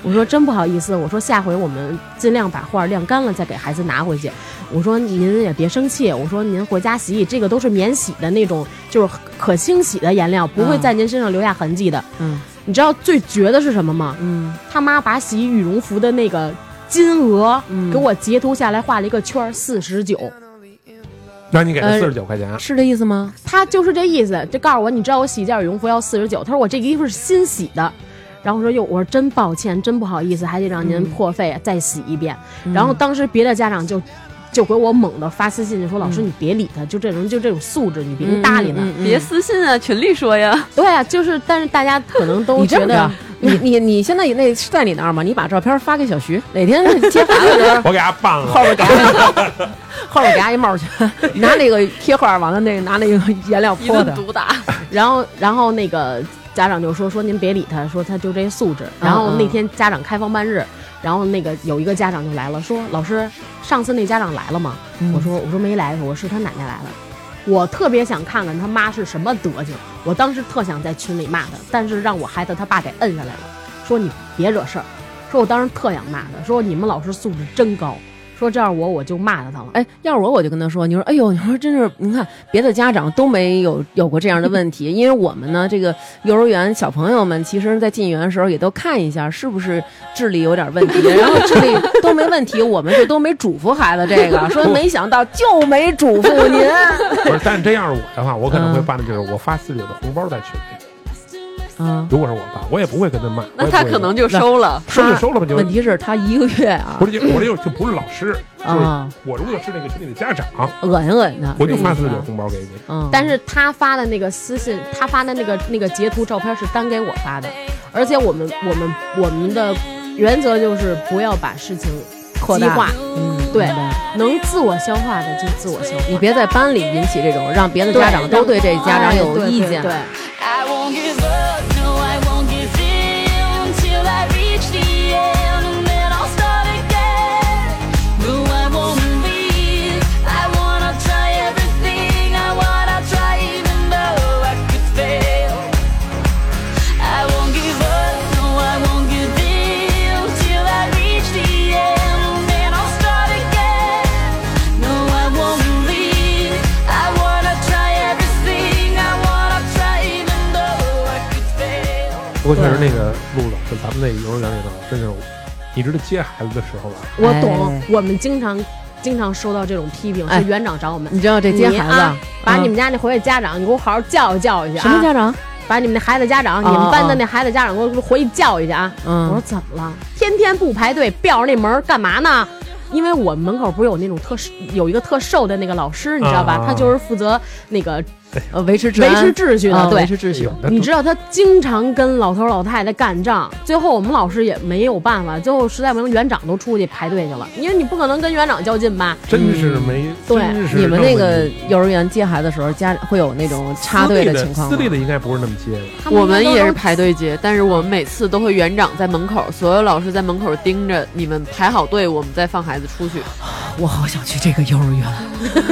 [SPEAKER 5] 我说真不好意思，我说下回我们尽量把画晾干了再给孩子拿回去。我说您也别生气，我说您回家洗洗，这个都是免洗的那种，就是可清洗的颜料，不会
[SPEAKER 4] 嗯
[SPEAKER 5] 在您身上留下痕迹的。
[SPEAKER 4] 嗯
[SPEAKER 5] 你知道最绝的是什么吗？
[SPEAKER 4] 嗯，
[SPEAKER 5] 他妈把洗羽绒服的那个金额
[SPEAKER 4] 嗯
[SPEAKER 5] 给我截图下来，画了一个圈儿，四十九。
[SPEAKER 3] 让你给他
[SPEAKER 4] 呃
[SPEAKER 3] 四十九块钱，，
[SPEAKER 4] 是这意思吗？
[SPEAKER 5] 他就是这意思，就告诉我，你知道我洗一件羽绒服要四十九，他说我这个衣服是新洗的，然后我说哟，我说真抱歉，真不好意思，还得让您破费、再洗一遍。
[SPEAKER 4] 嗯
[SPEAKER 5] 然后当时别的家长就。就给我猛地发私信，就说老师你别理他，就这人就这种素质，你别搭理他。
[SPEAKER 4] 嗯嗯嗯嗯
[SPEAKER 8] 别私信啊，群里说呀，
[SPEAKER 5] 对啊，就是，但是大家可能都
[SPEAKER 4] 你这
[SPEAKER 5] 觉
[SPEAKER 4] 么
[SPEAKER 5] 得
[SPEAKER 4] 着，啊你你你现在也那是在你那儿吗？你把照片发
[SPEAKER 5] 哎
[SPEAKER 4] 给小徐，哪天揭发的时候
[SPEAKER 3] 我给他办了。
[SPEAKER 4] 后边给他 后边给他一帽圈，拿那个贴画，完了那个拿那个颜料
[SPEAKER 8] 一
[SPEAKER 4] 泼
[SPEAKER 8] 顿
[SPEAKER 4] 的。
[SPEAKER 8] 毒打。
[SPEAKER 5] 然后然后那个家长就说说您别理他，说他就这素质。然后那天家长开放半日，然后那个有一个家长就来了，说老师上次那家长来了吗？我说我说没来，我说是他奶奶来了。我特别想看看他妈是什么德行，我当时特想在群里骂他，但是让我孩子他爸给摁下来了，说你别惹事儿，说我当时特想骂他，说你们老师素质真高，说这样我我就骂他他了。
[SPEAKER 4] 哎，要是我，我就跟他说，你说，哎呦，你说真是，你看别的家长都没有有过这样的问题，因为我们呢，这个幼儿园小朋友们，其实在进园的时候也都看一下是不是智力有点问题，然后智力都没问题，我们这都没嘱咐孩子这个，说没想到就没嘱咐您。
[SPEAKER 3] 不是，但这样我的话，我可能
[SPEAKER 4] 嗯
[SPEAKER 3] 会办的就是我发四十九的红包在群里。
[SPEAKER 4] 啊，
[SPEAKER 3] 如果是我爸，我也不会跟他骂。
[SPEAKER 8] 那
[SPEAKER 3] 我也不会
[SPEAKER 8] 他可能就收了。
[SPEAKER 3] 收就收了吧，就
[SPEAKER 4] 问题是，他一个月啊
[SPEAKER 3] 不，是就我这就就不是老师，就是
[SPEAKER 4] 啊，
[SPEAKER 3] 我如果是那个群里的家长，
[SPEAKER 4] 恶心恶心的，
[SPEAKER 3] 我就发
[SPEAKER 4] 这
[SPEAKER 3] 四
[SPEAKER 4] 意思
[SPEAKER 3] 十九
[SPEAKER 4] 吧
[SPEAKER 3] 红包给你。
[SPEAKER 4] 嗯，
[SPEAKER 5] 但是他发的那个私信，他发的那个那个截图照片是单给我发的，而且我们我们我们的原则就是不要把事情
[SPEAKER 4] 扩
[SPEAKER 5] 激
[SPEAKER 4] 大
[SPEAKER 5] 化，
[SPEAKER 4] 嗯，
[SPEAKER 5] 对
[SPEAKER 4] 明白，
[SPEAKER 5] 能自我消化的就自我消化。
[SPEAKER 4] 你别在班里引起这种让别的家长都对这家长有意见。哎
[SPEAKER 5] 对，
[SPEAKER 2] I won't give up, no, I won't give in until I reach the end, and then I'll start again. No, I won't leave. I wanna try everything. I wanna try even though I could fail. I won't give up, no, I won't give in until I reach the end, and then I'll start again. No, I won't leave. I wanna try everything. I wanna try even though I could fail.
[SPEAKER 3] 不过确实那个陆老师，咱们那幼儿园里头真是，你知道接孩子的时候吧，啊
[SPEAKER 5] 我懂
[SPEAKER 4] 哎，
[SPEAKER 5] 我们经常经常收到这种批评，
[SPEAKER 4] 哎
[SPEAKER 5] 是园长找我们
[SPEAKER 4] 你。知道这接
[SPEAKER 5] 你
[SPEAKER 4] 孩子
[SPEAKER 5] 啊
[SPEAKER 4] 啊，，嗯
[SPEAKER 5] 把你们家那回去家长，你给我好好教育教育去啊！
[SPEAKER 4] 什么家长？
[SPEAKER 5] 把你们那孩子家长，
[SPEAKER 4] 哦
[SPEAKER 5] 你们班的那孩子家长给我回去教育去啊！
[SPEAKER 4] 嗯
[SPEAKER 5] 我说怎么了？天天不排队，吊着那门儿干嘛呢？因为我们门口不是有那种特有一个特瘦的那个老师，你知道吧？
[SPEAKER 3] 啊
[SPEAKER 5] 他就是负责那个
[SPEAKER 4] 呃，维持治
[SPEAKER 5] 维持
[SPEAKER 4] 安
[SPEAKER 5] 秩序的，
[SPEAKER 4] 啊
[SPEAKER 5] 对
[SPEAKER 4] 维。持秩序
[SPEAKER 3] 有。的
[SPEAKER 5] 你
[SPEAKER 3] 都
[SPEAKER 5] 知道他经常跟老头老太太干仗，最后我们老师也没有办法，最后实在不行，园长都出去排队去了，因为你不可能跟园长较劲吧？
[SPEAKER 3] 真是没，
[SPEAKER 5] 对
[SPEAKER 3] 真是
[SPEAKER 4] 嗯你们
[SPEAKER 3] 弄
[SPEAKER 4] 那
[SPEAKER 3] 不
[SPEAKER 4] 个
[SPEAKER 3] 清
[SPEAKER 4] 幼儿园接孩子的时候，家会有那种插
[SPEAKER 3] 私
[SPEAKER 4] 队
[SPEAKER 3] 立的
[SPEAKER 4] 情况
[SPEAKER 3] 私
[SPEAKER 4] 吗
[SPEAKER 3] 立？的应该不是那么接的，
[SPEAKER 5] 他
[SPEAKER 8] 我
[SPEAKER 5] 应该
[SPEAKER 8] 们
[SPEAKER 5] 都嗯
[SPEAKER 8] 也是
[SPEAKER 5] 能
[SPEAKER 8] 排队接，但是我们每次都会园长在门口，所有老师在门口盯着你们排好队，我们再放孩子出去。
[SPEAKER 4] 我好想去这个幼儿园。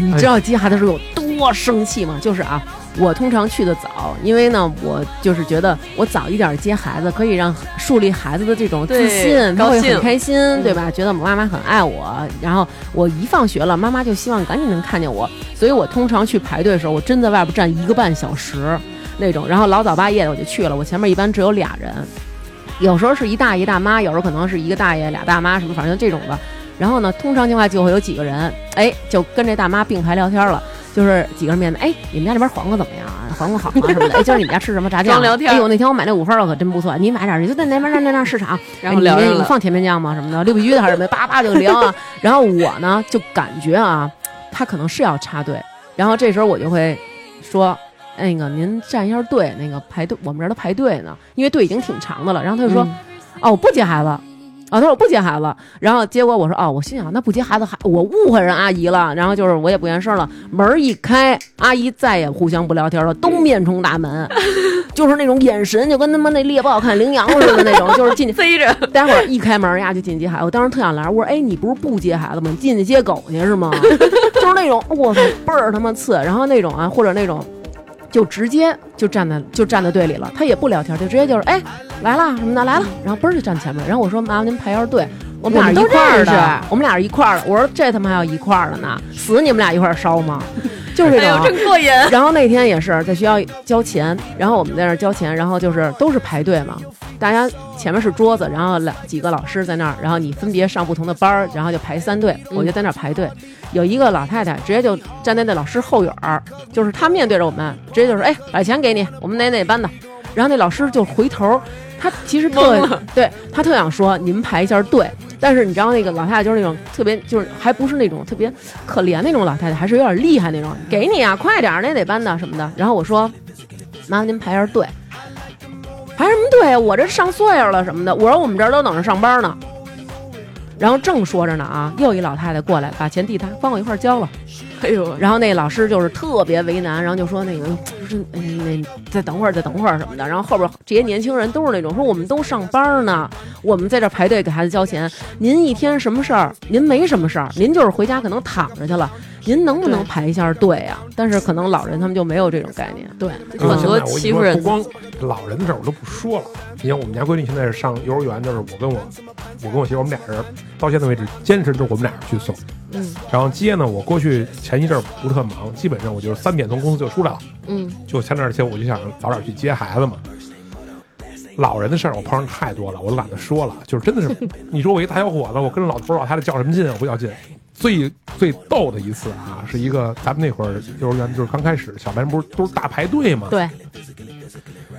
[SPEAKER 4] 你知道接孩子的时候有多生气吗？就是啊，我通常去的早，因为呢，我就是觉得我早一点接孩子，可以让树立孩子的这种自
[SPEAKER 8] 对
[SPEAKER 4] 信，他
[SPEAKER 8] 高
[SPEAKER 4] 会
[SPEAKER 8] 兴嗯
[SPEAKER 4] 很开心，对吧？觉得妈妈很爱我，然后我一放学了，妈妈就希望赶紧能看见我，所以我通常去排队的时候，我真在外边站一个半小时那种，然后老早八夜的我就去了，我前面一般只有俩人。有时候是一大爷大妈，有时候可能是一个大爷俩大妈，什么反正就这种吧。然后呢，通常情况下就会有几个人，哎，就跟这大妈并排聊天了，就是几个人面对，哎，你们家这边黄瓜怎么样啊？黄瓜好吗？什么的，哎，今儿你们家吃什么炸酱啊？
[SPEAKER 8] 装聊天
[SPEAKER 4] 哎呦，那天我买那五花肉可真不错，你买点儿，就在那边那那那市场，
[SPEAKER 8] 然后聊
[SPEAKER 4] 哎
[SPEAKER 8] 上
[SPEAKER 4] 你那你
[SPEAKER 8] 了，
[SPEAKER 4] 放甜面酱吗？什么的，六必居的还是什么的，叭叭就聊啊。然后我呢，就感觉啊，他可能是要插队，然后这时候我就会说。哎那个，您站一下队，那个排队，我们这儿都排队呢，因为队已经挺长的了。然后他就说，哦，我不接孩子。啊，他说我不接孩子，然后结果我说哦，我心想那不接孩子还我误会人阿姨了，然后就是我也不言声了，门儿一开，阿姨再也互相不聊天了，都面冲大门，就是那种眼神就跟他妈那猎豹看羚羊似的那种，就是进去
[SPEAKER 8] 飞着，
[SPEAKER 4] 待会儿一开门呀，就进去接孩子。我当时特想来，我说：“哎，你不是不接孩子吗？你进去接狗去是吗？” 就是那种，我操，倍儿他妈次。然后那种啊，或者那种，就直接就站在就站在队里了，他也不聊天，就直接就是哎来啦什么的来了，然后嘣儿就站前面。然后我说：“妈，您排一下队。”我们俩是一块儿的，我们俩是一块儿的。我说这他妈还要一块儿的呢，死你们俩一块儿烧吗？ 就是这
[SPEAKER 8] 哎
[SPEAKER 4] 种啊、
[SPEAKER 8] 呦，真过瘾！
[SPEAKER 4] 然后那天也是在学校交钱，然后我们在那儿交钱，然后就是都是排队嘛，大家前面是桌子，然后两几个老师在那儿，然后你分别上不同的班儿，然后就排三队，我就在那儿排队。有一个老太太直接就站在那老师后院儿，就是她面对着我们，直接就说：“哎，把钱给你，我们哪哪班的。”然后那老师就回头，他其实
[SPEAKER 8] 懵
[SPEAKER 4] 特对他特想说你们排一下队，但是你知道那个老太太就是那种特别就是还不是那种特别可怜那种老太太，还是有点厉害那种，给你啊，快点儿，那得班的什么的。然后我说，妈，您排下队，排什么队啊？我这上岁数了什么的。我说我们这儿都等着上班呢。然后正说着呢啊，又一老太太过来，把钱递他，帮我一块儿交了。
[SPEAKER 8] 哎呦，
[SPEAKER 4] 然后那老师就是特别为难，然后就说那个就是哎那再等会儿，再等会儿什么的。然后后边这些年轻人都是那种说我们都上班呢，我们在这排队给孩子交钱，您一天什么事儿？您没什么事儿，您就是回家可能躺着去了，您能不能排一下队啊？但是可能老人他们就没有这种概念，对，
[SPEAKER 3] 因为
[SPEAKER 8] 很多
[SPEAKER 3] 现在我跟你
[SPEAKER 8] 欺
[SPEAKER 3] 说
[SPEAKER 8] 负人
[SPEAKER 3] 不光老人的事儿我都不说了。你像我们家闺女现在是上幼儿园，就是我跟我我跟我媳妇儿我们俩人到现在为止坚持就是我们俩人去送。嗯，然后接呢，我过去前一阵儿不是特忙，基本上我就是三点从公司就出来了。
[SPEAKER 5] 嗯，
[SPEAKER 3] 就前段时间我就想早点去接孩子嘛。老人的事儿我碰上太多了，我都懒得说了。就是真的是，你说我一大小伙子，我跟老头儿老太太较什么劲啊？我不较劲。最最逗的一次啊，是一个咱们那会儿幼儿园就是刚开始，小班不是都是大排队嘛？
[SPEAKER 5] 对，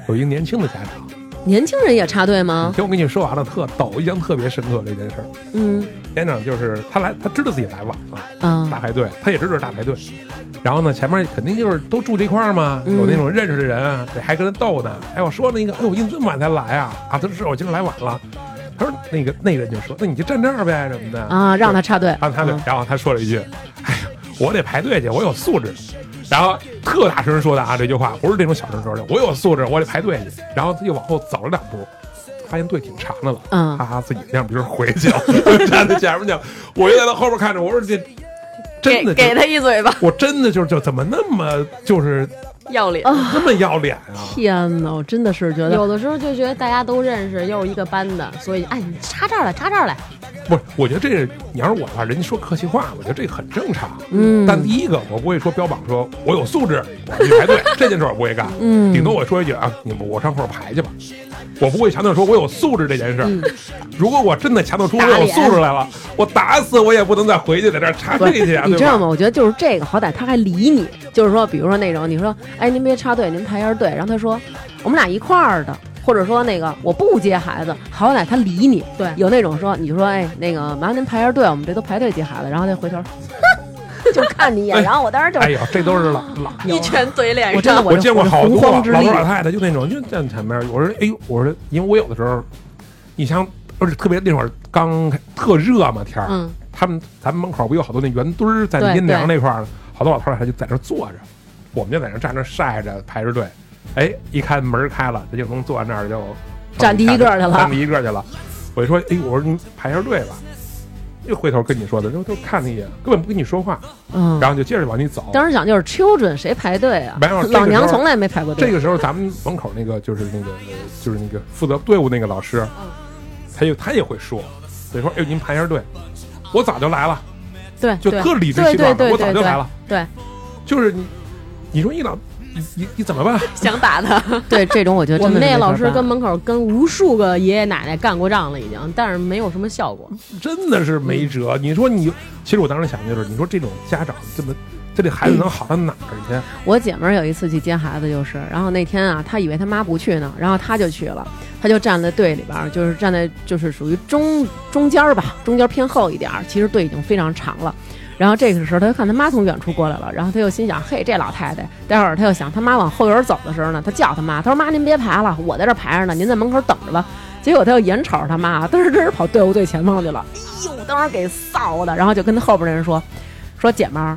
[SPEAKER 3] 有一个年轻的家长，
[SPEAKER 4] 年轻人也插队
[SPEAKER 5] 嗯
[SPEAKER 4] 吗？
[SPEAKER 3] 听我跟你说完了，特逗，印象特别深刻这件事儿。
[SPEAKER 4] 嗯
[SPEAKER 3] 家长就是他来，他知道自己来晚了，
[SPEAKER 4] 啊
[SPEAKER 3] 大排队，他也知道是大排队。然后呢，前面肯定就是都住这块儿嘛，
[SPEAKER 4] 嗯
[SPEAKER 3] 有那种认识的人啊，得还跟他逗呢。哎，我说那个，哎，我印这么晚才来啊，啊，他说是我今儿来晚了。他说那个那人就说，那你就站这儿呗什么的
[SPEAKER 4] 啊，让他插队，嗯
[SPEAKER 3] 让他们，
[SPEAKER 8] 嗯
[SPEAKER 3] 然后他说了一句：“哎呀，我得排队去，我有素质。”然后特大声说的啊，这句话不是那种小声说的，我有素质，我得排队去。然后他又往后走了两步，发现队挺长的了，
[SPEAKER 4] 嗯
[SPEAKER 3] 哈哈，自己那样不就是回去了，站在前面去。我就在他后边看着，我说这真
[SPEAKER 8] 给
[SPEAKER 3] 的就
[SPEAKER 8] 给他一嘴巴，
[SPEAKER 3] 我真的就是就怎么那么就是
[SPEAKER 8] 要脸！
[SPEAKER 3] 那么要脸啊？
[SPEAKER 4] 天哪，我真的是觉得
[SPEAKER 5] 有的时候就觉得大家都认识，又一个班的，所以哎，你插这儿来，插这儿来，
[SPEAKER 3] 不是，我觉得这是你要是我的话，人家说客气话，我觉得这很正常。
[SPEAKER 4] 嗯
[SPEAKER 3] 但第一个，我不会说标榜说我有素质，我去排队这件事我不会干。
[SPEAKER 4] 嗯
[SPEAKER 3] 顶多我说一句啊，你们我上后边排去吧。我不会强调说我有素质这件事儿。
[SPEAKER 4] 嗯
[SPEAKER 3] 如果我真的强调出我有素质来了，我打死我也不能再回去在这儿插
[SPEAKER 4] 不是
[SPEAKER 3] 队去啊，
[SPEAKER 4] 啊你
[SPEAKER 3] 对
[SPEAKER 4] 知道吗？
[SPEAKER 3] 吧？
[SPEAKER 4] 我觉得就是这个，好歹他还理你。就是说，比如说那种，你说，哎，您别插队，您排一下队。然后他说，我们俩一块儿的，或者说那个我不接孩子，好歹他理你。
[SPEAKER 5] 对
[SPEAKER 4] 有那种说，你就说，哎，那个麻烦您排一下队，我们这都排队接孩子。然后他回头， 哼，就 看你一眼。然后我当时就
[SPEAKER 3] 哎，呦，这都是老老。
[SPEAKER 8] 一拳怼脸
[SPEAKER 4] 我真的
[SPEAKER 8] 上，
[SPEAKER 3] 我
[SPEAKER 4] 这
[SPEAKER 3] 见过好多
[SPEAKER 4] 洪
[SPEAKER 3] 老
[SPEAKER 4] 荒之
[SPEAKER 3] 头
[SPEAKER 4] 力。
[SPEAKER 3] 老太太，就那种就站前面。我说，哎呦，我说，因为我有的时候，你像，而且特别那会儿刚开特热嘛天儿，
[SPEAKER 5] 嗯，
[SPEAKER 3] 他们咱们门口不有好多那圆墩儿在那
[SPEAKER 5] 对
[SPEAKER 3] 阴凉
[SPEAKER 5] 对
[SPEAKER 3] 那块儿，好多老头老太太就在那儿坐着，我们就在那儿站着晒着排着队。哎，一看门儿开了，这就能坐在那儿就
[SPEAKER 4] 站第一个去了
[SPEAKER 3] 站第一个去了。我就说，哎，我说你排下队吧。又回头跟你说的，就就看你一眼，根本不跟你说话，
[SPEAKER 4] 嗯，
[SPEAKER 3] 然后就接着往里走。
[SPEAKER 4] 当时想就是 children 谁排队啊
[SPEAKER 3] 没有这？个
[SPEAKER 4] 老娘
[SPEAKER 3] 时候
[SPEAKER 4] 从来没排过队。
[SPEAKER 3] 这个时候，咱们门口那个就是那个就是那个负责队伍那个老师，
[SPEAKER 4] 嗯
[SPEAKER 3] 他就他也会说，得说哎呦您排一下队，我早就来了，
[SPEAKER 5] 对，
[SPEAKER 3] 就
[SPEAKER 5] 对
[SPEAKER 3] 特理直
[SPEAKER 5] 对
[SPEAKER 3] 气
[SPEAKER 5] 对
[SPEAKER 3] 壮的，
[SPEAKER 5] 对
[SPEAKER 3] 我早
[SPEAKER 5] 对
[SPEAKER 3] 就
[SPEAKER 5] 对
[SPEAKER 3] 来了，
[SPEAKER 5] 对，
[SPEAKER 3] 就是你你说一老你你你怎么办？
[SPEAKER 8] 想打他，
[SPEAKER 4] 对这种，我觉得
[SPEAKER 5] 我们
[SPEAKER 4] 真的
[SPEAKER 5] 那个
[SPEAKER 4] 是没
[SPEAKER 5] 老
[SPEAKER 4] 法
[SPEAKER 5] 师
[SPEAKER 4] 办
[SPEAKER 5] 跟门口跟无数个爷爷奶奶干过仗了，已经，但是没有什么效果。
[SPEAKER 3] 真的是没辙。
[SPEAKER 4] 嗯
[SPEAKER 3] 你说你，其实我当时想的就是，你说这种家长这么。这这孩子能好到哪儿去？
[SPEAKER 4] 我姐们儿有一次去接孩子，就是，然后那天啊，她以为她妈不去呢，然后她就去了，她就站在队里边儿，就是站在就是属于中中间儿吧，中间儿偏后一点儿，其实队已经非常长了。然后这个时候，她就看她妈从远处过来了，然后她又心想：嘿，这老太太。待会儿她又想，她妈往后园走的时候呢，她叫她妈，她说：“妈，您别排了，我在这儿排着呢，您在门口等着吧。”结果他又眼瞅着他妈，嘚儿嘚儿跑队伍最前方去了。哎呦，当时给臊的，然后就跟他后边那人说：“说姐们儿，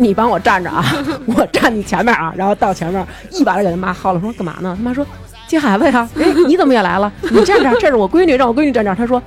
[SPEAKER 4] 你帮我站着啊， 我站你前面啊。”然后到前面一把就给他妈薅了，说干嘛呢？他妈说接孩子呀。哎，你怎么也来了？你站这儿，这是我闺女，让我闺女站这儿。他说。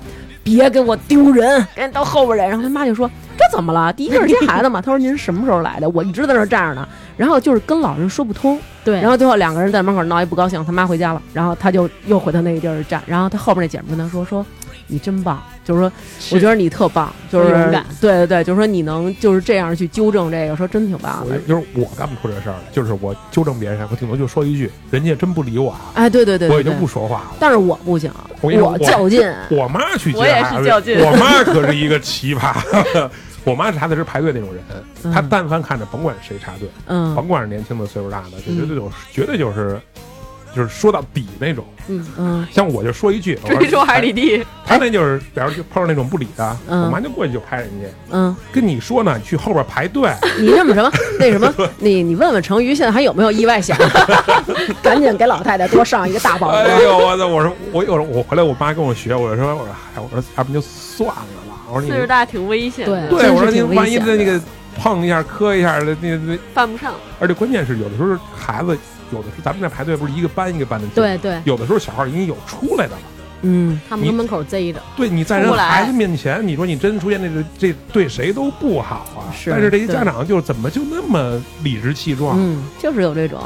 [SPEAKER 4] 别给我丢人，赶紧到后边来。然后他妈就说：“这怎么了？第一个是接孩子嘛。”他说：“您什么时候来的？我一直在那儿站着呢。”然后就是跟老人说不通，
[SPEAKER 5] 对，
[SPEAKER 4] 然后最后两个人在门口闹一不高兴，他妈回家了，然后他就又回他那个地儿站，然后他后边那姐们跟他说说。你真棒，就是说，我觉得你特棒，就是
[SPEAKER 5] 勇敢
[SPEAKER 4] 对对对，就是说你能就是这样去纠正这个，说真挺棒
[SPEAKER 3] 我
[SPEAKER 4] 的。
[SPEAKER 3] 就是我干不出这事儿来，就是我纠正别人，我顶多就说一句，人家真不理我啊，
[SPEAKER 4] 哎，对对对
[SPEAKER 3] 我
[SPEAKER 4] 对
[SPEAKER 3] 也就
[SPEAKER 4] 对
[SPEAKER 3] 不，说话了。
[SPEAKER 4] 但是我不行，
[SPEAKER 3] 我跟你说我
[SPEAKER 4] 较劲，
[SPEAKER 3] 我妈去接
[SPEAKER 8] 我也是
[SPEAKER 3] 孩子
[SPEAKER 8] 较劲
[SPEAKER 3] 我妈可是一个奇葩。我妈是还得是排队那种人，
[SPEAKER 4] 嗯
[SPEAKER 3] 她但凡看着，甭管谁插队，
[SPEAKER 4] 嗯
[SPEAKER 3] 甭管是年轻的、岁数大的，就绝对就是绝对就是就是说到底那种。
[SPEAKER 4] 嗯
[SPEAKER 3] 像我就说一句，
[SPEAKER 8] 追说还是你弟，
[SPEAKER 3] 她那就是，假如就碰上那种不理的，
[SPEAKER 4] 嗯
[SPEAKER 3] 我妈就过去就拍人家，
[SPEAKER 4] 嗯，
[SPEAKER 3] 跟你说呢，你去后边排队。
[SPEAKER 4] 你那么什么那什 么，你你问问成瑜现在还有没有意外险，赶紧给老太太多上一个大保
[SPEAKER 3] 哎
[SPEAKER 4] 额。
[SPEAKER 3] 呦我操！我说我有时候我回来，我妈跟我学，我说我说哎，我说要不就算了吧。我说你
[SPEAKER 8] 岁数大挺危险的，
[SPEAKER 4] 对
[SPEAKER 3] 对，我
[SPEAKER 4] 真是
[SPEAKER 3] 说你
[SPEAKER 4] 挺危
[SPEAKER 3] 万一
[SPEAKER 4] 险
[SPEAKER 3] 在那
[SPEAKER 4] 的
[SPEAKER 3] 个碰一下、磕一下的，那那
[SPEAKER 8] 犯不上。
[SPEAKER 3] 而且关键是有的时候孩子，有的时候咱们这排队不是一个班一个班的进，
[SPEAKER 5] 对对，
[SPEAKER 3] 有的时候小孩已经有出来的了。
[SPEAKER 4] 嗯，
[SPEAKER 5] 他们跟门口贼着，
[SPEAKER 3] 对，你在
[SPEAKER 8] 出
[SPEAKER 3] 人
[SPEAKER 8] 不来
[SPEAKER 3] 孩子面前，你说你真出现这个这对谁都不好啊。
[SPEAKER 4] 是
[SPEAKER 3] 但是这些
[SPEAKER 4] 对
[SPEAKER 3] 家长就是怎么就那么理直气壮？
[SPEAKER 4] 嗯，就是有这种，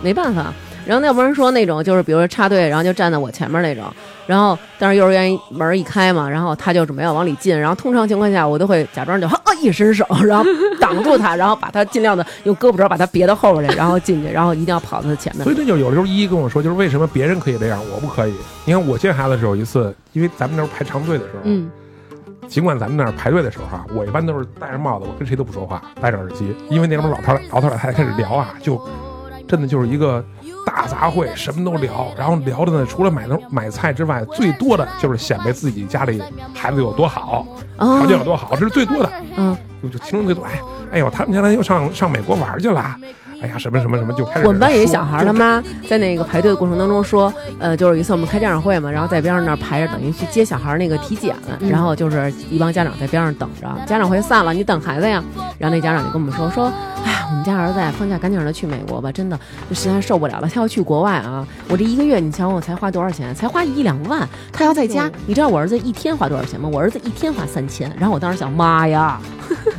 [SPEAKER 4] 没办法。然后要不然说那种就是，比如说插队，然后就站在我前面那种，然后但是幼儿园门一开嘛，然后他就准备要往里进，然后通常情况下我都会假装就啊一伸手，然后挡住他，然后把他尽量的用胳膊肘把他别到后边去，然后进去，然后一定要跑到他前面
[SPEAKER 3] 所。以这就有的时候依依跟我说，就是为什么别人可以这样，我不可以？你看我接孩子的时候有一次，因为咱们那时候排长队的时候，
[SPEAKER 5] 嗯，
[SPEAKER 3] 尽管咱们那儿排队的时候哈、我一般都是戴着帽子，我跟谁都不说话，戴着耳机，因为那边老头儿老头儿老太太开始聊啊，就真的就是一个大杂烩，什么都聊。然后聊的呢，除了买东买菜之外，最多的就是显摆自己家里孩子有多好，
[SPEAKER 4] 哦
[SPEAKER 3] 条件有多好，这是最多的。
[SPEAKER 4] 嗯，
[SPEAKER 3] 就就听众最多，哎哎呦，他们家来又上上美国玩去了，哎呀，什么什么什么，就开始
[SPEAKER 4] 我们班有一
[SPEAKER 3] 说
[SPEAKER 4] 小孩儿，他妈在那个排队的过程当中说，呃，就是有一次我们开家长会嘛，然后在边上那儿排着，等于去接小孩儿那个体检，
[SPEAKER 3] 嗯
[SPEAKER 4] 然后就是一帮家长在边上等着，家长会散了，你等孩子呀。然后那家长就跟我们说说，哎，我们家儿子呀放假赶紧让他去美国吧，真的这实在受不了了，他要去国外啊，我这一个月你瞧我才花多少钱，才花一两万，他要在家，你知道我儿子一天花多少钱吗？我儿子一天花三千，然后我当时想，妈呀，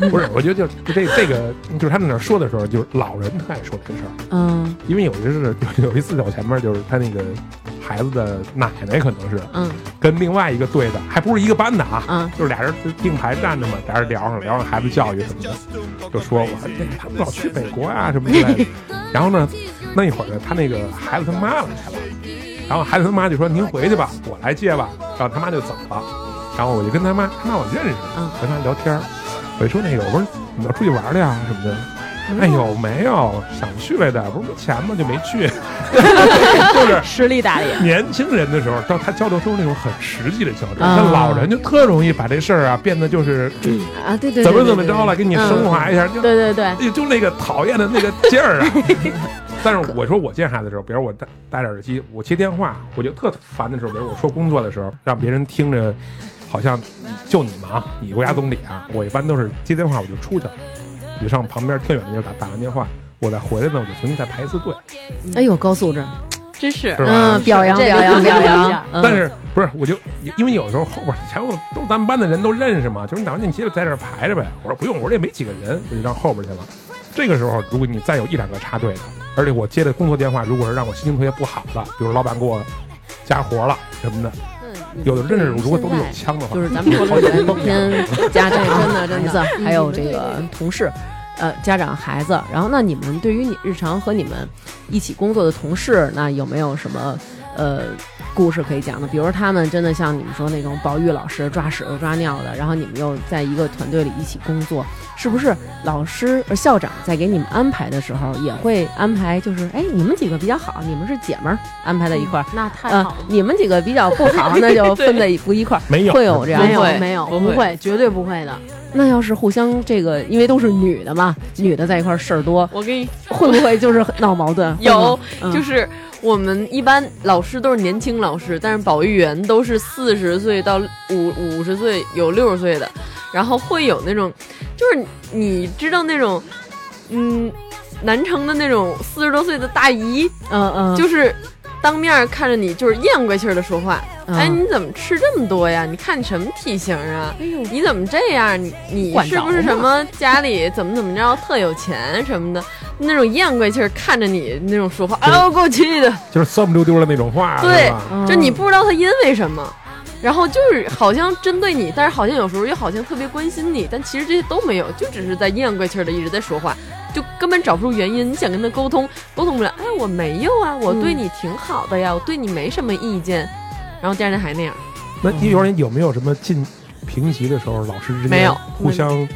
[SPEAKER 3] 不是，我觉得就是这这个，就是他们那儿说的时候，就是老人特爱说这个事儿。
[SPEAKER 4] 嗯
[SPEAKER 3] 因为有一次有有一次在我前面就是他那个孩子的奶奶可能是
[SPEAKER 4] 嗯
[SPEAKER 3] 跟另外一个队的，还不是一个班的啊，
[SPEAKER 4] 嗯
[SPEAKER 3] 就是俩人并排站着嘛，俩人聊上聊上孩子教育什么的，就说我说哎他们老去美国啊什么之 类的，然后呢那一会儿呢他那个孩子他妈来了，然后孩子他妈就说您回去吧，我来接吧，然后他妈就走了，然后我就跟他妈他妈我认识，
[SPEAKER 4] 嗯
[SPEAKER 3] 跟他聊天儿，我就说那个我说你要出去玩了呀什么的。哎呦，没有，想去来的，不是没钱吗？就没去，就是
[SPEAKER 5] 吃力打脸，
[SPEAKER 3] 年轻人的时候，到他交流都是那种很实际的交流，
[SPEAKER 4] 啊
[SPEAKER 3] 像老人就特容易把这事儿啊变得就是
[SPEAKER 4] 啊，对对，对
[SPEAKER 3] 怎么怎么着了，，
[SPEAKER 4] 对嗯
[SPEAKER 3] 给你升华一下，就
[SPEAKER 5] 对对对，
[SPEAKER 3] 就就那个讨厌的那个劲 儿啊。但是我说我接孩子的时候，比如我戴戴着耳机，我接电话，我就特烦的时候，比如我说工作的时候，让别人听着好像就你忙，你国家总理啊，我一般都是接电话我就出去了，我就上旁边特远的地儿打打完电话，我再回来呢，我就重新再排一次队，
[SPEAKER 4] 对哎呦，高素质。
[SPEAKER 8] 真是
[SPEAKER 3] 是吧？
[SPEAKER 4] 嗯，表扬表扬表扬。嗯
[SPEAKER 3] 但是不是我就因为有时候后边前后都咱们班的人都认识嘛，就是你打完你接着在这儿排着呗。我说不用，我说也没几个人，我就让后边去了。这个时候，如果你再有一两个插队的，而且我接的工作电话，如果是让我心情特别不好的，比如老板给我加活了什么的，有的认识如果都是有枪的话，
[SPEAKER 4] 就是咱们说
[SPEAKER 3] 好
[SPEAKER 4] 了
[SPEAKER 3] 几
[SPEAKER 4] 半
[SPEAKER 3] 蹦
[SPEAKER 4] 天家长、
[SPEAKER 8] 真的真的
[SPEAKER 4] 孩子，还有这个同事，呃，家长、孩子。然后，那你们对于你日常和你们一起工作的同事，那有没有什么呃故事可以讲的？比如他们真的像你们说那种保育老师抓屎又抓尿的，然后你们又在一个团队里一起工作，是不是老师、呃校长在给你们安排的时候，也会安排就是，哎，你们几个比较好，你们是姐们儿，安排在一块儿。
[SPEAKER 5] 那嗯太
[SPEAKER 4] 呃
[SPEAKER 5] 好了，，
[SPEAKER 4] 你们几个比较不好，那就分在一不一块儿。
[SPEAKER 3] 没有
[SPEAKER 4] 会有这样
[SPEAKER 5] 没有
[SPEAKER 8] 会
[SPEAKER 5] 没有
[SPEAKER 8] 不
[SPEAKER 5] 不
[SPEAKER 8] 会
[SPEAKER 5] 会，绝对不会的，
[SPEAKER 4] 那要是互相这个，因为都是女的嘛，女的在一块儿事儿多，
[SPEAKER 8] 我跟你
[SPEAKER 4] 会不会就是很闹矛盾？
[SPEAKER 8] 有
[SPEAKER 4] 会吗，嗯
[SPEAKER 8] 就是我们一般老师都是年轻老师，但是保育员都是四十岁到五五十岁，有六十岁的，然后会有那种，就是你知道那种，嗯，南城的那种四十多岁的大姨，
[SPEAKER 4] 嗯嗯，
[SPEAKER 8] 就是当面看着你就是厌怪气儿的说话，
[SPEAKER 4] 嗯
[SPEAKER 8] 哎，你怎么吃这么多呀？你看你什么体型啊？你怎么这样？你你
[SPEAKER 4] 哎管着
[SPEAKER 8] 是不是什么家里怎么怎么着特有钱什么的？那种厌怪气儿看着你那种说话，哎呦，给我气的！
[SPEAKER 3] 就是酸不溜丢的那种话，
[SPEAKER 8] 对
[SPEAKER 3] 是吧？
[SPEAKER 4] 嗯
[SPEAKER 8] 就你不知道他因为什么，然后就是好像针对你，但是好像有时候又好像特别关心你，但其实这些都没有，就只是在阴阳怪气的一直在说话，就根本找不出原因。你想跟他沟通，沟通不了。哎，我没有啊，我对你挺好的呀，我对你没什么意见。然后第二天还那样，
[SPEAKER 3] 那幼儿园有没有什么进评级的时候，老师之间
[SPEAKER 8] 没有
[SPEAKER 3] 互相
[SPEAKER 4] 嗯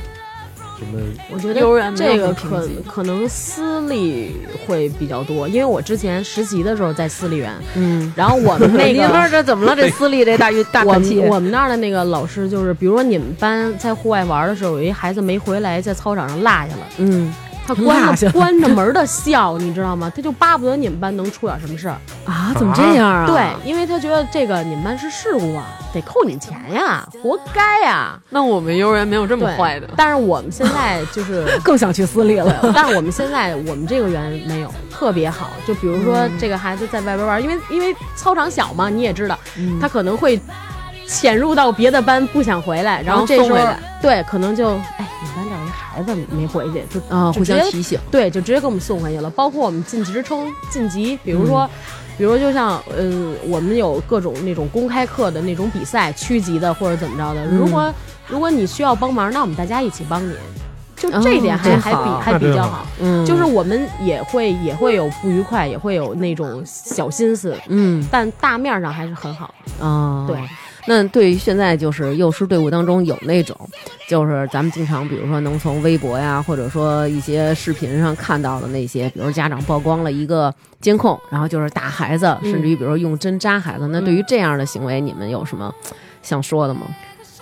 [SPEAKER 3] 什么？
[SPEAKER 5] 我觉
[SPEAKER 8] 幼儿园
[SPEAKER 5] 得
[SPEAKER 8] 没
[SPEAKER 5] 这
[SPEAKER 8] 有
[SPEAKER 5] 个
[SPEAKER 8] 评
[SPEAKER 5] 可
[SPEAKER 8] 级
[SPEAKER 5] 可能私立会比较多，因为我之前实习的时候在私立园，
[SPEAKER 4] 嗯，
[SPEAKER 5] 然后我们 那个
[SPEAKER 4] 这怎么了？这私立这 大运大
[SPEAKER 5] 我
[SPEAKER 4] 口
[SPEAKER 5] 们
[SPEAKER 4] 气，
[SPEAKER 5] 我们那儿的那个老师就是，比如说你们班在户外玩的时候，有一孩子没回来，在操场上落下了，
[SPEAKER 4] 嗯
[SPEAKER 5] 他关
[SPEAKER 4] 落下
[SPEAKER 5] 着
[SPEAKER 4] 了
[SPEAKER 5] 关着门儿的笑，你知道吗？他就巴不得你们班能出点什么事儿，
[SPEAKER 4] 啊，怎么这样啊？
[SPEAKER 5] 对，因为他觉得这个你们班是事故啊，得扣你钱呀，活该呀，
[SPEAKER 8] 那我们幼儿园没有这么
[SPEAKER 5] 对
[SPEAKER 8] 坏的。
[SPEAKER 5] 但是我们现在就是
[SPEAKER 4] 更想去私立了。
[SPEAKER 5] 但是我们现在我们这个园没有特别好，就比如说这个孩子在外边玩，因为因为操场小嘛，你也知道，他可能会潜入到别的班，不想回来，然后
[SPEAKER 8] 后
[SPEAKER 5] 这时
[SPEAKER 8] 送
[SPEAKER 5] 候
[SPEAKER 8] 回来
[SPEAKER 5] 对，可能就哎，你们班这有一孩子没回去，就
[SPEAKER 4] 啊，
[SPEAKER 5] 就
[SPEAKER 4] 互相
[SPEAKER 5] 直接
[SPEAKER 4] 提醒，
[SPEAKER 5] 对，就直接给我们送回去了。包括我们进职称、晋级，比如说，比如就像呃，我们有各种那种公开课的那种比赛，区级的或者怎么着的。如果、如果你需要帮忙，那我们大家一起帮你，就
[SPEAKER 4] 哦
[SPEAKER 5] 这点还、
[SPEAKER 4] 真
[SPEAKER 5] 还比
[SPEAKER 4] 好
[SPEAKER 5] 还
[SPEAKER 3] 那
[SPEAKER 5] 比
[SPEAKER 3] 真
[SPEAKER 5] 较
[SPEAKER 3] 好
[SPEAKER 5] 好。
[SPEAKER 4] 嗯，
[SPEAKER 5] 就是我们也会也会有不愉快，也会有那种小心思，
[SPEAKER 4] 嗯
[SPEAKER 5] 但大面上还是很好。
[SPEAKER 4] 啊，
[SPEAKER 5] 对，
[SPEAKER 4] 那对于现在就是幼师队伍当中有那种，就是咱们经常比如说能从微博呀，或者说一些视频上看到的那些，比如家长曝光了一个监控，然后就是打孩子，甚至于比如说用针扎孩子。那对于这样的行为，你们有什么想说的吗？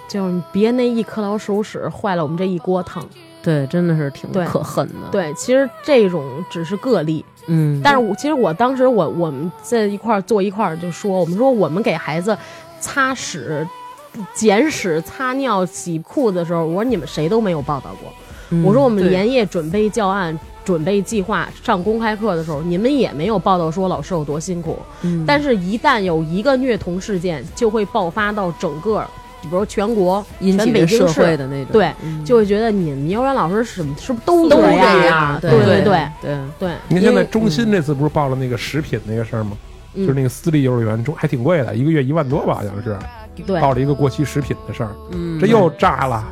[SPEAKER 5] 就是你别那一颗老鼠屎坏了我们这一锅汤。
[SPEAKER 4] 对，真的是挺
[SPEAKER 5] 对
[SPEAKER 4] 可恨的。，
[SPEAKER 5] 对，其实这种只是个例，
[SPEAKER 4] 嗯，
[SPEAKER 5] 但是我其实我当时我我们在一块儿坐一块儿就说，我们说我们给孩子擦屎、捡屎、擦尿、洗裤子的时候，我说你们谁都没有报道过。我说我们
[SPEAKER 8] 对
[SPEAKER 5] 连夜准备教案、准备计划上公开课的时候，你们也没有报道说老师有多辛苦。
[SPEAKER 4] 嗯
[SPEAKER 5] 但是，一旦有一个虐童事件，就会爆发到整个，比如说全国、
[SPEAKER 4] 引
[SPEAKER 5] 全
[SPEAKER 4] 起
[SPEAKER 5] 北
[SPEAKER 4] 了
[SPEAKER 5] 京
[SPEAKER 4] 社
[SPEAKER 5] 市
[SPEAKER 4] 会的那种，
[SPEAKER 5] 对，
[SPEAKER 4] 嗯
[SPEAKER 5] 就会觉得你们幼儿园老师是是不是都
[SPEAKER 4] 都
[SPEAKER 5] 这
[SPEAKER 4] 这
[SPEAKER 5] 样
[SPEAKER 4] 样，
[SPEAKER 5] 儿？对
[SPEAKER 4] 对
[SPEAKER 5] 对
[SPEAKER 4] 对，
[SPEAKER 5] 对。
[SPEAKER 3] 你看现
[SPEAKER 5] 因
[SPEAKER 3] 在
[SPEAKER 5] 为
[SPEAKER 3] 中
[SPEAKER 4] 嗯
[SPEAKER 3] 心这次不是报了那个食品那个事儿吗？
[SPEAKER 5] 嗯
[SPEAKER 3] 就是那个私立幼儿园中还挺贵的，一个月一万多吧，好像是
[SPEAKER 5] 对
[SPEAKER 3] 报了一个过期食品的事儿，
[SPEAKER 4] 嗯
[SPEAKER 3] 这又炸了。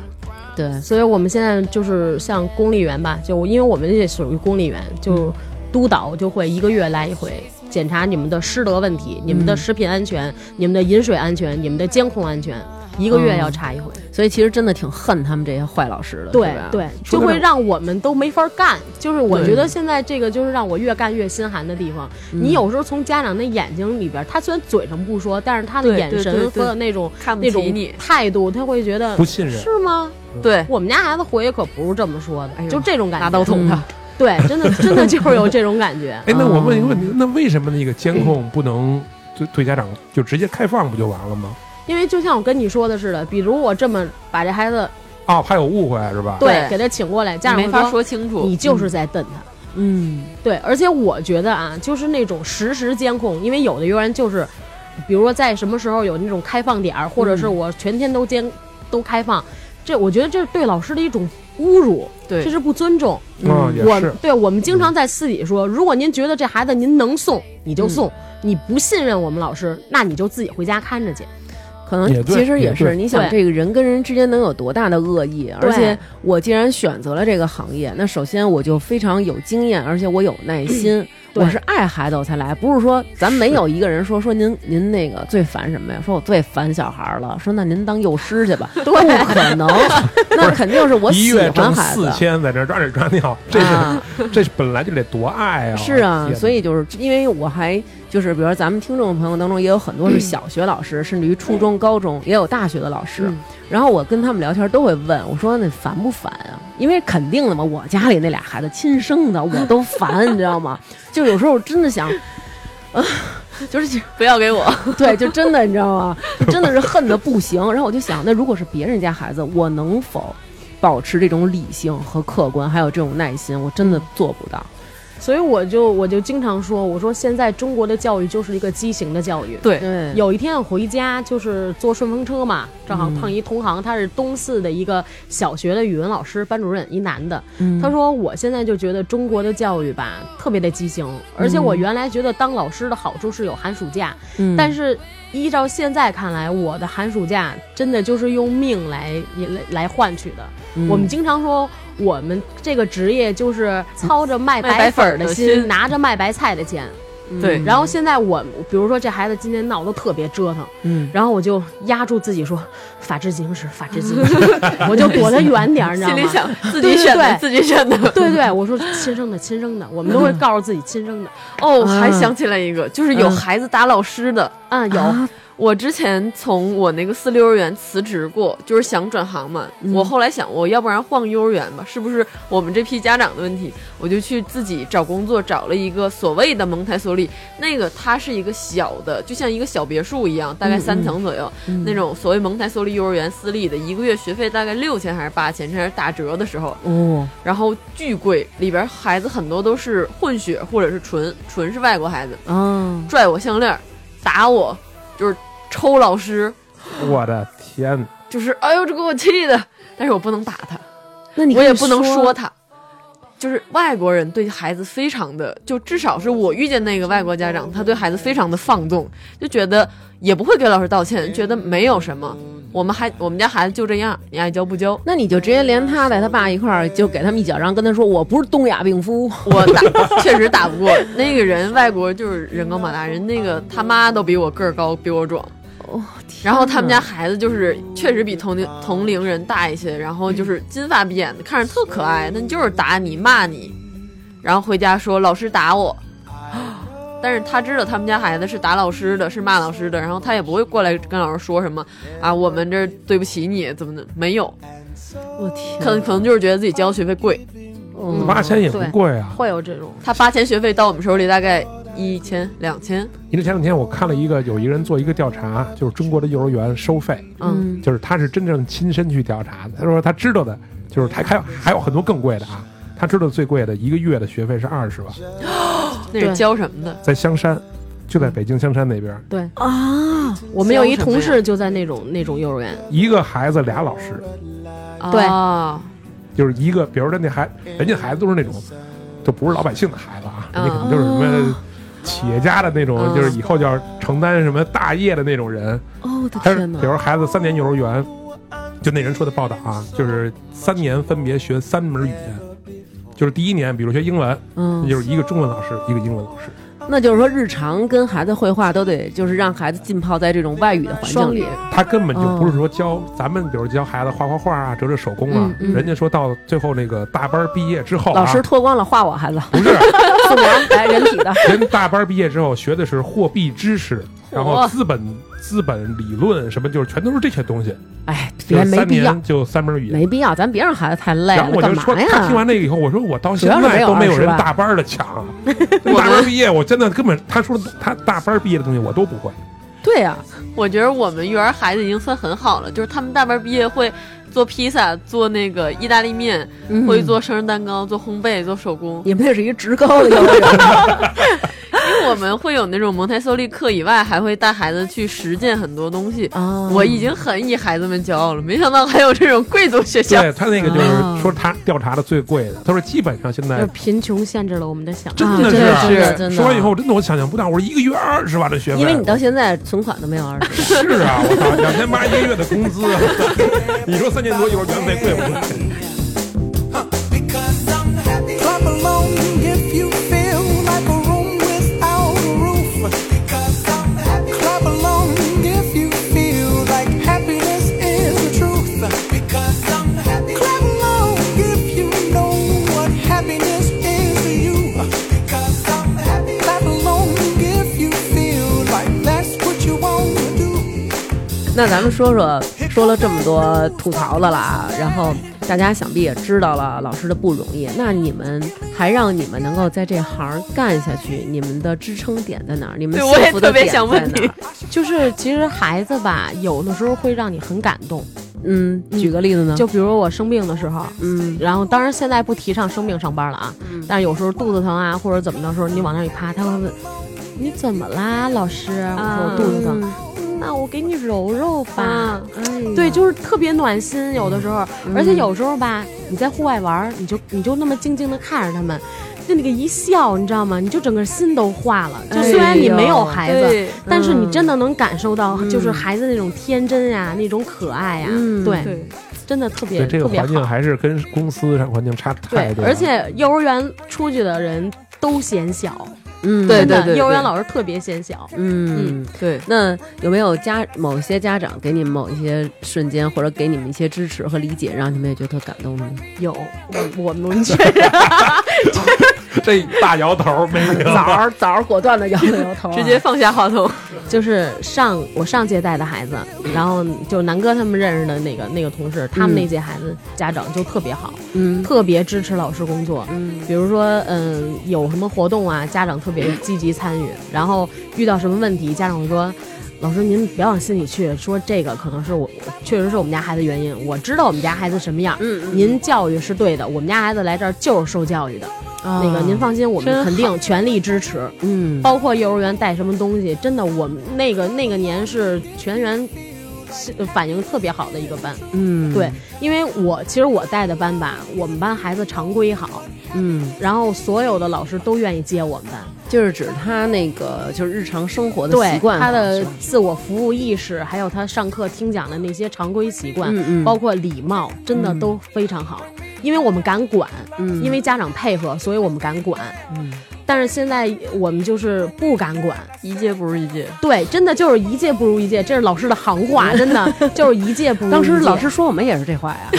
[SPEAKER 4] 对，
[SPEAKER 5] 所以我们现在就是像公立园吧，就因为我们也属于公立园，
[SPEAKER 8] 嗯
[SPEAKER 5] 就督导就会一个月来一回检查你们的师德问题、你们的食品安全、你们的饮水安全、你们的监控安全，一个月要查一回。
[SPEAKER 8] 嗯
[SPEAKER 4] 所以其实真的挺恨他们这些坏老师的，
[SPEAKER 5] 对
[SPEAKER 4] 是吧
[SPEAKER 5] 对，就
[SPEAKER 3] 说得
[SPEAKER 5] 会
[SPEAKER 3] 对
[SPEAKER 5] 让我们都没法干。就是我
[SPEAKER 8] 对
[SPEAKER 5] 觉得现在这个就是让我越干越心寒的地方。
[SPEAKER 8] 嗯
[SPEAKER 5] 你有时候从家长的眼睛里边，他虽然嘴上不说，但是他的
[SPEAKER 8] 对
[SPEAKER 5] 眼
[SPEAKER 8] 对对
[SPEAKER 5] 神
[SPEAKER 8] 对
[SPEAKER 5] 和那种
[SPEAKER 8] 看不
[SPEAKER 5] 那
[SPEAKER 8] 起
[SPEAKER 5] 种
[SPEAKER 8] 你
[SPEAKER 5] 态度，他会觉得
[SPEAKER 3] 不信任
[SPEAKER 5] 是吗？
[SPEAKER 3] 嗯。
[SPEAKER 8] 对，
[SPEAKER 5] 我们家孩子回去可不是这么说的，
[SPEAKER 8] 哎呦
[SPEAKER 5] 就这种感觉。
[SPEAKER 8] 拿刀捅他。嗯
[SPEAKER 4] 嗯
[SPEAKER 5] 对，真 的真的就是有这种感觉
[SPEAKER 3] 哎，那我问一个
[SPEAKER 4] 嗯
[SPEAKER 3] 问题，那为什么那个监控不能对对家长就直接开放不就完了吗？
[SPEAKER 5] 因为就像我跟你说的似的，比如我这么把这孩子
[SPEAKER 3] 啊，怕有误会是吧？
[SPEAKER 5] 对
[SPEAKER 8] 对
[SPEAKER 5] 给他请过来，家长
[SPEAKER 8] 没
[SPEAKER 5] 会
[SPEAKER 8] 法说清楚
[SPEAKER 5] 你。就是在瞪他。
[SPEAKER 4] 嗯。
[SPEAKER 5] 对，而且我觉得啊，就是那种实时监控，因为有的幼儿园就是，比如说在什么时候有那种开放点儿，或者是我全天都监都开放，这我觉得这是对老师的一种侮辱，
[SPEAKER 8] 对
[SPEAKER 5] 这是不尊重。
[SPEAKER 4] 嗯
[SPEAKER 3] 啊，也
[SPEAKER 5] 我
[SPEAKER 3] 是。
[SPEAKER 5] 对我们经常在私底说，如果您觉得这孩子您能送，你就
[SPEAKER 4] 嗯
[SPEAKER 5] 送；你不信任我们老师，那你就自己回家看着去。
[SPEAKER 4] 可
[SPEAKER 3] 也
[SPEAKER 4] 能
[SPEAKER 3] 对
[SPEAKER 4] 其实
[SPEAKER 3] 也
[SPEAKER 4] 也是，
[SPEAKER 3] 对
[SPEAKER 4] 你想
[SPEAKER 5] 对
[SPEAKER 4] 这个人跟人之间能有多大的恶意？而且我既然选择了这个行业，那首先我就非常有经验，而且我有耐心，
[SPEAKER 5] 对
[SPEAKER 4] 我是爱孩子我才来，不是说咱没有一个人说说您您那个最烦什么呀？说我最烦小孩儿了，说那您当幼师去 吧，不可能，那肯定是我
[SPEAKER 3] 一
[SPEAKER 4] 喜
[SPEAKER 3] 月挣
[SPEAKER 4] 欢孩
[SPEAKER 3] 四
[SPEAKER 4] 子。
[SPEAKER 3] 千，在这儿抓屎抓尿，这
[SPEAKER 4] 啊
[SPEAKER 3] 是这是本来就得多爱啊！
[SPEAKER 4] 是啊
[SPEAKER 3] 天，哪
[SPEAKER 4] 所以就是因为我还就是，比如说咱们听众朋友当中也有很多是 小学老师，甚至于初中、高中也有大学的老师。
[SPEAKER 3] 嗯
[SPEAKER 4] 然后我跟他们聊天都会问我说：“那烦不烦啊？”因为肯定的嘛，我家里那俩孩子亲生的，我都烦，你知道吗？就有时候真的想。就是
[SPEAKER 8] 嗯不要 给我。
[SPEAKER 4] 对，就真的你知道 吗？就真的是恨得不行。然后我就想，那如果是别人家孩子，我能否保持这种理性和客观，还有这种耐心？我真的做不到。
[SPEAKER 5] 所以我就我就经常说，我说现在中国的教育就是一个畸形的教育。
[SPEAKER 8] 对，
[SPEAKER 4] 对，
[SPEAKER 5] 有一天我回家就是坐顺风车嘛，正好碰一同行，他是东四的一个小学的语文老师，班主任，一男的。他说我现在就觉得中国的教育吧特别的畸形，而且我原来觉得当老师的好处是有寒暑假，
[SPEAKER 4] 嗯
[SPEAKER 5] 但是依照现在看来，我的寒暑假真的就是用命来来来换取的。我们经常说，我们这个职业就是操着卖
[SPEAKER 8] 卖白
[SPEAKER 5] 白粉
[SPEAKER 8] 粉
[SPEAKER 5] 儿
[SPEAKER 8] 儿
[SPEAKER 5] 的
[SPEAKER 8] 的
[SPEAKER 5] 心，
[SPEAKER 8] 心嗯
[SPEAKER 5] 拿着卖白菜的钱。
[SPEAKER 8] 对，
[SPEAKER 5] 然后现在我，比如说这孩子今天闹得特别折腾，
[SPEAKER 4] 嗯，
[SPEAKER 5] 然后我就压住自己说，法治进行时，法治进行时，我就躲他远点儿，你知道
[SPEAKER 8] 心里
[SPEAKER 5] 吗？
[SPEAKER 8] 想 自己选的，
[SPEAKER 5] 对对对
[SPEAKER 8] 自己选的。
[SPEAKER 5] 对对，我说亲生的，亲生的，我们都会告诉自己亲生的。
[SPEAKER 8] 哦，
[SPEAKER 4] 啊
[SPEAKER 8] 还想起来一个，就是有
[SPEAKER 4] 嗯
[SPEAKER 8] 孩子打老师的。
[SPEAKER 5] 啊，有，
[SPEAKER 8] 嗯我之前从我那个四幼儿园辞职过，就是想转行嘛。我后来想，我要不然换个幼儿园吧，是不是我们这批家长的问题？我就去自己找工作，找了一个所谓的蒙台梭利，那个它是一个小的，就像一个小别墅一样，大概三层左右、那种所谓蒙台梭利幼儿园私立的，一个月学费大概六千还是八千，这还是打折的时候。
[SPEAKER 4] 哦，
[SPEAKER 8] 然后巨贵，里边孩子很多都是混血或者是纯纯是外国孩子，
[SPEAKER 4] 啊，
[SPEAKER 8] 拽我项链儿，打我，就是抽老师，
[SPEAKER 3] 我的天，
[SPEAKER 8] 就是哎呦这给我气的， 但是我不能打他，
[SPEAKER 4] 那你
[SPEAKER 8] 我
[SPEAKER 4] 可以
[SPEAKER 8] 也不能
[SPEAKER 4] 说
[SPEAKER 8] 说他。就是外国人对孩子非常的，就至少是我遇见那个外国家长，他对孩子非常的放纵，就觉得也不会给老师道歉，觉得没有什么，我们还我们家孩子就这样，你爱教不教，
[SPEAKER 4] 那你就直接连他带他爸一块儿，就给他们一脚，然后跟他说：“我不是东亚病夫。
[SPEAKER 8] 我打确实打不过那个人，外国就是人高马大，人那个他妈都比我个儿高，比我壮。
[SPEAKER 4] 哦”天
[SPEAKER 8] 然后他们
[SPEAKER 4] 哪
[SPEAKER 8] 家孩子就是确实比同龄同龄人大一些，然后
[SPEAKER 4] 嗯
[SPEAKER 8] 就是金发碧眼的，看着特可爱，但就是打你骂你，然后回家说老师打我。但是他知道他们家孩子是打老师的，是骂老师的，然后他也不会过来跟老师说什么啊，我们这儿对不起你怎么的，没有，
[SPEAKER 4] 我天，
[SPEAKER 8] 可能可能就是觉得自己交学费贵，
[SPEAKER 4] 嗯
[SPEAKER 3] 八千也不贵啊。
[SPEAKER 5] 会有这种。
[SPEAKER 8] 他八千学费到我们手里大概一千两千，
[SPEAKER 3] 因为前两天我看了一个，有一个人做一个调查，就是中国的幼儿园收费，
[SPEAKER 8] 嗯，
[SPEAKER 3] 就是他是真正亲身去调查的。他说他知道的，就是他还有还有很多更贵的啊。他知道最贵的一个月的学费是二十万，
[SPEAKER 8] 那是
[SPEAKER 5] 对
[SPEAKER 8] 教什么的？
[SPEAKER 3] 在香山，就在北京香山那边，
[SPEAKER 5] 对，
[SPEAKER 4] 啊，
[SPEAKER 5] 我们有一
[SPEAKER 8] 教什么
[SPEAKER 5] 同
[SPEAKER 8] 呀
[SPEAKER 5] 事就在那种那种幼儿园，
[SPEAKER 3] 一个孩子俩老师，
[SPEAKER 5] 对
[SPEAKER 8] 啊
[SPEAKER 3] 就是一个，比如说那孩人家孩子都是那种，就不是老百姓的孩子啊，
[SPEAKER 8] 嗯
[SPEAKER 3] 人家可能就是什么企业家的那种，
[SPEAKER 8] 嗯
[SPEAKER 3] 就是以后就要承担什么大业的那种人。
[SPEAKER 4] 哦我的
[SPEAKER 3] 他是
[SPEAKER 4] 天
[SPEAKER 3] 比
[SPEAKER 4] 哪，
[SPEAKER 3] 如孩子三年幼儿园，就那人说的报道啊，就是三年分别学三门语言，就是第一年比如学英文，那
[SPEAKER 4] 嗯，
[SPEAKER 3] 就是一个中文老师，一个英文老师。
[SPEAKER 4] 那就是说日常跟孩子绘画都得就是让孩子浸泡在这种外语的环境
[SPEAKER 5] 双
[SPEAKER 4] 里
[SPEAKER 5] 语，
[SPEAKER 3] 他根本就不
[SPEAKER 4] 嗯
[SPEAKER 3] 是说教咱们，比如教孩子画画画啊，折折手工啊，
[SPEAKER 5] 嗯嗯
[SPEAKER 3] 人家说到最后那个大班毕业之后、啊，
[SPEAKER 4] 老师脱光了画我 孩子，
[SPEAKER 3] 不是。
[SPEAKER 4] 送我来人体的，
[SPEAKER 3] 人大班毕业之后学的是货币知识，然后资本资本理论什么，就是全都是这些东西。
[SPEAKER 4] 哎，
[SPEAKER 3] 就
[SPEAKER 4] 别
[SPEAKER 3] 是
[SPEAKER 4] 没
[SPEAKER 3] 三
[SPEAKER 4] 必要
[SPEAKER 3] 年，就三门语言。
[SPEAKER 4] 没必要，咱别让孩子太
[SPEAKER 5] 哎
[SPEAKER 4] 累
[SPEAKER 3] 然后
[SPEAKER 4] 了，
[SPEAKER 3] 我
[SPEAKER 4] 干
[SPEAKER 3] 就说，
[SPEAKER 4] 嘛
[SPEAKER 3] 他听
[SPEAKER 4] 呀？
[SPEAKER 3] 完那个以后，我说我到现
[SPEAKER 4] 主要是
[SPEAKER 3] 在
[SPEAKER 4] 没有
[SPEAKER 3] 都没有
[SPEAKER 4] 20
[SPEAKER 3] 人
[SPEAKER 4] 万
[SPEAKER 3] 大班的强。大班毕业，我真的根本他说的他大班毕业的东西我都不会。
[SPEAKER 4] 对呀，
[SPEAKER 8] 我觉得我们幼儿孩子已经算很好了，就是他们大班毕业会做披萨、做那个意大利面，
[SPEAKER 4] 嗯
[SPEAKER 8] 会做生日蛋糕、做烘焙、做手工。
[SPEAKER 4] 你们这是一职高的幼儿 园，
[SPEAKER 8] 因 为我们会有那种蒙台梭利课以外，还会带孩子去实践很多东西。
[SPEAKER 4] 啊
[SPEAKER 8] 我已经很以孩子们骄傲了，没想到还有这种贵族学 校。
[SPEAKER 3] 对他那个就
[SPEAKER 4] 啊
[SPEAKER 3] 是说他调查的最贵的，他说基本上现
[SPEAKER 5] 就是
[SPEAKER 3] 在
[SPEAKER 5] 贫穷限制了我们的想象。
[SPEAKER 3] 真的
[SPEAKER 4] 真
[SPEAKER 5] 啊
[SPEAKER 4] 的啊
[SPEAKER 8] 真
[SPEAKER 3] 是
[SPEAKER 8] 的
[SPEAKER 4] 真的
[SPEAKER 3] 说完以后，真的我想象不到，我说一个月二十万的学费，
[SPEAKER 4] 因为你到现在存款都没有二 十，
[SPEAKER 3] 是啊，我操，两千八一个月的工资，你说三千多幼儿园费贵不贵？
[SPEAKER 7] Because I'm happy. Clap along if you feel like a room without a roof. Because I'm happy. Clap along if you feel like happiness is the truth. Because I'm happy. Clap along if you know what happiness is to you. Because I'm happy. Clap along if you feel like that's what you want to do.
[SPEAKER 4] 那咱们说说，说了这么多吐槽的啦，然后大家想必也知道了老师的不容易。那你们还让你们能够在这行儿干下去，你们的支撑点在哪儿？你们
[SPEAKER 8] 对我也
[SPEAKER 4] 幸福的
[SPEAKER 8] 特别
[SPEAKER 4] 点
[SPEAKER 8] 想问
[SPEAKER 4] 在哪
[SPEAKER 8] 你
[SPEAKER 4] 儿
[SPEAKER 5] 就是其实孩子吧，有的时候会让你很感动。
[SPEAKER 4] 嗯，
[SPEAKER 5] 嗯
[SPEAKER 4] 举个例子呢？
[SPEAKER 5] 就比如我生病的时候，
[SPEAKER 4] 嗯
[SPEAKER 5] 然后当然现在不提倡生病上班了啊，
[SPEAKER 4] 嗯
[SPEAKER 5] 但是有时候肚子疼啊或者怎么着时候，你往那儿一趴，他会问你怎么啦，老师？我说我肚子疼，那我给你揉揉吧。哎
[SPEAKER 8] 啊
[SPEAKER 5] 嗯对，就是特别暖心，有的时候，而且有时候吧，你在户外玩儿，你就你就那么静静的看着他们，就那个一笑，你知道吗？你就整个心都化了。就虽然你没有孩子，
[SPEAKER 8] 对
[SPEAKER 5] 但是你真的能感受到，就是孩子那种天真呀、那种可爱呀、
[SPEAKER 4] 嗯
[SPEAKER 5] 对，
[SPEAKER 8] 对，
[SPEAKER 5] 真的特别
[SPEAKER 3] 对这个
[SPEAKER 5] 特别
[SPEAKER 3] 环境
[SPEAKER 5] 好。
[SPEAKER 3] 还是跟公司上环境差太
[SPEAKER 5] 对
[SPEAKER 3] 多，了。
[SPEAKER 5] 而且幼儿园出去的人都显小，
[SPEAKER 4] 嗯，
[SPEAKER 8] 对
[SPEAKER 5] 真的幼儿
[SPEAKER 8] 对
[SPEAKER 5] 园老师特别显小。
[SPEAKER 4] 嗯。
[SPEAKER 8] 对，
[SPEAKER 4] 那有没有家某些家长给你们某一些瞬间，或者给你们一些支持和理解，让你们也觉得特感动呢？
[SPEAKER 5] 有我我们确实
[SPEAKER 3] 这大摇头没明
[SPEAKER 4] 枣
[SPEAKER 3] 白。
[SPEAKER 4] 儿枣儿果断的摇了摇头啊、
[SPEAKER 8] 直接放下话筒，
[SPEAKER 5] 就是上我上届带的孩子，然后就南哥他们认识的那个那个同事，他们那届孩子家长就特别好，
[SPEAKER 4] 嗯
[SPEAKER 5] 特别支持老师工作。
[SPEAKER 4] 嗯
[SPEAKER 5] 比如说，嗯，有什么活动啊，家长特别积极参与。然后遇到什么问题，家长会说：“老师，您别往心里去，说这个可能是我，确实是我们家孩子原因。我知道我们家孩子什么样，
[SPEAKER 4] 嗯
[SPEAKER 5] 您教育是对的，我们家孩子来这儿就是受教育的。
[SPEAKER 4] 啊
[SPEAKER 5] 那个您放心，我
[SPEAKER 8] 真
[SPEAKER 5] 们肯定全力支持。
[SPEAKER 4] 嗯
[SPEAKER 5] 包括幼儿园带什么东西，真的，我们那个那个年是全员是呃反应特别好的一个班。
[SPEAKER 4] 嗯
[SPEAKER 5] 对，因为我其实我带的班吧，我们班孩子常规好，
[SPEAKER 4] 嗯，
[SPEAKER 5] 然后所有的老师都愿意接我们班。
[SPEAKER 4] 就是指他那个就是日常生活的
[SPEAKER 5] 对
[SPEAKER 4] 习惯，啊
[SPEAKER 5] 他的自我服务意识，还有他上课听讲的那些常规习惯，
[SPEAKER 4] 嗯嗯
[SPEAKER 5] 包括礼貌，真的都非常好。因为我们敢管，
[SPEAKER 4] 嗯
[SPEAKER 5] 因为家长配合，所以我们敢管。
[SPEAKER 4] 嗯
[SPEAKER 5] 但是现在我们就是不敢管，
[SPEAKER 8] 一届不如一届。
[SPEAKER 5] 对，真的就是一届不如一届，这是老师的行话，真的就是一届不如一届。
[SPEAKER 4] 当时老师说我们也是这话 呀，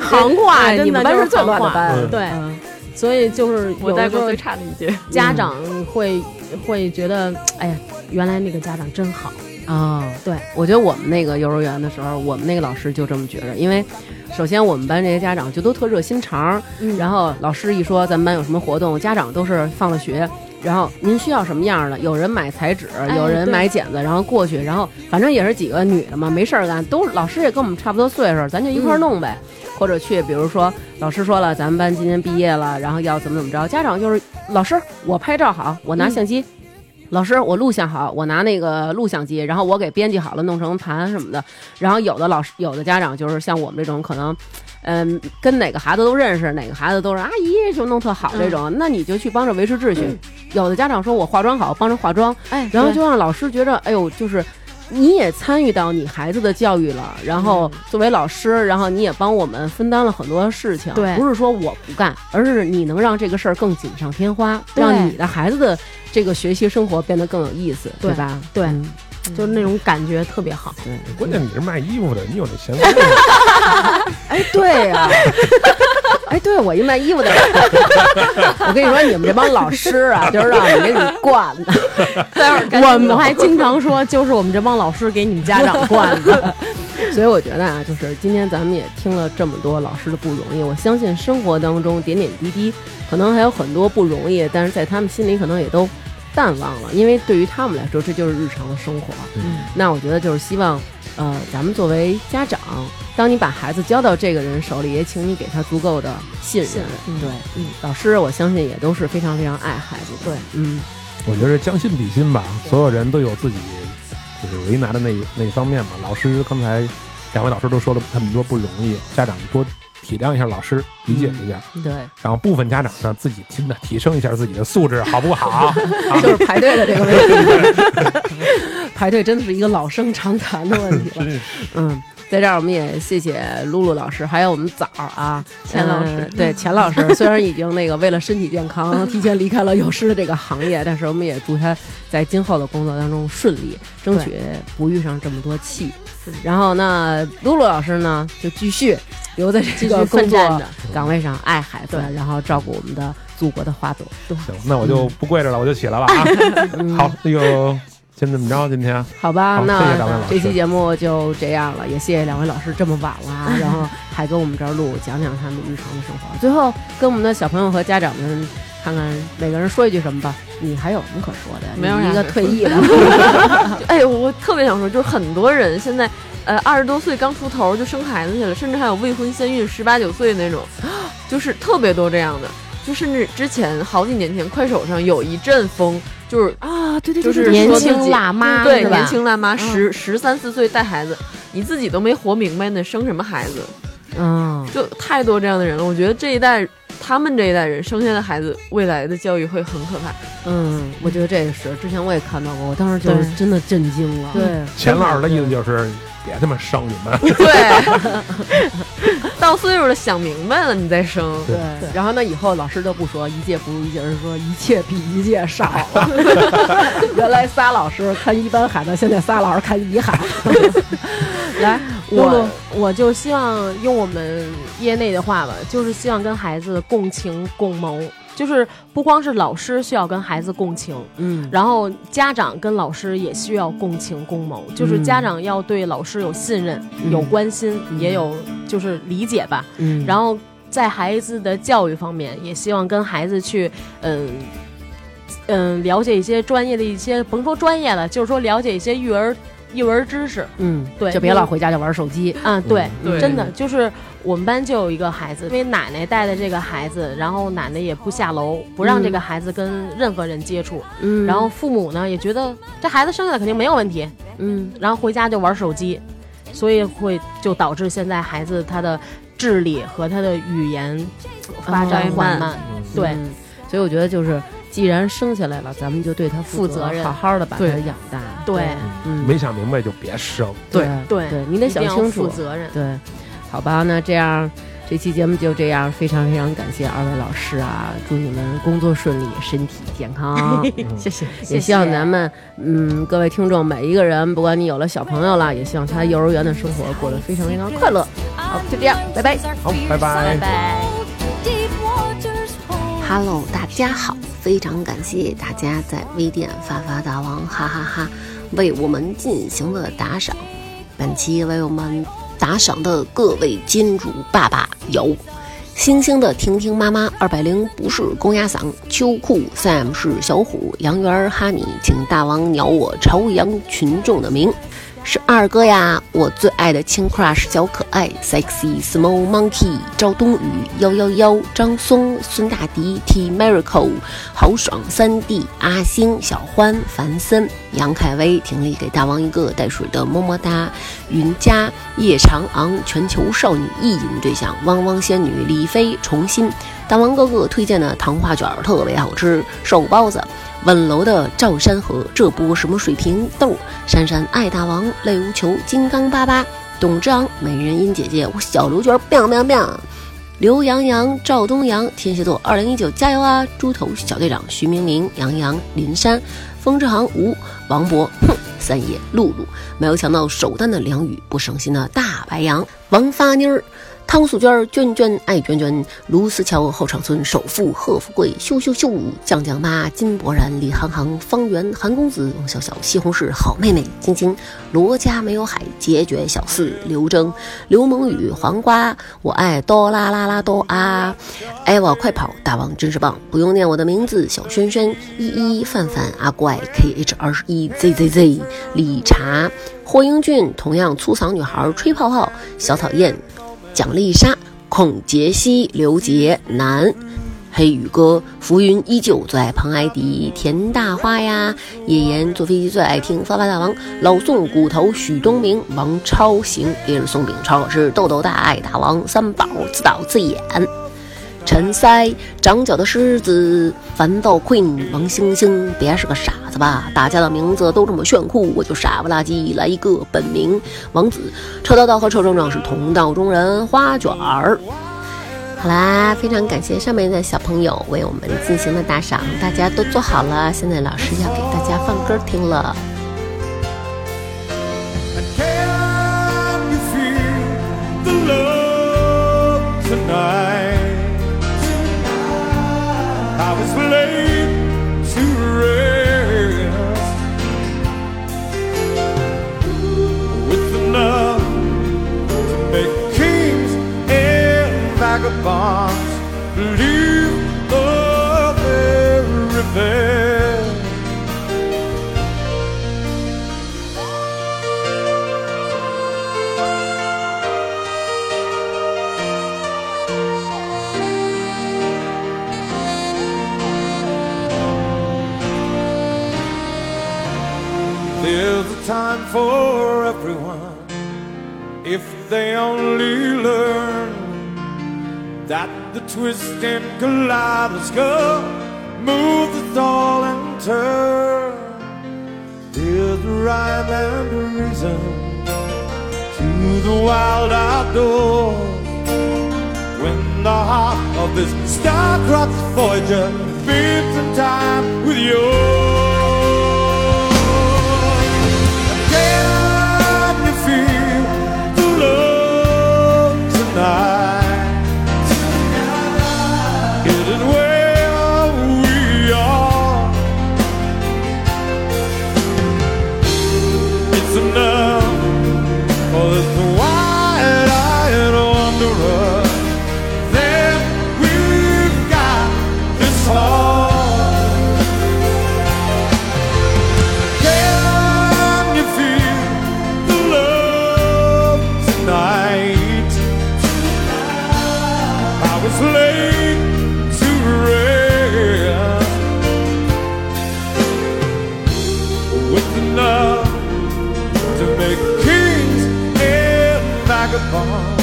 [SPEAKER 5] 行话，
[SPEAKER 4] 哎
[SPEAKER 5] 真
[SPEAKER 4] 你
[SPEAKER 5] 的
[SPEAKER 4] 们
[SPEAKER 5] 就
[SPEAKER 4] 班
[SPEAKER 5] 是
[SPEAKER 4] 是最
[SPEAKER 5] 行
[SPEAKER 4] 乱的
[SPEAKER 5] 话，
[SPEAKER 4] 班，
[SPEAKER 5] 对，
[SPEAKER 4] 嗯
[SPEAKER 5] 所以就是
[SPEAKER 8] 我
[SPEAKER 5] 有
[SPEAKER 8] 带
[SPEAKER 5] 的时
[SPEAKER 8] 过
[SPEAKER 5] 候
[SPEAKER 8] 最差的一届，
[SPEAKER 5] 家长会会觉得，哎呀，原来那个家长真好，
[SPEAKER 4] 啊、
[SPEAKER 5] 对，
[SPEAKER 4] 我觉得我们那个幼儿园的时候，我们那个老师就这么觉着，因为首先我们班这些家长就都特热心肠儿，
[SPEAKER 5] 嗯
[SPEAKER 4] 然后老师一说咱们班有什么活动，家长都是放了学。然后您需要什么样的？有人买彩纸，有人
[SPEAKER 5] 哎对
[SPEAKER 4] 买剪子，然后过去，然后反正也是几个女的嘛，没事儿干，都老师也跟我们差不多岁数，咱就一块儿
[SPEAKER 5] 嗯
[SPEAKER 4] 弄呗。或者去，比如说老师说了，咱们班今年毕业了，然后要怎么怎么着，家长就是老师，我拍照好，
[SPEAKER 5] 嗯
[SPEAKER 4] 我拿相机。老师，我录像好，我拿那个录像机，然后我给编辑好了，弄成盘什么的。然后有的老师，有的家长就是像我们这种，可能，嗯，跟哪个孩子都认识，哪个孩子都是阿姨就弄特好这
[SPEAKER 5] 嗯
[SPEAKER 4] 种，那你就去帮着维持秩序。有的家长说我化妆好，帮着化妆，
[SPEAKER 5] 哎
[SPEAKER 4] 然后就让老师觉着，哎呦，就是你也参与到你孩子的教育了，然
[SPEAKER 5] 嗯
[SPEAKER 4] 后作为老师，然后你也帮我们分担了很多事情。
[SPEAKER 5] 对
[SPEAKER 4] 不是说我不干，而是你能让这个事儿更锦上添花，
[SPEAKER 5] 对
[SPEAKER 4] 让你的孩子的这个学习生活变得更有意思，
[SPEAKER 5] 对
[SPEAKER 4] 吧？
[SPEAKER 5] 对
[SPEAKER 4] 嗯
[SPEAKER 5] 就是那种感觉特别好。
[SPEAKER 3] 关键你是卖衣服的，你有那闲工夫。
[SPEAKER 4] 哎，对呀、 哎，对我一卖衣服的， 我跟你说，你们这帮老师 啊，就是让我给你们惯的。
[SPEAKER 5] 我们还经常说，就是我们这帮老师给你们 家长惯的。
[SPEAKER 4] 所以我觉得啊，就是今天咱们也听了这么多老师的不容易，我相信生活当中点点滴滴，可能还有很多不容易，但是在他们心里可能也都淡忘了，因为对于他们来说，这就是日常的生活。
[SPEAKER 3] 嗯，
[SPEAKER 4] 那我觉得就是希望，呃，咱们作为家长，当你把孩子交到这个人手里，也请你给他足够的信任。
[SPEAKER 5] 信任嗯
[SPEAKER 4] 对，老师，我相信也都是非常非常爱孩子的。
[SPEAKER 5] 对，
[SPEAKER 4] 嗯
[SPEAKER 3] 我觉得将心比心吧，所有人都有自己就是为难的那一那一方面嘛。老师刚才两位老师都说了他们多不容易，家长多体谅一下老师，理解一下。
[SPEAKER 4] 嗯对，
[SPEAKER 3] 然后部分家长呢，自己真的提升一下自己的素质，好不啊 好？
[SPEAKER 4] 就是排队的这个问题，排队真的是一个老生常谈的问题了。
[SPEAKER 3] 是
[SPEAKER 4] 嗯，在这儿我们也谢谢露露老师，还有我们枣儿啊，
[SPEAKER 8] 钱老师
[SPEAKER 4] 嗯对钱老师，虽然已经那个为了身体健康提前离开了幼师的这个行业，但是我们也祝他在今后的工作当中顺利，争取不遇上这么多气。然后呢，露露老师呢就继续留在这
[SPEAKER 5] 继续
[SPEAKER 4] 个工
[SPEAKER 5] 奋战
[SPEAKER 4] 作
[SPEAKER 5] 着
[SPEAKER 4] 岗位上，爱孩子，然后照顾我们的祖国的花朵。
[SPEAKER 3] 行，那我就不跪着了，我就起来了啊。好，那个先这么着，今天
[SPEAKER 4] 好吧，
[SPEAKER 3] 好谢谢两位
[SPEAKER 4] 啊那
[SPEAKER 3] 老师
[SPEAKER 4] 这期节目就这样了，也谢谢两位老师这么晚 了啊，然后还跟我们这儿录，讲讲他们日常的生活。最后跟我们的小朋友和家长们看看，每个人说一句什么吧。你还有什么可说的？
[SPEAKER 8] 没有
[SPEAKER 4] 你
[SPEAKER 8] 啥
[SPEAKER 4] 一个
[SPEAKER 8] 可
[SPEAKER 4] 退
[SPEAKER 8] 说
[SPEAKER 4] 役的，
[SPEAKER 8] 哎，我特别想说，就是很多人现在，呃，二十多岁刚出头就生孩子去了，甚至还有未婚先孕，十八九岁那种，就是特别多这样的。就甚至之前好几年前，快手上有一阵风，就是
[SPEAKER 4] 啊，对对
[SPEAKER 8] 就
[SPEAKER 4] 对，
[SPEAKER 8] 是
[SPEAKER 5] 年
[SPEAKER 8] 说自
[SPEAKER 5] 轻
[SPEAKER 8] 己
[SPEAKER 5] 辣妈
[SPEAKER 8] 对
[SPEAKER 5] 是吧
[SPEAKER 8] 年轻辣
[SPEAKER 4] 嗯
[SPEAKER 8] 妈十十三四岁带孩子，你自己都没活明白呢，生什么孩子？
[SPEAKER 4] 嗯，
[SPEAKER 8] 就太多这样的人了。我觉得这一代，他们这一代人生下的孩子，未来的教育会很可怕。
[SPEAKER 4] 嗯，我觉得这个是，之前我也看到过，我当时就
[SPEAKER 8] 对
[SPEAKER 4] 是真的震惊了。
[SPEAKER 8] 对，
[SPEAKER 3] 钱老师的意思就是别他妈生你们，
[SPEAKER 8] 对， 到岁数了想明白了你再生。
[SPEAKER 4] 对，然后呢，以后老师都不说一届不如一届，而是说一届比一 届少。 原来仨老师看一班孩子，现在仨老师看一 孩子。来，
[SPEAKER 5] 我我就希望用我们业内的话吧，就是希望跟孩子共情共谋，就是不光是老师需要跟孩子共情，
[SPEAKER 4] 嗯，
[SPEAKER 5] 然后家长跟老师也需要共情共谋，就是
[SPEAKER 4] 嗯
[SPEAKER 5] 家长要对老师有信任、有
[SPEAKER 4] 嗯
[SPEAKER 5] 关心，
[SPEAKER 4] 嗯
[SPEAKER 5] 也有就是理解吧。
[SPEAKER 4] 嗯
[SPEAKER 5] 然后在孩子的教育方面，也希望跟孩子去，嗯。嗯，了解一些专业的一些，甭说专业了，就是说了解一些育儿育儿知识。
[SPEAKER 4] 嗯，
[SPEAKER 5] 对
[SPEAKER 4] 就别老回家就玩手机。
[SPEAKER 5] 啊，对，
[SPEAKER 8] 嗯对
[SPEAKER 5] 真的就是我们班就有一个孩子，因为奶奶带的这个孩子，然后奶奶也不下楼，不让这个孩子跟任何人接触，
[SPEAKER 4] 嗯
[SPEAKER 5] 然后父母呢也觉得这孩子生下来肯定没有问题，
[SPEAKER 4] 嗯
[SPEAKER 5] 然后回家就玩手机，所以会就导致现在孩子他的智力和他的语言发展
[SPEAKER 4] 哦
[SPEAKER 5] 缓慢，对。
[SPEAKER 4] 嗯所以我觉得就是，既然生下来了，咱们就对他
[SPEAKER 5] 负责任
[SPEAKER 4] 好好的把他
[SPEAKER 8] 对
[SPEAKER 4] 养大。
[SPEAKER 5] 对
[SPEAKER 4] 嗯，
[SPEAKER 3] 没想明白就别生。
[SPEAKER 4] 对
[SPEAKER 5] 对
[SPEAKER 4] 对，你得
[SPEAKER 5] 一定
[SPEAKER 4] 想
[SPEAKER 5] 要
[SPEAKER 4] 清
[SPEAKER 5] 负
[SPEAKER 4] 楚。
[SPEAKER 5] 责任。
[SPEAKER 4] 对，好吧，那这样这期节目就这样，非常非常感谢二位老师啊，祝你们工作顺利，身体健康。
[SPEAKER 8] 嗯谢谢。
[SPEAKER 4] 也希望咱们，嗯，各位听众每一个人，不管你有了小朋友了，也希望他幼儿园的生活过得非常非常快乐。好，就这样，拜拜。
[SPEAKER 3] 好，拜拜。
[SPEAKER 11] Hello，大家好，非常感谢大家在微店发发大王哈哈哈为我们进行了打赏。本期为我们打赏的各位金主爸爸有：星星的婷婷妈妈、二百零不是公鸭嗓、秋裤 Sam 是小虎、杨元儿哈米，请大王鸟我朝阳群众的名。是二哥呀，我最爱的青 crush 小可爱，sexy small monkey，赵冬雨幺幺幺，张松，孙大迪，T miracle，豪爽三弟，阿星，小欢，樊森，杨凯威，婷丽给大王一个带水的么么哒，云佳，叶长昂，全球少女意淫对象，汪汪仙女，李飞，重新，大王哥哥推荐的糖花卷儿特别好吃，瘦包子，温柔的赵山河，这波什么水平豆？珊珊爱大王，泪无求，金刚巴巴，董之昂，美人音姐姐，我小刘娟，biang biang biang。刘洋洋、赵东阳，天蝎座，二零一九加油啊！猪头小队长徐明明、杨洋、林珊、风之航、吴、王博，哼，三爷、露露，没有想到首单的梁宇，不省心的大白羊、王发妮儿。汤素娟儿、娟娟、爱娟娟、卢思乔、后场村首富贺富贵、咻咻咻、酱酱妈、金博然、李航航、方圆、韩公子、王小小、西红柿、好妹妹、晶晶、罗家没有海、解决小四、刘铮、刘萌宇、黄瓜、我爱哆啦啦啦哆啊、艾娃快跑、大王真是棒，不用念我的名字，小轩轩、依依、范范、阿啊怪、K H 二十一、Z Z Z、理查、 霍英俊，同样粗嗓女孩吹泡泡、小讨厌。蒋丽莎、孔杰西、刘杰南、黑羽哥、浮云依旧最爱庞艾迪、田大花呀、叶岩坐飞机最爱听发发大王、老宋骨头、许东明、王超行、烈日松饼、超老师、豆豆大爱大王、三宝自导自演。陈塞、长脚的狮子、烦躁 Queen、王星星，别是个傻子吧？大家的名字都这么炫酷，我就傻不拉几来一个本名王子。臭道道和臭壮壮是同道中人，花卷儿。好啦，非常感谢上面的小朋友为我们进行的打赏，大家都做好了，现在老师要给大家放歌听了。
[SPEAKER 7] And can you feel the love tonight? I was laid to rest There's a time for everyone if they only learn that the twist and kaleidoscope move the doll and turn. There's a rhyme and a reason to the wild outdoors when the heart of this star-crossed voyager beats in time with yours. Can you feel the love tonight? Is it where we are? It's enough for this wide-eyed wanderer. Then we've got this all. Can you feel the love tonight? I was late to rest. With enough to make kings and vagabonds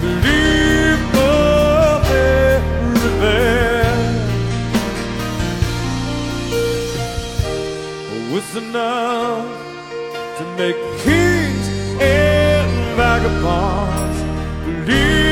[SPEAKER 7] believe of everything. With enough to make kings and vagabonds believe.